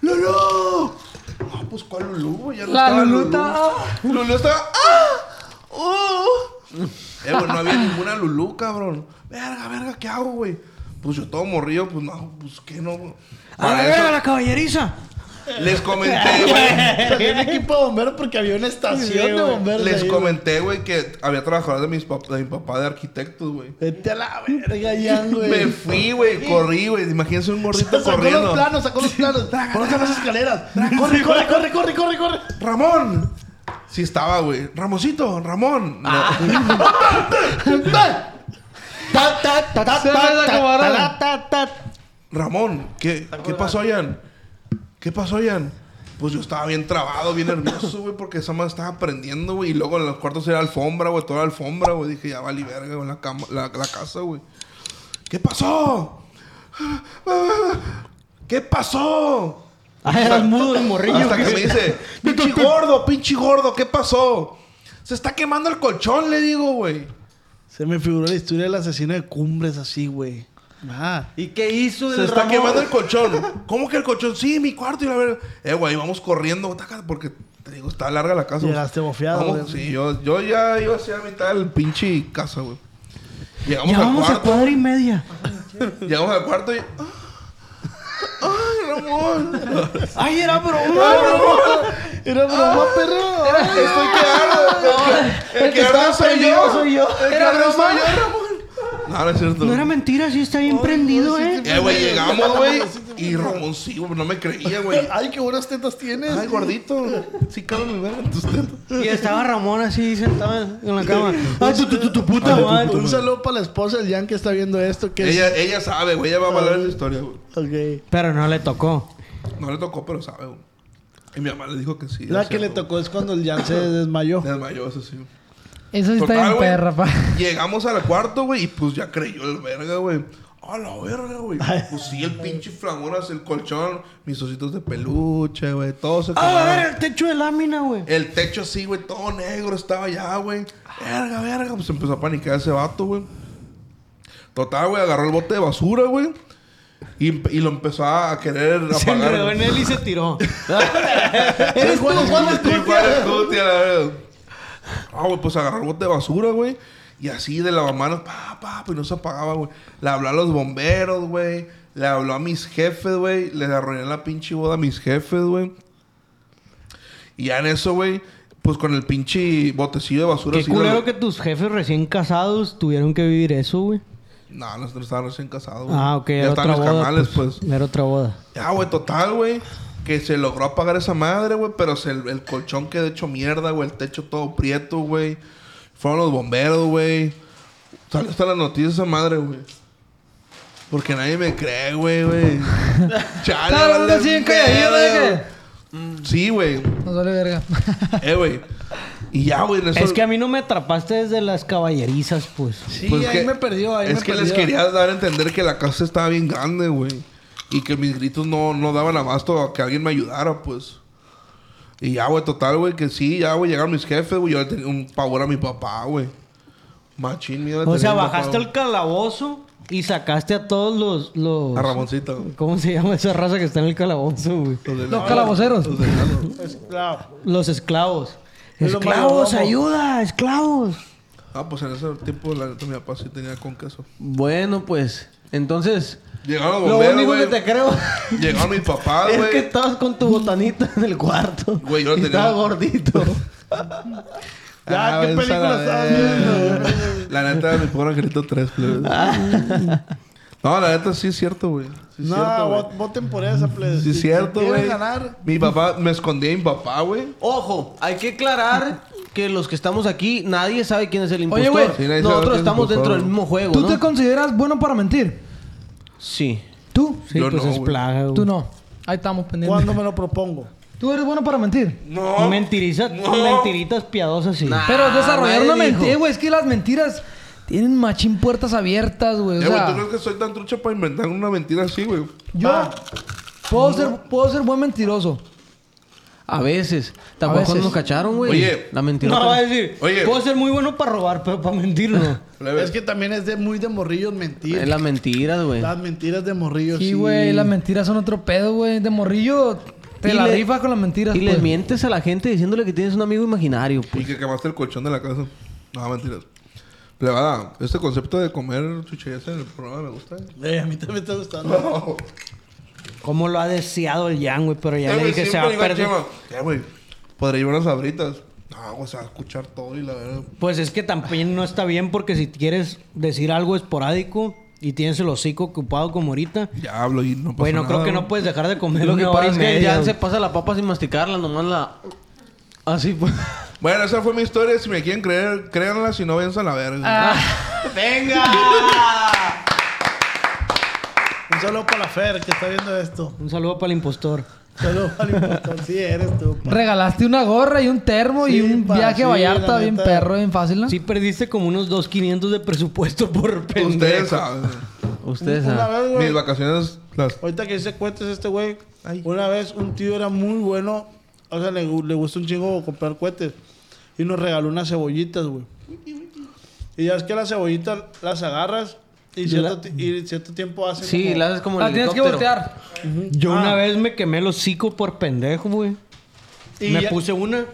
G: ¡Lulú! No, pues ¿cuál Lulú? güey? Ya no
D: La
G: estaba
D: Lulú
G: Lulú.
D: está-
G: Lulú estaba. ¡Ah! ¡Oh! Eh, güey, no había ninguna Lulú, cabrón. Verga, verga, ¿qué hago, güey? Pues yo todo morrido, pues no, pues qué no. güey?
E: A la
G: Para
E: verga, la
G: eso
E: caballeriza.
G: les comenté, güey.
C: Había un equipo de bomberos porque había una estación de bomberos.
G: Les
C: ahí,
G: comenté, güey, que había trabajadores de, mis pap- de mi papá de arquitectos, güey.
C: güey. Vete a la verga, ya, güey.
G: Me fui, güey, corrí, güey. Imagínense un gordito
C: Sacó los
G: corriendo.
C: planos, sacó los planos. Coloca las escaleras. Corre, corre, corre, corre, corre, corre.
G: ¡Ramón! Sí estaba, güey. ¡Ramosito! ¡Ramón! No.
C: Ah.
E: Ta, ta, ta, ta,
F: Se
E: ta,
F: les
E: ta,
F: acabaron.
E: ta, ta, ta, ta.
G: ¡Ramón! ¿Qué, ¿qué pasó, Ian? ¿Qué pasó, Ian? Pues yo estaba bien trabado, bien nervioso, güey, porque esa madre estaba aprendiendo, güey. Y luego en los cuartos era alfombra, güey, toda la alfombra, güey. Dije, ya vale verga, güey, la, cama- la, la casa, güey. ¿Qué pasó? ¿Qué pasó?
E: Ah, eras mudo el morrillo.
G: Hasta que me dice, pinche gordo, pinche gordo, ¿qué pasó? Se está quemando el colchón, le digo, güey.
C: Se me figuró la historia del asesino de cumbres así, güey. Ajá.
F: ¿Y qué hizo
G: Se está quemando el colchón. ¿Cómo que el colchón? Sí, mi cuarto y la verdad. Eh, güey, vamos corriendo, taca, porque te digo, está larga la casa. güey.
C: Llegaste bofeado,
G: Vamos,
C: güey.
G: Sí, yo, yo ya iba hacia la mitad del pinche casa, güey. Llegamos
E: Ya
G: al
E: vamos a
G: cuarto.
E: cuadra y media.
G: llegamos al cuarto y. ¡Ah! ¡Ay, Ramón!
E: Ay, era broma.
C: Era broma, perro.
G: Estoy quedando. El que arde soy yo. Soy yo. El que arde soy yo, Ramón. No, no es cierto.
E: No era mentira, sí está bien prendido, eh.
G: Eh, güey, llegamos, güey. Y Ramón sí, güey, no me creía, güey.
C: Ay, qué buenas tetas tienes.
G: Ay, gordito. Sí, cabrón, me verga en tus tetas.
E: Y estaba Ramón así sentado en la cama. Ah, Ay, tu, tu, tu, tu puta madre.
C: Un saludo para la esposa del Jan que está viendo esto. Que
G: Ella, ella sabe, güey. Ella va a valorar esa historia, güey.
C: es... Ok.
E: Pero no le tocó.
G: No le tocó, pero sabe, güey. Y mi mamá le dijo que sí.
C: La
G: es
C: que le
G: cierto,
C: tocó es cuando el Jan se desmayó.
G: güey. Se desmayó, eso sí.
D: Eso sí está
G: Total,
D: bien
G: güey,
D: perra, pa.
G: Llegamos al cuarto, güey, y pues ya creyó el verga, güey. A la verga, güey. Pues sí, el pinche flamoras, el colchón, mis ositos de peluche, güey, todo se
E: Ah,
G: quemaron.
E: a ver, el techo de lámina, güey.
G: El techo así, güey, todo negro estaba ya, güey. Verga, verga. Pues empezó a panicar ese vato, güey. Total, güey, agarró el bote de basura, güey. Y, empe- y lo empezó a querer
E: Se
G: apagar.
E: enredó
G: güey.
E: en él y se tiró. Eres tú, Juan
G: Sí,
E: Escutia.
G: Juan Escutia, la verga. Ah, güey, pues agarró el bote de basura, güey. Y así de lavamanos, pa, pa, pues no se apagaba, güey. Le habló a los bomberos, güey. Le habló a mis jefes, güey. Les arruiné la pinche boda a mis jefes, güey. Y ya en eso, güey, pues con el pinche botecillo de basura.
E: Qué
G: así, lo-
E: culero que tus jefes recién casados tuvieron que vivir eso, güey.
G: No, nosotros estábamos recién casados. güey.
E: Ah, ok.
G: Ya
E: era
G: están
E: otra
G: los
E: boda,
G: canales, pues.
E: Era otra boda.
G: Ya, güey, total, güey. Que se logró apagar esa madre, güey. Pero se- el, colchón quedó hecho mierda, güey. El techo todo prieto, güey. Fueron los bomberos, güey. Salió hasta las noticias esa madre, güey. Porque nadie me cree, güey, güey. Chale,
D: Claro,
G: vale
D: uno sigue calladito,
G: verga,
D: ¿eh?
G: güey. Sí, güey.
D: Nos vale verga.
G: Eh, güey. Y ya, güey. en eso-
E: Es que a mí no me atrapaste desde las caballerizas, pues.
C: Sí,
G: Pues
C: ahí
G: que-
C: me perdió, ahí
G: es
C: me
G: que
C: perdió.
G: les quería dar a entender que la casa estaba bien grande, güey. Y que mis gritos no, no daban abasto a que alguien me ayudara, pues. Y ya, güey, total, güey, que sí, ya, güey, llegaron mis jefes, güey. Yo le tenía un pavor a mi papá, güey. Machín, miedo. le
E: O sea,
G: tenía a mi
E: bajaste
G: papá,
E: al calabozo y sacaste a todos los... los...
G: güey. A Ramoncito, güey.
E: ¿Cómo se llama esa raza que está en el calabozo, güey?
G: Los del
D: Los
G: lado.
D: calaboceros.
G: Los del lado.
C: Esclavo.
E: Los esclavos.
C: Es lo más
E: Esclavos,
C: guapo.
E: ayuda, esclavos.
G: Ah, pues en ese tiempo, la neta, mi papá sí tenía con queso.
F: Bueno, pues, entonces,
G: Llegaron los
F: lo
G: bomberos,
F: único que
G: güey.
F: te creo
G: Llegaron mis papás,
F: es que
G: güey.
F: estabas con tu botanita en el cuarto.
G: Güey, yo lo
F: y
G: tenía-
F: Estaba gordito.
C: Ya, ¿qué
G: ves a
C: película
G: Ah, la
C: estabas
G: verga. La neta, mi pobre angelito 3, No, la neta sí es cierto, güey. Sí es
C: No,
G: cierto, güey.
C: vot- voten por esa, please.
G: Sí, es cierto,
C: quieren
G: güey.
C: ganar,
G: Mi papá, me escondía de mi papá, güey.
F: Ojo, hay que aclarar que los que estamos aquí, nadie sabe quién es el
D: Oye,
F: impostor.
D: güey,
G: Sí, nadie sabe quién es
F: Nosotros
G: el
F: estamos
G: impostor.
F: dentro del mismo juego,
D: ¿Tú
F: ¿no?
D: te consideras bueno para mentir?
F: Sí.
D: ¿Tú?
E: Sí,
G: Yo
E: pues
G: no,
E: es
G: güey.
E: plaga, güey.
D: Tú no. Ahí estamos
C: cuando
D: pendientes.
C: me lo propongo.
D: ¿Tú eres bueno para mentir?
G: No.
E: Mentiriza- Mentiritas piadosas, sí.
F: Nah.
D: Pero desarrollar
F: nadie
D: una mentira,
F: dijo.
D: güey. Es que las mentiras tienen machín puertas abiertas, güey. O
G: Eh, güey, ¿tú crees
D: sea,
G: que soy tan trucha para inventar una mentira así, güey?
D: yo
C: Ah.
D: puedo ser, puedo ser buen mentiroso.
F: A veces. Tampoco
D: veces.
F: nos cacharon, güey.
G: Oye.
F: La mentira.
E: No, va a decir,
G: Oye.
E: puedo ser muy bueno para robar, pero para mentir no.
G: Plebe.
C: Es que también es de muy de morrillos mentir.
F: Es la mentira, güey.
C: Las mentiras de morrillos.
D: Sí, güey. Las mentiras son otro pedo, güey. De morrillo te
F: Y
D: la
F: le-
D: rifas con las mentiras,
F: Y le
D: pues.
F: mientes a la gente diciéndole que tienes un amigo
G: Y
F: imaginario, pues.
G: que quemaste el colchón de la casa. No, mentiras. Plebada, este concepto de comer chucherías en el programa me gusta. eh.
C: Eh, a mí también me está gustando.
E: Cómo lo ha deseado el Jan, güey, pero ya
G: Eh,
E: le
G: güey,
E: dije, se
G: siempre
E: va a
G: digo
E: perder.
G: al Chema, Eh, güey, podría llevar unas sabritas. No, güey, se va a escuchar todo y la verdad.
E: Pues es que también no está bien porque si quieres decir algo esporádico y tienes el hocico ocupado como ahorita,
G: Ya hablo y no pasa
E: bueno,
G: nada.
E: creo que
G: güey.
E: no puedes dejar de comer
F: Lo que
E: una hora y
F: pasa es que
E: media,
F: ya
E: güey.
F: se pasa la papa sin masticarla, nomás la. Así, pues.
G: Bueno, esa fue mi historia. Si me quieren creer, créanla. Si no, véanse a la verga.
C: Ah. Un saludo para la Fer que está viendo esto.
E: Un saludo para el impostor.
C: Saludos al impostor. Sí, eres tú. pa.
D: Regalaste una gorra y un termo y
C: Sí,
D: un
C: pa,
D: viaje a
C: sí,
D: Vallarta
C: la
D: bien
C: neta.
D: perro, bien fácil, ¿no?
E: Sí perdiste como unos 2.500 de presupuesto por
G: Ustedes
E: pendejo.
G: saben.
F: Ustedes
C: Una
F: saben.
C: vez,
G: Mis
C: güey.
G: vacaciones las...
C: Ahorita que se cuentas este güey. Una vez un tío era muy bueno. O sea, le, gu- le gustó un chingo comprar cohetes. Y nos regaló unas cebollitas, güey. Y ya es que las cebollitas las agarras y cierto, ti- y cierto tiempo hacen.
F: Sí,
C: como-
F: la haces como
D: La
F: el
D: Ah, tienes que
F: helicóptero.
D: voltear.
E: Yo
C: Ah.
E: una vez me quemé el hocico por pendejo, güey.
C: Y
E: me
C: ya-
E: puse una.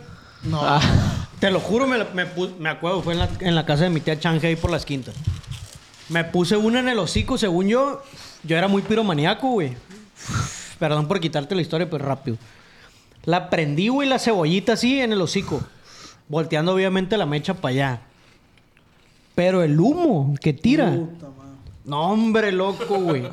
E: Ah.
C: No.
E: Te lo juro, me, la- me pu- me acuerdo, fue en la, en la casa de mi tía Chanje ahí por las quintas. Me puse una en el hocico, según yo. Yo era muy piromaniaco, güey. Perdón por quitarte la historia, pero rápido. La prendí, güey, la cebollita así en el hocico. Volteando, obviamente, la mecha para allá. Pero el humo que tira. no, hombre, loco, güey.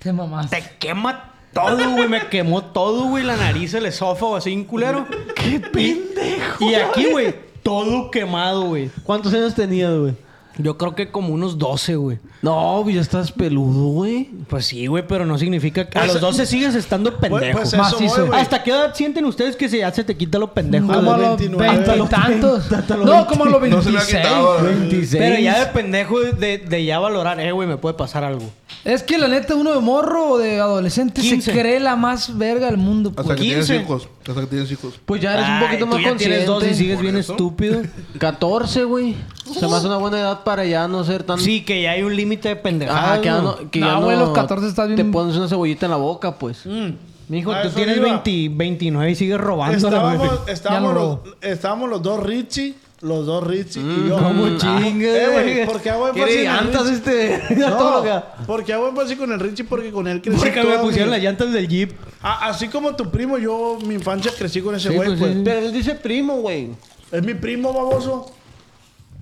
D: Te mamaste.
E: Te quema todo, güey. Me quemó todo, güey. La nariz, el esófago, así, un culero. ¡Qué pendejo! Y aquí, güey, todo quemado, güey.
F: ¿Cuántos años tenías, güey?
E: Yo creo que como unos 12, güey.
F: No, pues ya estás peludo, güey. Pues,
E: Pues sí, güey, pero no significa que... A los 12 sigues estando pendejo.
F: eh,
C: Pues, pues eso voy,
D: Macizo.
C: güey.
E: ¿Hasta qué edad sienten ustedes que se- ya se te quita lo pendejo?
D: Como a
E: güey?
D: los
C: 29.
D: veintitantos. No, como a los
G: No se me ha
D: 26.
G: quitado. ¿verdad?
E: Pero ya de pendejo de, de ya valorar, eh, güey, me puede pasar algo.
D: Es que la neta, uno de morro o de adolescente
E: 15.
D: se cree la más verga del mundo. pues.
G: Hasta que tienes
E: 15.
G: hijos. Hasta que tienes hijos.
F: Pues ya eres un poquito
E: Ay,
F: más
E: tú ya
F: consciente.
E: tienes dos y sigues
G: Por
E: bien
G: eso.
E: estúpido.
F: 14, güey. Se me hace una buena edad para ya no ser tan...
E: Sí, que ya hay un límite de
F: Ah,
E: pendejada.
F: Ajá, que ya
E: güey.
F: no... Que
D: No,
F: ya
D: güey,
F: no
D: los 14 estás bien-
F: Te pones una cebollita en la boca, pues.
E: Mijo,
C: A
E: tú
C: eso
E: tienes
C: iba.
E: 20 29 y sigues robando.
C: Estábamos, estábamos,
D: Ya lo
C: los,
D: robó.
C: estábamos los dos Richie, los dos Richie y yo.
E: ¿Cómo
C: Eh,
E: chingue,
C: güey,
E: güey?
C: porque hago énfasis
F: Quiere
C: en el
F: llantas
C: Richie.
F: este...
C: No,
F: todo lo que-
C: porque hago énfasis con el Richie porque con él crecí
E: Porque me
C: toda mi-
E: pusieron las llantas del jeep.
C: A- Ah, así como tu primo, yo mi infancia crecí con ese
E: Sí,
C: güey,
E: pues,
C: pues.
E: sí, sí.
F: Pero él dice primo, güey.
C: Es mi primo baboso.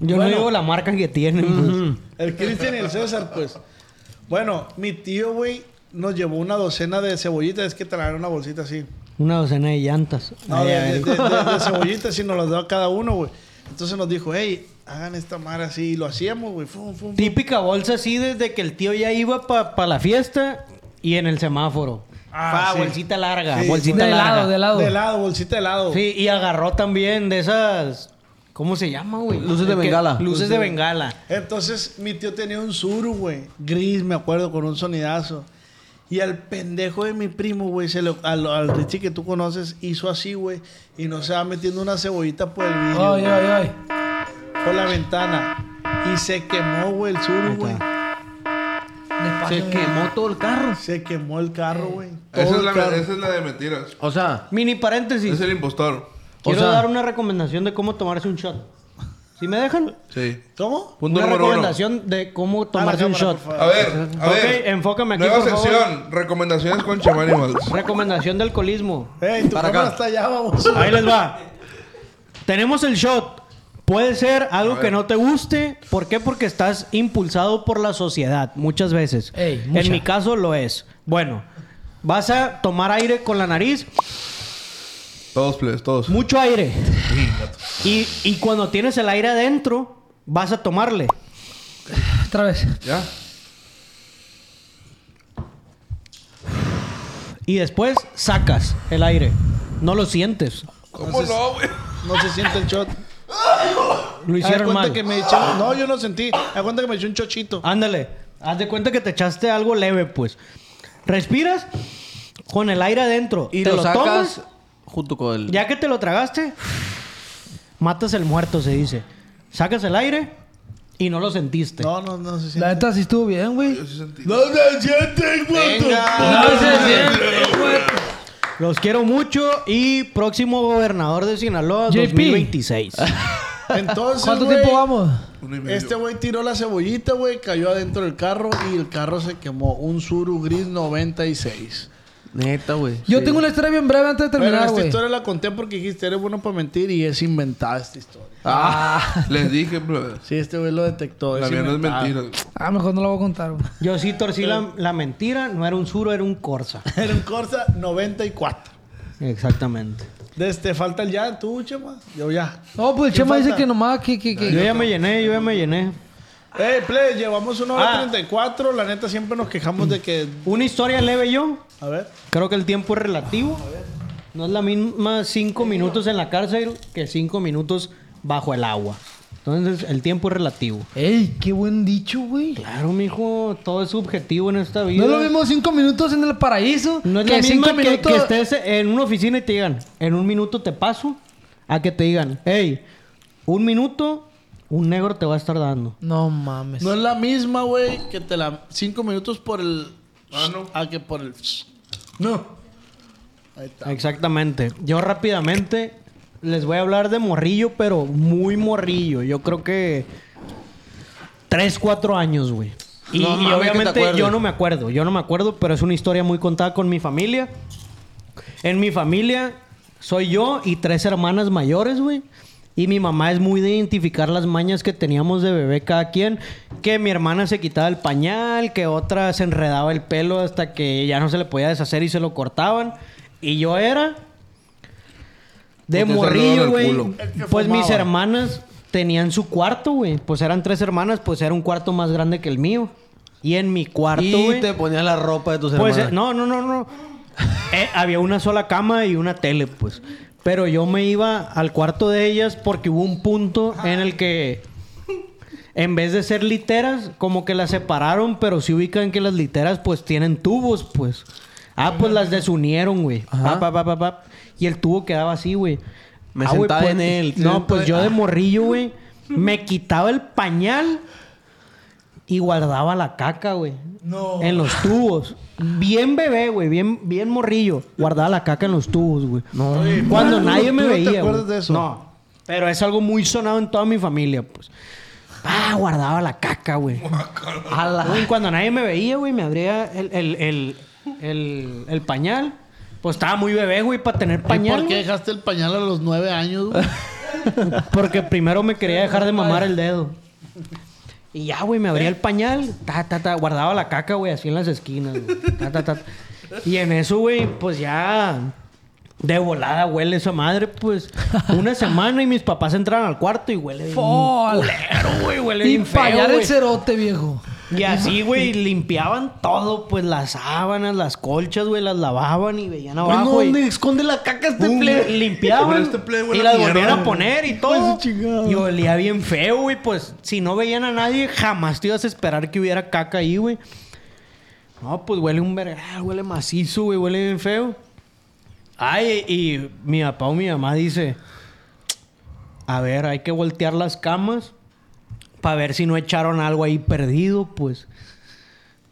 E: Yo
C: Bueno.
E: no digo la marca que tienen. pues.
C: El Cristian y el César, pues. Bueno, mi tío, güey, nos llevó una docena de cebollitas. Es que traían una bolsita así.
E: Una docena de llantas. Eh,
C: No,
E: Ay,
C: de,
E: ay,
C: de-
E: ay.
C: de- de- de cebollitas, y nos las daba cada uno, güey. Entonces nos dijo, hey, hagan esta mar así. Y lo hacíamos, güey. Fum, fum, fum.
E: Típica bolsa así desde que el tío ya iba para la fiesta y en el semáforo.
C: Ah,
E: Ah,
C: sí.
E: bolsita larga,
C: Sí,
E: bolsita
D: de
E: larga.
D: lado, de lado.
C: De lado, bolsita de lado.
E: Sí, y agarró también de esas ¿Cómo se llama, güey?
F: Luces de
E: El que-
F: bengala.
E: Luces de bengala.
C: Entonces mi tío tenía un suru, güey. Gris, me acuerdo, con un sonidazo. Y al pendejo de mi primo, güey, se le- al, al Richie que tú conoces, hizo así, güey. Y no se va metiendo una cebollita por el vidrio,
D: Ay, ay, ay.
C: por la ventana. Y se quemó, güey, el suru, güey.
F: Se quemó todo el carro.
C: Se quemó el carro, güey. Todo
G: Esa es,
C: el
G: la,
C: carro.
G: esa es la de mentiras.
F: O sea...
E: Mini paréntesis.
G: Es el impostor.
E: Quiero
F: o sea-
E: dar una recomendación de cómo tomarse un shot. ¿Sí me dejan?
G: Sí.
C: ¿Cómo?
G: Punto
E: una
G: número uno.
E: recomendación de cómo tomarse
C: Ah,
E: un
C: la cámara,
E: shot.
C: por favor.
G: A ver, a
E: Ok,
G: ver.
E: enfócame aquí,
G: Nueva
E: por favor.
G: sección. Recomendaciones con Chemanimals.
E: Recomendación de alcoholismo.
C: Ey, tu
F: Para acá.
C: cámara está allá, vamos.
E: Ahí les va. Tenemos el shot. Puede ser algo
G: A
E: que
G: ver.
E: no te guste. ¿Por qué? Porque estás impulsado por la sociedad muchas veces.
D: Ey, mucha.
E: En mi caso lo es. Bueno, vas a tomar aire con la nariz.
G: Todos, please, todos.
E: Mucho aire. Y, y cuando tienes el aire adentro, vas a tomarle.
D: Otra vez.
G: ¿Ya?
E: Y después sacas el aire. No lo sientes.
G: ¿Cómo no, güey?
C: No se siente el shot.
E: Lo
C: Haz
E: hicieron
C: cuenta
E: mal.
C: que me echaron- No, yo no sentí. Haz cuenta que me eché un chochito.
D: Ah,
E: Ándale. Haz de cuenta que te echaste algo leve, pues. Respiras con el aire adentro.
F: Y
E: te
F: lo sacas
E: tomas.
F: junto con el...
E: Ya que te lo tragaste, matas el muerto, se dice. Sacas el aire y no lo sentiste.
C: No, no, no se
D: La
C: siente.
D: neta sí estuvo bien, güey.
G: No se siente,
E: Los quiero mucho y próximo gobernador de Sinaloa
D: JP.
E: 2026.
C: Entonces,
D: ¿Cuánto
C: güey,
D: tiempo vamos?
C: Este güey tiró la cebollita, güey, cayó adentro del carro y el carro se quemó. Un Suru gris 96.
F: Neta, güey.
D: Yo tengo una historia bien breve antes de
C: Pero
D: terminar,
C: esta
D: güey.
C: historia la conté porque dijiste, eres bueno para mentir y es inventada esta historia.
F: Ah.
G: Les dije, brother.
C: Sí, este güey lo detectó.
G: La
C: es
G: mía no es
C: inventada.
G: mentira.
D: Ah, mejor no la voy a contar, güey.
E: Yo sí torcí la, la mentira, no era un suro, era un corsa.
C: Era un Corsa 94.
E: Exactamente.
C: De este, falta el ya, tú, Chema. Yo ya.
D: No, pues el
C: ¿Qué
D: Chema dice
C: falta?
D: que nomás que... que, que-
E: Yo ya me llené, yo ya me llené.
F: Ah.
C: Ey, Eh, play, llevamos una hora
E: Ah.
C: 34. La neta, siempre nos quejamos de que.
E: Una historia leve yo.
C: A ver.
E: Creo que el tiempo es relativo. No es la misma cinco minutos en la cárcel que cinco minutos bajo el agua. Entonces, el tiempo es relativo.
D: Ey, qué buen dicho, güey.
E: Claro, mijo, todo es subjetivo en esta vida.
D: No es lo mismo cinco minutos en el paraíso
E: No es
D: que
E: lo mismo
D: cinco
E: que,
D: minutos...
E: que estés en una oficina y te digan, en un minuto te paso, a que te digan, hey, un minuto, un negro te va a estar dando.
D: No mames.
C: No es la misma, güey, que te la. Cinco minutos por el.
G: Ah, no.
C: A que por el. No. Ahí está.
E: Exactamente. Yo rápidamente les voy a hablar de morrillo, pero muy morrillo. Yo creo que 3, 4 años, güey. Y,
F: No
E: y
F: mames, que te
E: obviamente
F: acuerdes.
E: yo no me acuerdo, yo no me acuerdo, pero es una historia muy contada con mi familia. En mi familia soy yo y tres hermanas mayores, güey. Y mi mamá es muy de identificar las mañas que teníamos de bebé cada quien. Que mi hermana se quitaba el pañal, que otra se enredaba el pelo hasta que ya no se le podía deshacer y se lo cortaban. Y yo era de
G: Pues te
E: morrillo,
G: saludaban al
E: güey.
G: culo.
C: El que
E: Pues mis
C: fumaba.
E: hermanas tenían su cuarto, güey. Pues eran tres hermanas, pues era un cuarto más grande que el mío. Y en mi cuarto,
F: Y
E: güey.
F: te ponías la ropa de tus
E: Pues eh,
F: hermanas.
E: no, no, no, no. Eh, había una sola cama y una tele, pues. Pero yo me iba al cuarto de ellas porque hubo un punto en el que en vez de ser literas, como que las separaron, pero sí ubican que las literas pues tienen tubos, pues. Ah, pues las desunieron, güey. Pa, pa, pa, pa, pa. Y el tubo quedaba así, güey.
F: Me
E: Ah, güey,
F: sentaba
E: pues-
F: en él. Ah.
E: No, pues yo de morrillo, güey, me quitaba el pañal y guardaba la caca, güey.
C: No.
E: En los tubos. Bien bebé, güey, bien, bien morrillo. Guardaba la caca en los tubos, güey. No. Cuando
C: ¿tú no-
E: nadie me
C: tú no te
E: veía. güey.
C: acuerdas de eso?
E: No. Pero es algo muy sonado en toda mi familia, pues. Ah, guardaba la caca, güey. A la- Güey, Cuando nadie me veía, güey, me abría el, el, el, el- el pañal. Pues estaba muy bebé, güey, para tener
J: ¿Y
E: pañal.
J: por qué
E: güey.
J: dejaste el pañal a los nueve años, güey?
E: Porque primero me quería dejar de mamar el dedo. Y ya, güey, me abría el pañal, ta, ta, ta, guardaba la caca, güey, así en las esquinas, güey, ta, ta, ta. Y en eso, güey, pues ya de volada huele esa madre, pues una semana y mis papás entraron al cuarto y huele bien
D: Fol.
E: culero, güey, huele
D: Y
E: bien feo,
D: fallar el
E: güey.
D: cerote, viejo.
E: Y así, güey, limpiaban todo, pues las sábanas, las colchas, güey, las lavaban y veían abajo. y-
F: esconde la caca
E: Pum, este Limpiaban
J: Pero este plebe
E: y
J: huele a
E: las
J: mierda,
E: volvían a
J: güey.
E: poner y todo. Y olía bien feo, güey. Pues si no veían a nadie, jamás te ibas a esperar que hubiera caca ahí, güey. No, pues huele un vergal, huele macizo, güey, huele bien feo. Ay, y mi papá o mi mamá dice: A ver, hay que voltear las camas para ver si no echaron algo ahí perdido, pues.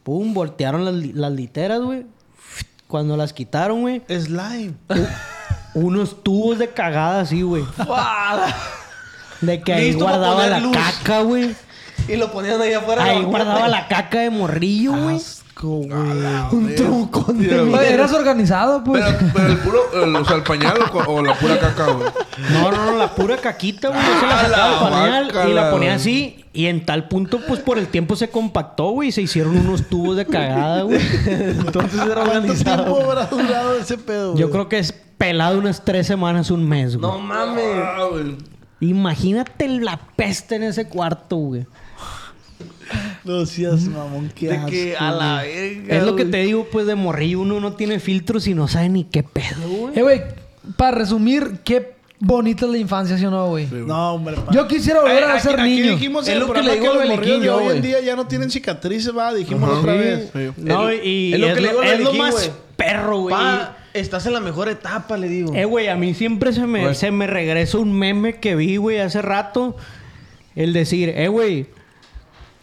E: Pum, voltearon las, li- las literas, güey. Cuando las quitaron, güey.
C: Slime.
E: Unos tubos de cagada así, güey. De que ahí
F: Listo pa'
E: guardaba
F: poner
E: la
F: luz.
E: caca, güey.
F: Y lo ponían ahí afuera.
E: Ahí guardaba la caca de morrillo,
F: Ah,
E: güey.
D: Un truco.
G: Dios.
C: Ah.
D: Oye, Eras organizado, pues.
G: Pero, pero el puro, el, o sea, el pañal o, co- o la pura caca, güey.
E: No, no, no, la pura caquita, güey. Yo se la
G: Ah,
E: sacaba
G: la
E: al pañal y
G: guácala.
E: la ponía así. Y en tal punto, pues por el tiempo se compactó, güey. Y se hicieron unos tubos de cagada, güey.
F: Entonces era
C: ¿Cuánto tiempo
F: organizado.
C: habrá durado ese pedo?
E: Yo
C: güey?
E: creo que es pelado unas tres semanas, un mes, güey.
F: No mames.
G: Ah, güey.
E: Imagínate la peste en ese cuarto, güey.
C: No seas mamón, qué
J: De
C: asco.
J: que a la verga.
E: Es lo que
J: güey.
E: te digo, pues de morrillo uno no tiene filtros y no sabe ni qué pedo, güey.
D: Eh, güey, para resumir, qué bonita es la infancia, ¿sí o no, güey?
C: No, hombre. pa-
D: Yo quisiera volver
C: Eh,
D: a
C: aquí-
D: ser
C: aquí
D: niño.
C: dijimos
F: Es
C: en el
F: lo que
C: programa
F: le digo
C: que
F: al
C: los morrillos de
F: Beliquín yo,
C: hoy en
F: güey.
C: día ya no tienen cicatrices, va, dijimos otra vez.
E: No,
F: El-
E: y
F: es
E: es
F: lo
E: lo,
F: que le digo a
E: es lo
F: Beliquín,
E: más
F: güey.
E: perro, güey.
F: Pa, estás en la mejor etapa, le digo.
E: Eh, güey, a mí siempre se me, se me regresa un meme que vi, güey, hace rato. El decir, eh, güey,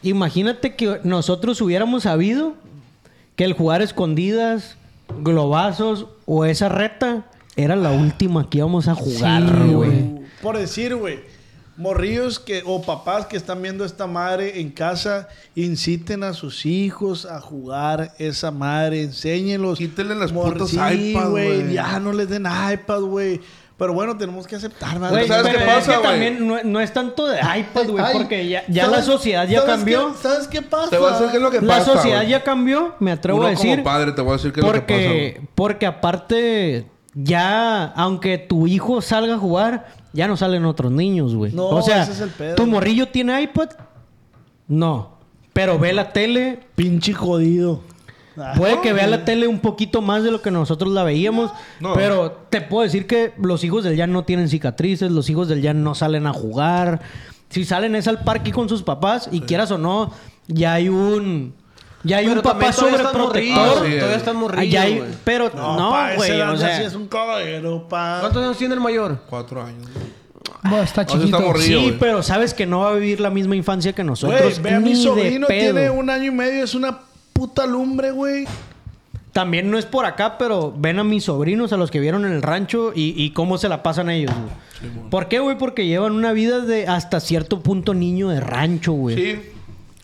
E: imagínate que nosotros hubiéramos sabido que el jugar escondidas, globazos o esa reta era la última que íbamos a jugar,
D: Sí,
E: Ah, güey.
C: Por decir, güey, morrillos que, o papás que están viendo esta madre en casa, inciten a sus hijos a jugar esa madre, enséñenlos.
G: Quítenle las
C: Mor-
G: putas
C: sí,
G: iPad, güey.
C: güey. Ya no les den iPad, güey. Pero bueno, tenemos que aceptar, madre.
E: Güey,
G: Ah, ¿sabes
E: pero
G: qué
E: es
G: pasa,
E: que
G: güey?
E: también no, no es tanto de iPad, Pues, güey,
C: Ay,
E: porque ya, ya
C: ¿sabes-
E: la sociedad ya
C: sabes
E: cambió.
C: qué- ¿Sabes qué pasa?
G: Te voy a decir qué es lo que
E: la
G: pasa.
E: sociedad
G: güey.
E: ya cambió, me atrevo
G: Uno
E: a decir.
G: como padre te voy a decir qué es lo que
E: porque,
G: pasa, güey.
E: porque aparte, ya, aunque tu hijo salga a jugar, ya no salen otros niños, güey.
C: No,
E: o sea,
C: ese es el pedo.
E: ¿tu morrillo tiene iPad? No. Pero ve la tele.
C: Pinche jodido.
E: Puede que vea la tele un poquito más de lo que nosotros la veíamos.
G: No.
E: Pero te puedo decir que los hijos del ya no tienen cicatrices, los hijos del ya no salen a jugar. Si salen es al parque con sus papás y quieras o no, ya hay un... Ya hay un papá sobreprotector.
G: morrillo, sí,
F: Todavía
G: güey.
F: están
E: Allá
F: morrillos,
E: hay-
F: güey.
E: pero no,
C: pa, esa
E: güey,
C: edad
E: o
C: ya
E: sea,
C: sí es un caballero, pa.
F: ¿Cuántos años tiene el mayor?
G: Cuatro años. güey.
D: Bueno, está
G: O sea, está
D: chiquito.
G: morrillo.
E: sí,
G: güey.
E: pero sabes que no va a vivir la misma infancia que
C: Güey,
E: nosotros.
C: ve a
E: ni
C: mi
E: de
C: sobrino,
E: pedo.
C: tiene un año y medio, es una puta lumbre, güey.
E: También no es por acá, pero ven a mis sobrinos, a los que vieron en el rancho y, y cómo se la pasan ellos. güey. ¿Por qué, güey? Porque llevan una vida de hasta cierto punto niño de rancho, güey.
G: Sí.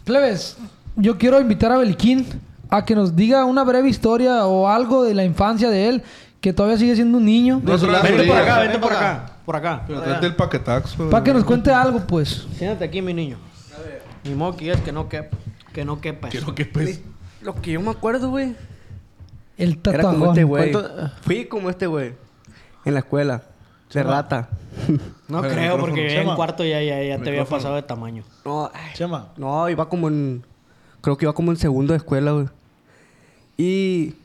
D: Plebes, yo quiero invitar a Belquín a que nos diga una breve historia o algo de la infancia de él, que todavía sigue siendo un niño.
G: No se la
E: Vente
G: abrí,
E: por acá,
G: güey.
E: vente por acá, por acá.
G: Pero trate el paquetaxo. güey.
D: Para que nos cuente algo, pues.
E: Siéntate aquí, mi niño. Ni modo que digas que no quepa. Que no quepa.
G: Quiero que pese.
K: Lo que yo me acuerdo, güey,
D: El
K: era como
D: tatuajón.
K: este güey.
F: ¿Cuánto-
K: Fui como este güey en la escuela de rata.
F: No
E: Pero el
F: creo,
E: micrófono.
F: porque ya en
E: Chema.
F: cuarto ya, ya, ya te había
E: Micrófono.
F: pasado de tamaño. No, ay.
C: Chema.
F: No, iba como en. Creo que iba como en segundo de escuela, güey. Y.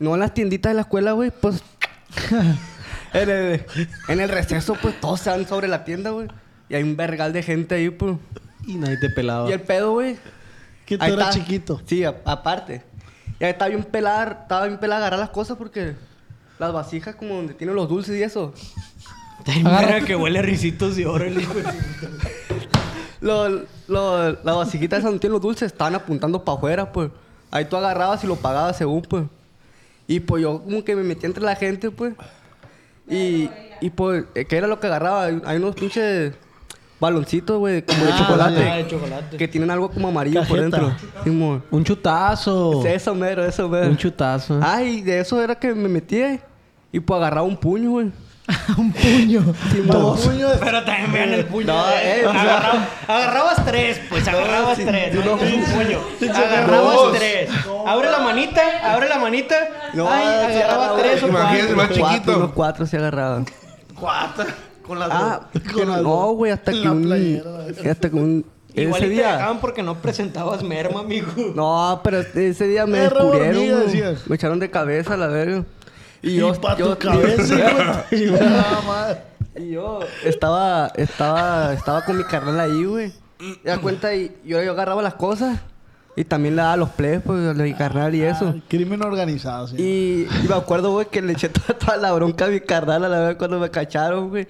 F: No, en las tienditas de la escuela, güey, pues. en, el, en el receso, pues todos se dan sobre la tienda, güey. Y hay un vergal de gente ahí, pues.
L: Y nadie te pelaba.
F: Y el pedo, güey.
C: Que Ah. tú
F: Ahí
C: eras
F: está.
C: chiquito.
F: Sí, a- aparte. Y ahí estaba bien pelada, estaba bien pelada agarrar las cosas porque las vasijas como donde tienen los dulces y eso.
E: Mira que huele a risitos de oro el hijo.
F: Lo, lo- las vasijitas esas donde tienen los dulces estaban apuntando para afuera, pues. Ahí tú agarrabas y lo pagabas según, pues. Y pues yo como que me metí entre la gente, pues. Y, y pues, eh, ¿qué era lo que agarraba? Hay hay unos pinches baloncitos, güey, como de chocolate.
E: Ah, ya, de chocolate.
F: Que tienen algo como amarillo por
E: Cajeta. Oh.
F: dentro. Simón.
L: Un chutazo.
F: Eso mero, eso mero.
L: Un chutazo.
E: Ah,
F: Ay, de eso era que me metía y pues agarraba un puño, güey.
D: Un puño.
C: Dos.
E: Pero también vean el puño.
F: No,
E: de-
F: eh, o sea-
E: Agarraba- agarrabas tres, pues agarrabas tres. No, es un puño. Agarrabas
G: Dos.
E: tres. Abre la manita, abre la manita.
F: No,
E: Ay,
F: sí,
E: agarraba
F: agarraba
E: tres o
G: Imagínense,
E: cuatro.
G: más
F: Cuatro, unos
G: chiquito.
F: cuatro se agarraban.
G: Cuatro. Con las
F: Ah,
C: Con
F: que
C: la-
F: no, güey, hasta
C: la
F: que un...
C: playera.
F: Hasta que un...
E: Igual
F: ese
E: y te
F: día...
E: dejaban porque no presentabas merma, amigo.
F: No, pero ese día me
C: Perro
F: descubrieron,
C: dormido,
F: güey.
C: decías.
F: Me echaron de cabeza, la verga. Y,
C: Y
F: yo...
C: pa'
F: yo-
C: tu cabeza, hijo de- Nada más.
F: Y yo estaba, estaba, estaba con mi carnal ahí, güey. Y da cuenta y yo, yo agarraba las cosas y también le daba los plebes, pues, a mi carnal y eso.
C: Ah, Crimen organizado, sí.
F: Y, y me acuerdo, güey, que le eché toda, toda la bronca a mi carnal a la vez cuando me cacharon, güey.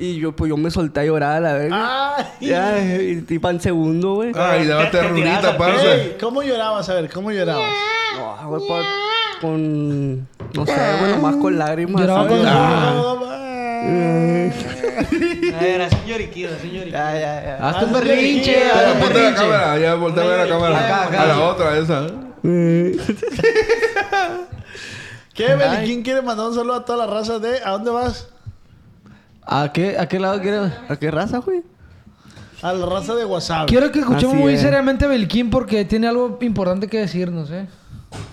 F: Y yo, pues, yo me solté a llorar a la vez. Ya, y, y pa' en segundo, güey.
G: Ay,
E: Te- te tirabas
G: daba ternurita,
E: al
G: parce.
C: Ey, ¿Cómo llorabas? A ver, ¿cómo llorabas?
F: No, güey, pa- con... No sé, güey, nomás con lágrimas.
D: Lloraba
C: Ah.
F: ¿sabes?
D: con
E: A ver, así lloriquito, así lloriquito.
F: Ya, ya, ya.
L: Hazte un
C: Hazte
L: berrinche.
C: berrinche.
L: hazte
G: Ya,
L: un
G: ponte
L: berrinche.
G: la cámara. Ya, voltea a ver la
E: Acá,
G: cámara.
E: acá.
G: A la otra, esa.
C: ¿Qué, Beliquín quiere mandar un saludo a toda la raza de... ¿A dónde vas?
L: ¿A qué, ¿A qué lado quieres?
F: ¿A qué raza, güey?
C: A la raza de WhatsApp.
D: Quiero que escuchemos
F: Así
D: muy
F: es.
D: seriamente a Belkin porque tiene algo importante que decirnos, ¿eh?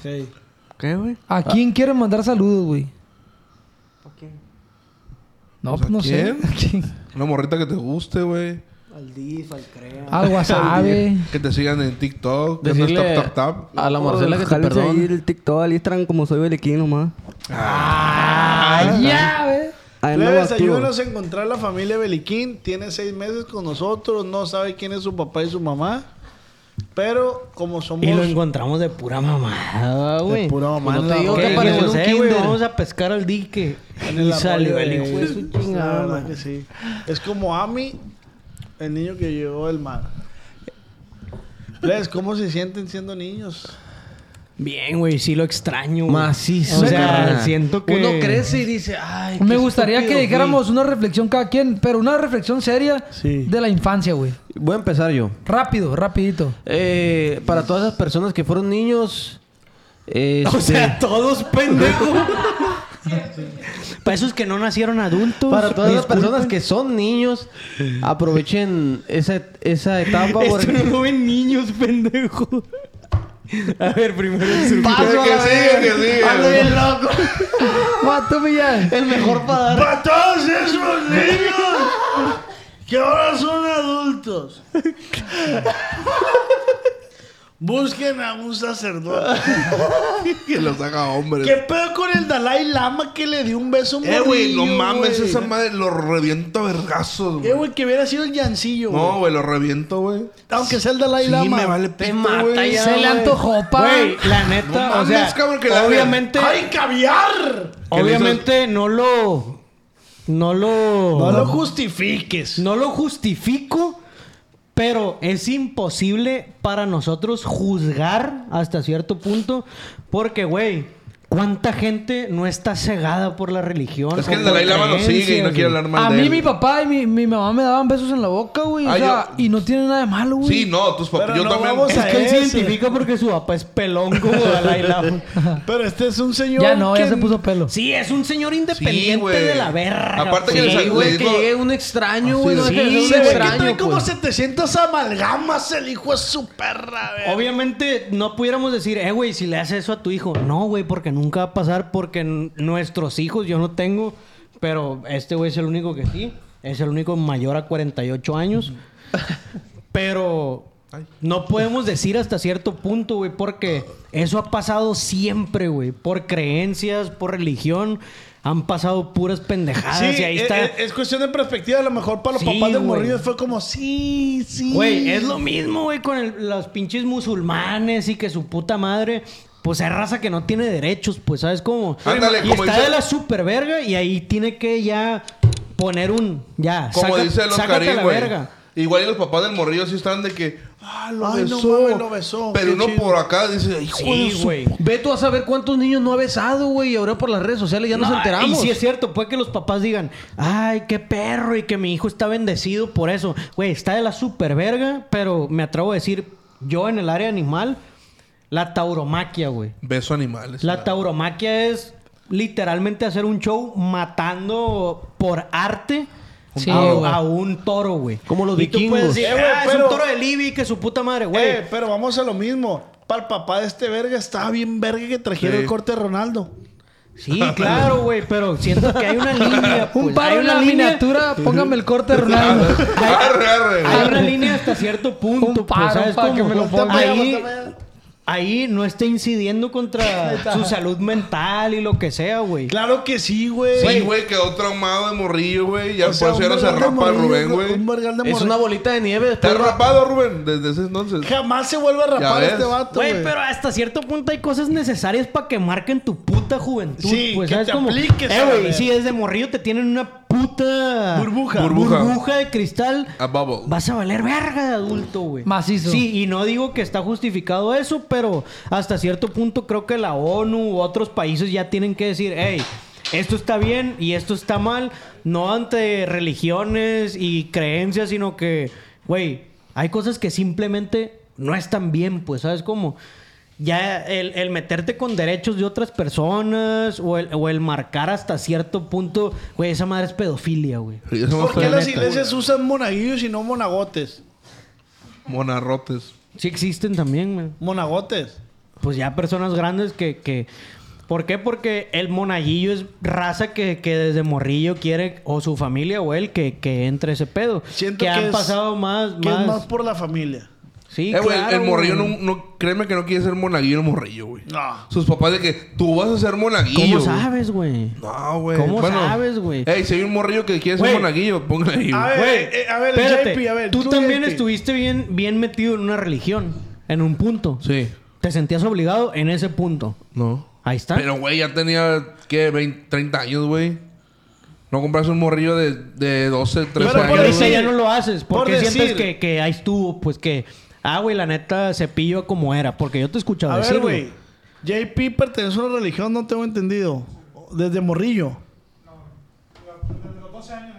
C: Sí.
F: ¿Qué, güey?
D: ¿A quién quieren mandar saludos, güey? No, pues no sé.
G: quién? Una morrita que te guste, güey.
E: Al DIF, al CREA.
D: Al WhatsApp. güey.
G: Que te sigan en TikTok. Que no es
L: Decirle
G: tap, tap, tap.
L: a la Marcela que te
F: Jálense ahí
L: perdone.
F: el TikTok, al Instagram, como soy Beliquín nomás.
D: Ah, ya, güey.
F: Ahí andamos
C: Plebes,
F: activos.
C: ayúdenos a encontrar la familia Beliquín. Tiene seis meses con nosotros. No sabe quién es su papá y su mamá. Pero como somos...
E: Y lo encontramos de pura mamada, güey.
C: De pura mamada.
E: No te digo
C: Ok,
E: que
C: dijimos,
E: apareció un
L: "Eh, güey,
E: kinder.
L: vamos
E: Vamos a pescar al dique.
C: en
E: Y
C: el
E: salió
C: arroyo
E: el
C: de-
E: hijo de su
C: La
E: chingada.
C: verdad que sí. Es como Ami, el niño que llegó del mar. Plebes, ¿cómo se sienten siendo niños?
E: Bien, güey. Sí lo extraño, güey.
L: Macizo,
E: O sea,
L: carnal.
E: siento que...
F: Uno crece y dice, ay,
D: Me
F: qué
D: gustaría que
F: estúpido,
D: dijéramos una reflexión cada quien, pero una reflexión seria
C: Sí.
D: de la infancia, güey.
L: Voy a empezar yo.
D: Rápido, rapidito.
L: Eh, para todas esas personas que fueron niños.
E: O
F: Eh,
L: este,
E: sea, todos pendejos. Para esos que no nacieron adultos.
L: para todas las
E: disculpen.
L: personas que son niños, aprovechen esa, esa etapa.
E: Esto
L: porque-
E: no lo ven niños, pendejo. A ver, primero el sur-
G: Que que sigue, que sigue.
L: loco.
D: Mato, Millán.
L: El mejor para dar.
C: ¡Para todos esos niños que ahora son adultos! Busquen a un sacerdote.
G: Que lo saca hombre.
C: ¿Qué pedo con el Dalai Lama que le dio un beso
G: Eh, güey, no mames,
C: güey?
G: esa madre lo reviento a vergazos,
C: Eh,
G: güey.
C: güey, que hubiera sido el Yancillo, güey.
G: No, güey, lo reviento, güey.
C: Aunque sea el Dalai
G: Sí,
C: Lama.
G: me vale
E: Te
G: pito,
E: mata
G: güey.
E: ya,
D: Se le
E: güey.
D: antojó, pa.
E: Güey, la neta,
G: No
E: o sea,
G: mames, cabrón, que la-
E: obviamente,
C: ¡Ay, caviar!
G: Que le
E: obviamente no lo, Oh, no lo,
C: No lo justifiques.
E: no lo justifico, pero es imposible para nosotros juzgar hasta cierto punto, porque, güey, cuánta gente no está cegada por la religión.
G: Es que
E: o
G: el
E: por
G: Dalai Lama lo
E: creencias,
G: sigue y no quiere hablar mal
D: A
G: de
D: mí
G: él.
D: mi papá y mi, mi mamá me daban besos en la boca, güey. O
G: Ah,
D: sea,
G: yo-
D: y no tiene nada de malo, güey.
G: Sí, no, tus papás.
C: Pero
G: Yo
C: no
G: también.
C: vamos
E: güey. Es
C: a
E: que él se
C: ese.
E: identifica porque su papá es pelón como Dalai Lama.
C: Pero este es un señor.
D: Ya no, ya
C: que-
D: se puso pelo.
E: Sí, es un señor
G: Sí,
E: independiente
G: güey.
E: de la verga.
G: Aparte que
E: güey.
G: le
L: Sí,
G: sacó-
L: güey,
G: le
L: que
G: dijo-
L: llegue un extraño, güey. no
E: sí,
L: deja de ser
E: sí,
L: un
C: Se ve que
L: extraño,
C: trae como
L: pues.
C: 700 amalgamas el hijo de su perra, güey.
E: Obviamente no pudiéramos decir, eh, güey, si le haces eso a tu hijo. No, güey, porque nunca va a pasar porque n- nuestros hijos, yo no tengo, pero este güey es el único que sí. Es el único mayor a 48 años. Pero no podemos decir hasta cierto punto, güey, porque eso ha pasado siempre, güey. Por creencias, por religión, han pasado puras pendejadas.
C: Sí, e-
E: y Ah, ahí
C: es-
E: está.
C: Es, es cuestión de perspectiva. A lo mejor para los
E: Sí,
C: papás del
E: güey.
C: morrillo fue como, sí, sí.
E: Güey, es lo mismo, güey, con el- los pinches musulmanes y que su puta madre. Pues es raza que no tiene derechos, pues, ¿sabes cómo?
G: Ándale,
E: y
G: como
E: está
G: dice-
E: de la super verga y ahí tiene que ya poner un. Ya,
G: Como
E: saca-
G: dice el
E: sácate a
G: Oscarín,
E: la
G: güey.
E: verga.
G: Igual y los papás del morrillo sí están de que...
C: Ah, lo
G: Ay, no
C: besó.
G: mames, lo
C: besó.
G: Pero uno por acá dice... Hijo de
E: Sí,
G: su
E: güey.
F: Ve tú a saber cuántos niños no ha besado, güey. y Ahora por las redes sociales ya nos
E: No,
F: enteramos.
E: Y sí es cierto, puede que los papás digan, ay, qué perro y que mi hijo está bendecido por eso. Güey, está de la super verga, pero me atrevo a decir, yo en el área animal, la tauromaquia, güey.
G: Beso animales.
E: La tauromaquia es literalmente hacer un show matando por arte.
D: Sí,
E: a,
D: güey.
E: a un toro, güey.
F: Como los
E: Y tú
F: vikingos.
E: puedes decir,
C: Eh, güey,
E: "Ah, es
C: pero-
E: un toro de Libby, que su puta madre, güey.
C: Eh, pero vamos a lo mismo. Para el papá de este verga estaba bien verga que trajera
G: Sí.
C: el corte de Ronaldo.
E: Sí, claro, güey, pero siento que hay una línea.
D: Un
E: pues,
D: paro
E: hay
D: en
E: una
D: la
E: línea-
D: miniatura, póngame el corte, Ronaldo.
G: Arre, arre.
E: Hay una línea hasta cierto punto.
D: Un
E: pues,
D: paro
E: ¿sabes
D: para
E: cómo?
D: que me lo
E: Ahí-
D: ponga.
E: Ahí, ahí no está incidiendo contra su salud mental y lo que sea, güey.
C: Claro que sí, güey.
G: Sí, güey, quedó traumado de morrillo, güey. Ya
C: O sea,
G: por eso ya
C: un
G: no se
C: vergal de
G: rapa
C: morrillo,
G: Rubén, güey.
C: Un vergal de
F: Es una
C: morrillo.
F: bolita de nieve.
G: ¿Está
F: después-
G: rapado, Rubén? Desde ese entonces.
C: Jamás se vuelve a rapar
G: ves.
C: este vato,
E: Güey,
C: güey.
E: pero hasta cierto punto hay cosas necesarias para que marquen tu puta juventud.
C: Sí,
E: pues,
C: que
E: ¿sabes
C: te
E: cómo?
C: apliques a
E: Eh,
C: la
E: güey,
C: verga.
E: si desde morrillo te tienen una puta...
C: Burbuja.
G: Burbuja.
E: burbuja de cristal.
G: A bubble.
E: Vas a valer verga de adulto, güey.
D: Macizo.
E: Sí, y no digo que está justificado eso, pero hasta cierto punto creo que la ONU u otros países ya tienen que decir, hey, esto está bien y esto está mal, no ante religiones y creencias, sino que, güey, hay cosas que simplemente no están bien, pues, ¿sabes cómo? Ya el, el meterte con derechos de otras personas o el, o el marcar hasta cierto punto, güey, esa madre es pedofilia, güey.
G: Y eso no
C: ¿Por
G: fue
C: qué las
G: neta.
C: iglesias usan monaguillos y no monagotes?
G: Monarrotes.
E: Sí existen también, güey.
C: Monagotes.
E: pues ya personas grandes que, que... ¿Por qué? Porque el monaguillo es raza que, que desde morrillo quiere, o su familia o él, que, que entre ese pedo.
C: Siento
E: que,
C: que
E: han
C: es-
E: pasado más...
C: Que es
E: más...
C: más por la familia.
E: Sí,
G: eh, güey, el-
E: claro,
G: el morrillo no,
E: güey.
G: no- Créeme que no quiere ser monaguillo el morrillo, güey.
C: No.
G: Sus papás de que tú vas a ser monaguillo.
E: ¿Cómo
G: güey.
E: sabes, güey?
G: No, güey.
E: ¿Cómo sabes, güey?
G: Ey, si hay un morrillo que quiere ser
E: Güey.
G: monaguillo, póngale ahí.
C: A
G: güey.
C: ver,
E: Güey,
C: eh, a ver,
E: espérate,
C: JP, a ver.
E: Tú, también
C: JP.
E: estuviste bien, bien metido en una religión, en un punto.
G: Sí.
E: Te sentías obligado en ese punto.
G: No.
E: Ahí está.
G: Pero, güey, ya tenía, ¿qué? 20, 30 años, güey. No compras un morrillo de, de 12, 13
C: Pero
E: Porque
C: por
G: años.
E: ahorita
C: decir-
E: ya no lo haces. Porque
C: por
E: sientes
C: decir-
E: que, que ahí estuvo, pues que. Ah, güey, la neta cepillo como era. Porque yo te he escuchado
C: A ver,
E: decirlo.
C: güey. JP pertenece a una religión, no tengo entendido. Desde morrillo. No. Desde los 12 años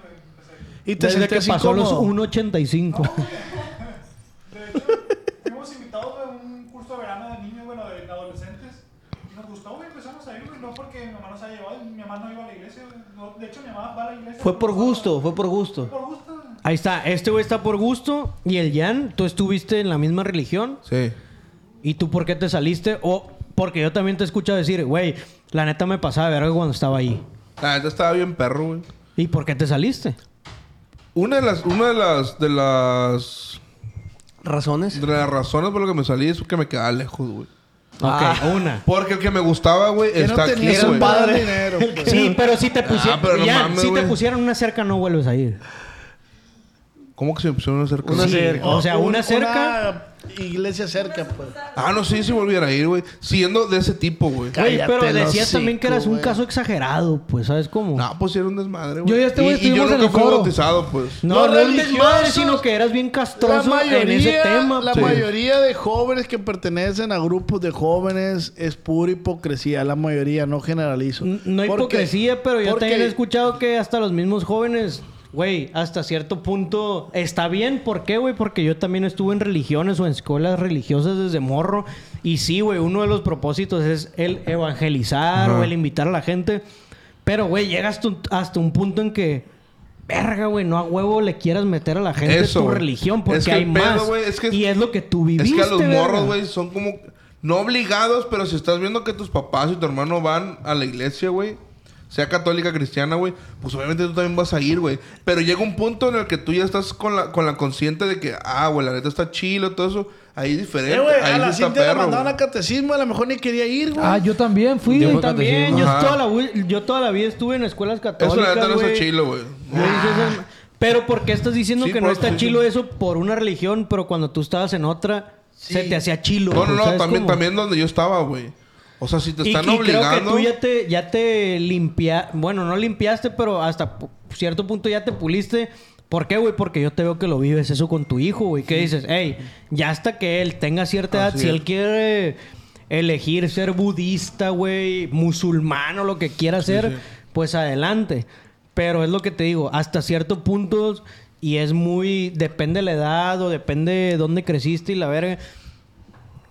C: Y te
E: Desde
C: sentías
E: que pasó los
C: incómodo.
E: 1.85.
M: Fuimos invitados a un curso de verano de niños, bueno, de adolescentes. Y nos gustó, güey, empezamos a ir, güey, no porque mi mamá nos haya llevado, mi mamá no iba a la iglesia. güey, no, de hecho, mi mamá va a la iglesia.
F: Fue por gusto, fue por gusto.
M: Por gusto.
E: Ahí está. Este güey está por gusto. Y el Jan, tú estuviste en la misma religión.
G: Sí.
E: ¿Y tú por qué te saliste? O porque yo también te he escuchado decir, güey, la neta me pasaba de verga cuando estaba ahí.
G: La neta estaba bien perro, güey.
E: ¿Y por qué te saliste?
G: Una de las, una de las, de las,
F: ¿Razones?
G: de las razones por lo que me salí es que me quedaba lejos, güey.
E: Ok,
C: Ah.
E: una.
G: Porque el que me gustaba, güey,
C: Que no
G: está aquí,
C: tenías un
G: güey.
C: padre dinero. pues.
E: Sí, pero si te pusieron.
G: pero no
E: Jan,
G: mames,
E: si te
G: güey.
E: pusieron una cerca, no vuelves a ir.
G: ¿Cómo que se me pusieron a cerca?
F: Una
G: Sí.
F: cerca.
E: O sea, una cerca.
C: Una iglesia cerca, pues.
G: Ah, no, sí, si volviera a ir, güey. Siendo de ese tipo, güey.
E: Güey, pero
J: Cállate el
E: decías también que eras
J: hocico,
E: un
J: güey.
E: caso exagerado, pues, ¿sabes cómo?
G: No, pues era un desmadre, güey.
D: Yo y este güey
G: Y- y yo
D: estuvimos en
G: nunca
D: el
G: fui
D: coro.
G: bautizado, pues.
E: No,
C: Los
E: no es desmadre,
C: religiosos,
E: sino que eras bien
C: La
E: castroso
C: mayoría,
E: en ese tema.
C: la
E: pues.
C: mayoría de jóvenes que pertenecen a grupos de jóvenes es pura hipocresía. La mayoría, no generalizo.
E: N- No hay
C: Porque-
E: hipocresía, pero yo
C: porque-
E: también he escuchado que hasta los mismos jóvenes, güey, hasta cierto punto está bien. ¿Por qué, güey? Porque yo también estuve en religiones o en escuelas religiosas desde morro. Y sí, güey, uno de los propósitos es el evangelizar
G: Ajá.
E: o el invitar a la gente. Pero, güey, llegas tu- hasta un punto en que, verga, güey, no a huevo le quieras meter a la gente
G: Eso,
E: tu
G: güey.
E: religión porque
G: Es que
E: hay
G: el pedo,
E: más.
G: güey, es que-
E: y es lo que tú viviste.
G: Es que a los
E: verga.
G: morros, güey, son como... No obligados, pero si estás viendo que tus papás y tu hermano van a la iglesia, güey... sea católica, cristiana, güey, pues obviamente tú también vas a ir, güey. Pero llega un punto en el que tú ya estás con la, con la consciente de que, ah, güey, la neta está chilo, todo eso. Ahí es diferente.
C: Eh, güey,
G: ahí
C: a
G: sí
C: la
G: está
C: Cintia la
G: perro,
C: mandaban
G: güey.
C: a catecismo, a lo mejor ni quería ir, güey.
D: Ah, yo también fui.
G: Yo fui
E: También, yo
G: Ajá.
E: toda, la, wi- yo toda la vida estuve en escuelas católicas.
G: Eso la neta no está
E: güey.
G: chilo, güey.
E: Yo hice esas- Pero ¿por qué estás diciendo
G: Ah. Sí,
E: que no
G: por-
E: está
G: sí,
E: chilo eso por una religión, pero cuando tú estabas en otra, se te hacía chilo?
G: No, no,
E: pues,
G: no,
E: ¿sabes
G: también,
E: cómo?
G: también donde yo estaba, güey. O sea, si te
E: Y-
G: están
E: y,
G: obligando.
E: creo que tú ya te, ya te limpia... Bueno, no limpiaste, pero hasta pu- cierto punto ya te puliste. ¿Por qué, güey? Porque yo te veo que lo vives eso con tu hijo, güey. Que dices, hey, ya hasta que él tenga cierta edad,
G: Así
E: si
G: es.
E: él quiere elegir ser budista, güey, musulmán o lo que quiera ser, pues adelante. Pero es lo que te digo, hasta cierto punto y es muy... Depende la edad o depende de dónde creciste y la verga.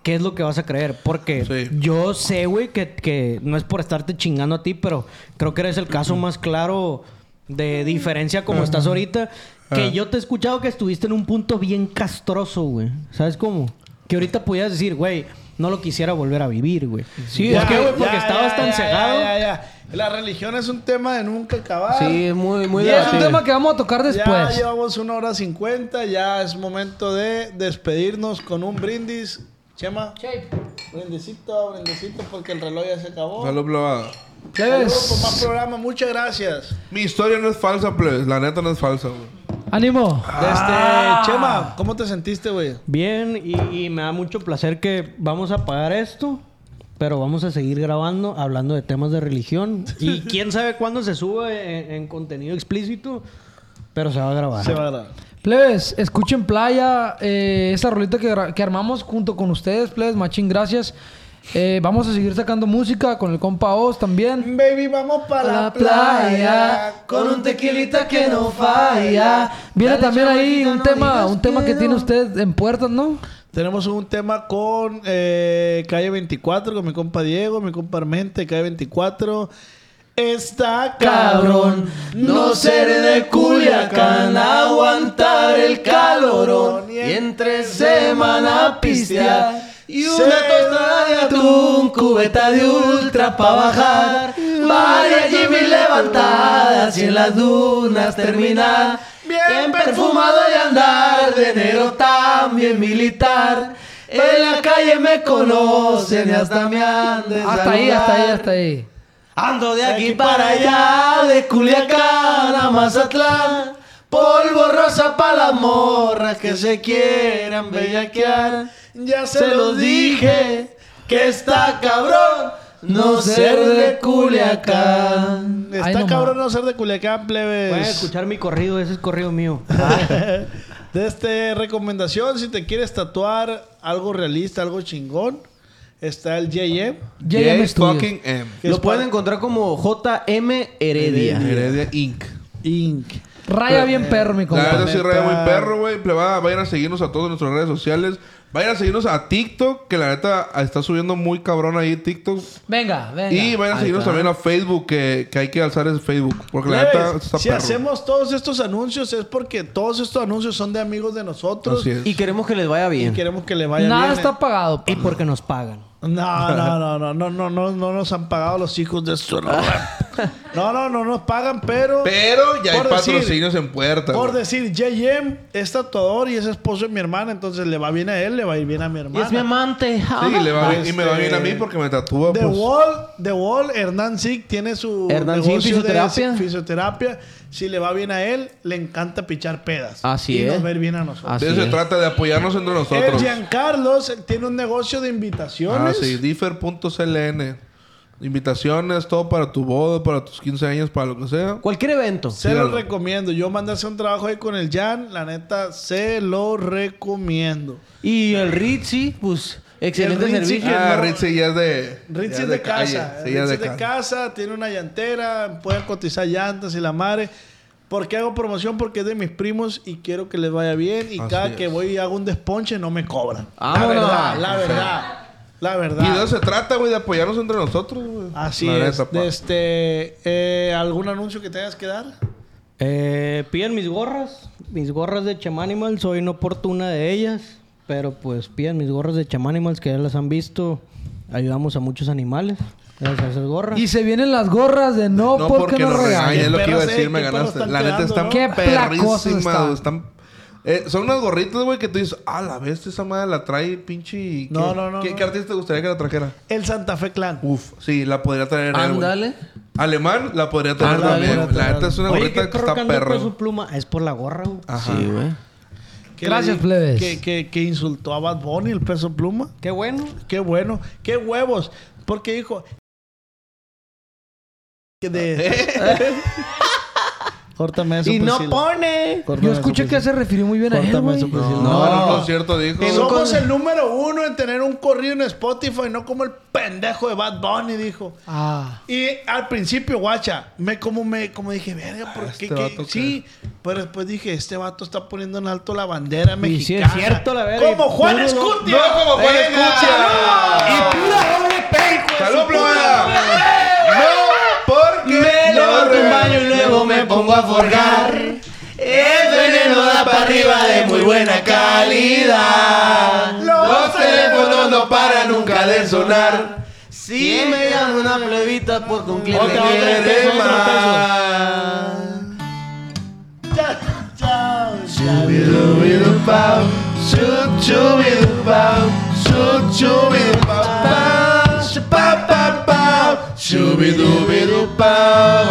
E: ¿Qué es lo que vas a creer? Porque yo sé, güey, que, que no es por estarte chingando a ti, pero creo que eres el caso más claro de diferencia como estás ahorita. Que
G: Ajá.
E: yo te he escuchado que estuviste en un punto bien castroso, güey. ¿Sabes cómo? Que ahorita pudieras decir, güey, no lo quisiera volver a vivir, güey. Sí, ¿Por qué, güey? Porque
C: ya,
E: estabas
C: ya,
E: tan
C: ya,
E: cegado.
C: ya, ya, ya. La religión es un tema de nunca acabar.
F: Sí, es muy, muy
C: Ya.
D: Es un
F: debatible.
D: tema que vamos a tocar
C: Ya
D: después.
C: llevamos una hora cincuenta. Ya es momento de despedirnos con un brindis. Chema. Brindisito, brindisito, porque el reloj ya se acabó.
G: Salud, plebada.
C: Saludos por más programa. Muchas gracias.
G: Mi historia no es falsa, plebes. La neta no es falsa, güey.
D: Ánimo. Ah.
C: Este, Chema, ¿cómo te sentiste, güey?
E: Bien, y, y me da mucho placer que vamos a pagar esto, pero vamos a seguir grabando, hablando de temas de religión. Y quién sabe cuándo se suba en, en contenido explícito, pero se va a grabar.
C: Se va a grabar.
D: Plebes, escuchen Playa, eh, esta rolita que, gra- que armamos junto con ustedes, plebes, machín, gracias. Eh, vamos a seguir sacando música con el compa Oz también.
C: Baby, vamos para
D: la playa,
B: con un tequilita que no
D: falla. Viene también ahí un tema, un tema que
C: no.
D: tiene usted en puertas, ¿no?
C: Tenemos un tema con eh, Calle 24, con mi compa Diego, mi compa Armente, Calle 24. Está cabrón
B: No seré de Culiacán, aguantar el calorón y entre semana pistear. Y una tostada de atún, cubeta de ultra pa' bajar. Varias Jimmy levantadas y en las dunas terminar. Bien perfumado y andar, de enero también militar. En la calle me conocen y hasta me han de
D: Hasta ahí,
B: saludar.
D: hasta ahí, hasta ahí.
B: Ando de aquí para allá, de Culiacán a Mazatlán. Polvo rosa pa' las morras que se quieran bellaquear.
C: Ya
B: se los dije que está cabrón no ser de Culiacán.
C: Está cabrón no ser de Culiacán, plebes.
E: Pueden escuchar mi corrido, ese es corrido mío.
C: De este recomendación, si te quieres tatuar algo realista, algo chingón, está el JM.
G: J fucking M.
C: que es
F: Lo pueden
C: para-
F: encontrar como JM Heredia.
G: Heredia Inc.
C: Inc.
D: Raya bien perro, mi
G: La
D: compa.
G: neta sí raya
C: neta.
G: muy perro, güey. Plebada, vayan a seguirnos a todas nuestras redes sociales. Vayan a seguirnos a TikTok, que la neta está subiendo muy cabrón ahí TikTok.
D: Venga, venga.
G: Y vayan a
D: Ahí
G: seguirnos
D: está.
G: también a Facebook, que, que hay que alzar ese Facebook. Porque la
C: Plebes,
G: neta está
C: si
G: perro.
C: hacemos todos estos anuncios es porque todos estos anuncios son de amigos de nosotros
G: Así es.
F: Y queremos que les vaya
C: y
F: bien.
C: queremos que le vaya
D: Nada
C: bien. ¿eh?
D: está pagado. pa.
E: y porque nos pagan.
C: No, no, no, no, no, no, no, no nos han pagado los hijos de
G: Ah.
C: esto. No, no, no, no nos pagan, pero
G: Pero ya hay
C: Por decir-
G: patrocinios en puerta.
C: por
G: güey.
C: decir, JM es tatuador y es esposo de mi hermana, entonces le va bien a él, le va a ir bien a mi hermana.
F: es mi amante.
G: Sí, le va bien- y me va
C: Este-
G: bien a mí porque me tatúa.
C: The
G: pues.
C: Wall, The Wall, Hernán Zig tiene su
F: Hernán Zig,
C: negocio de
F: fisioterapia.
C: fisioterapia. Si le va bien a él, le encanta pichar pedas.
F: Así
C: y
F: es.
C: nos ver bien a nosotros.
G: De eso se trata, de apoyarnos entre
C: El
G: nosotros.
C: Giancarlos tiene un negocio de
G: Ah,
C: invitaciones.
G: sí, differ.cln. Invitaciones, todo para tu boda, para tus 15 años, para lo que sea.
F: Cualquier evento.
C: Se lo
G: Síganlo.
C: recomiendo. Yo mandé a hacer un trabajo ahí con el Jan. La neta, se lo recomiendo.
F: Y el Ritzy, pues, excelente
C: Y el Ritzy,
F: servicio.
C: que-
G: Ah,
C: no.
G: Ritzy ya es de.
C: Ritz
G: ya
C: es de casa.
G: calle. Sí,
C: Ritz
G: ya
C: es
G: es
C: de casa. tiene una llantera, pueden cotizar llantas y la madre. ¿Por qué hago promoción? Porque es de mis primos y quiero que les vaya bien. Y
G: Así
C: cada
G: es.
C: que voy y hago un desponche, no me cobran. La
F: Vámonos.
C: verdad, la verdad. La
G: Y de
C: verdad.
G: eso se trata, güey, de apoyarnos entre nosotros, güey.
C: Así
G: La
C: es.
G: neta, pa.
C: Este, eh, ¿Algún anuncio que tengas que dar?
E: Eh, piden mis gorras, mis gorras de Chamanimal, soy inoportuna de ellas, pero pues piden mis gorras de Chamanimal que ya las han visto, ayudamos a muchos animales.
D: Y se vienen las gorras de no,
G: No
D: porque, nos regañen.
G: Es lo que iba a decir, me ganaste. La neta están
D: Qué placos
G: perrísimas,
D: están.
G: güey, están- eh, son unas gorritas, güey, que tú dices, ah, la bestia, esa madre la trae pinche.
C: No,
G: ¿qué-
C: no, no,
G: ¿Qué,
C: no.
G: qué artista te gustaría que la trajera?
C: El Santa Fe Clan.
G: Uf, sí, la podría traer. él, güey.
F: Ándale.
G: Alemán la podría traer
F: Ándale.
G: también. güey. La neta es una
E: Oye,
G: gorrita
E: yo
G: que
E: creo
G: está Ah.
E: ando con
G: perro.
E: su pluma es por la gorra, güey.
G: Ajá.
F: Sí, güey.
C: Que
D: Gracias,
C: le-
D: plebes.
C: Que, que- que insultó a Bad Bunny, el peso pluma.
E: Qué bueno.
C: Qué bueno. Qué huevos. Porque dijo... Que de... Córtame eso,
K: Y no
C: Priscila.
K: pone.
D: Yo escuché que se refirió muy bien a él,
C: Córtame
D: güey.
C: eso, Priscila.
G: No, en un concierto dijo.
C: Somos el número uno en tener un corrido en Spotify, no como el pendejo de Bad Bunny, dijo.
D: Ah.
C: Y al principio, guacha, me como me como dije, verga, ¿por qué?
G: este
C: qué-
G: vato que-
C: sí, pero después dije, este vato está poniendo en alto la bandera mexicana.
E: sí, es cierto, la verga.
C: Como Juan
E: Puro, ¿no?
C: Escutia.
G: No como Juan
C: Venga.
G: Escucha.
C: Y pura doble P, hijo de
G: ¡Salud,
C: su puta
G: pluma!
C: madre.
G: No, porque
K: Me
G: no
K: levanto un
G: regaño.
K: baño y luego me pongo a forjar. El veneno da para arriba de muy buena calidad.
G: Los teléfonos no paran nunca de sonar.
K: Si me dan una plebita por cumplir
G: Otra, otra, de más.
C: Chao, chao, chao.
G: Chubidubidupau, chu- chubidupau, chu- chubidupau, pau, chu- pau, pau, pau, chubidubidupau.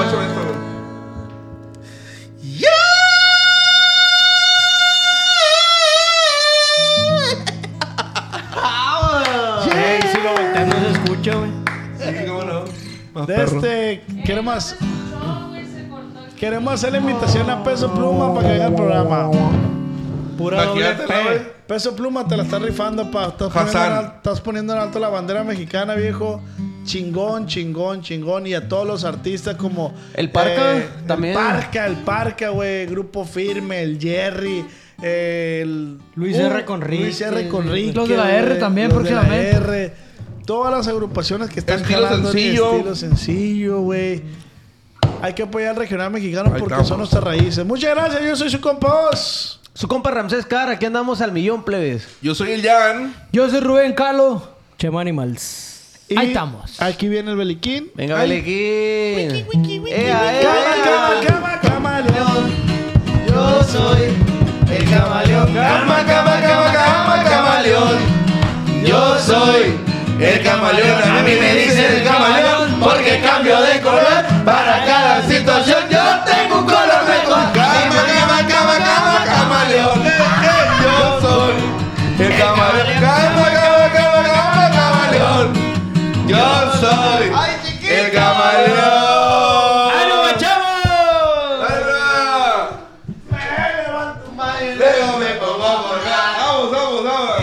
C: Ey, sí lo volteé.
E: No se escucha, güey.
G: Ah,
C: De este, queremos, queremos hacer la invitación a Peso Pluma para que venga al programa. Pura doble
G: Imagínatela,
C: P.
G: güey.
C: Peso Pluma te la está rifando, pa. Estás poniendo, en
G: Hassan.
C: al- estás poniendo en alto la bandera mexicana, viejo. Chingón, chingón, chingón. Y a todos los artistas como... eh,
F: El Parca, también.
C: El Parca, el Parca, güey. Grupo Firme, el Jerry, el... Uh,
E: Luis R. Conrique.
C: Luis R. Conrique.
D: Los de la R
C: güey.
D: también
C: Los de la
D: próximamente.
C: R. Todas las agrupaciones que están
G: Estilo
C: jalando el
G: sencillo.
C: estilo sencillo, güey. Hay que apoyar al regional mexicano
G: Ahí
C: porque
G: estamos.
C: son nuestras raíces. Muchas gracias, yo soy su compás.
F: Su compa Ramsés Cara, aquí andamos al millón, plebes.
G: Yo soy el Jan.
D: Yo soy Rubén Calo.
E: Chema Animals.
C: Y
D: Ahí estamos.
C: Aquí viene el Beliquín.
F: Venga,
C: Ay,
F: Belequín. ¡Ea,
C: Cama, cama,
F: ea!
C: cama, camaleón.
K: Yo soy el camaleón.
G: Cama, cama, cama, cama, camaleón. Yo soy el camaleón. A mí me dicen el camaleón porque cambio de color para cada situación. Yo tengo un color mejor. Cama, cama, cama, cama, camaleón. Yo soy el camaleón. Cama, cama, cama, cama, camaleón. Yo soy el camaleón. ¡Ánimo, chavos!
M: Me levanto un baño.
G: Luego me pongo a borrar. Vamos, vamos, vamos.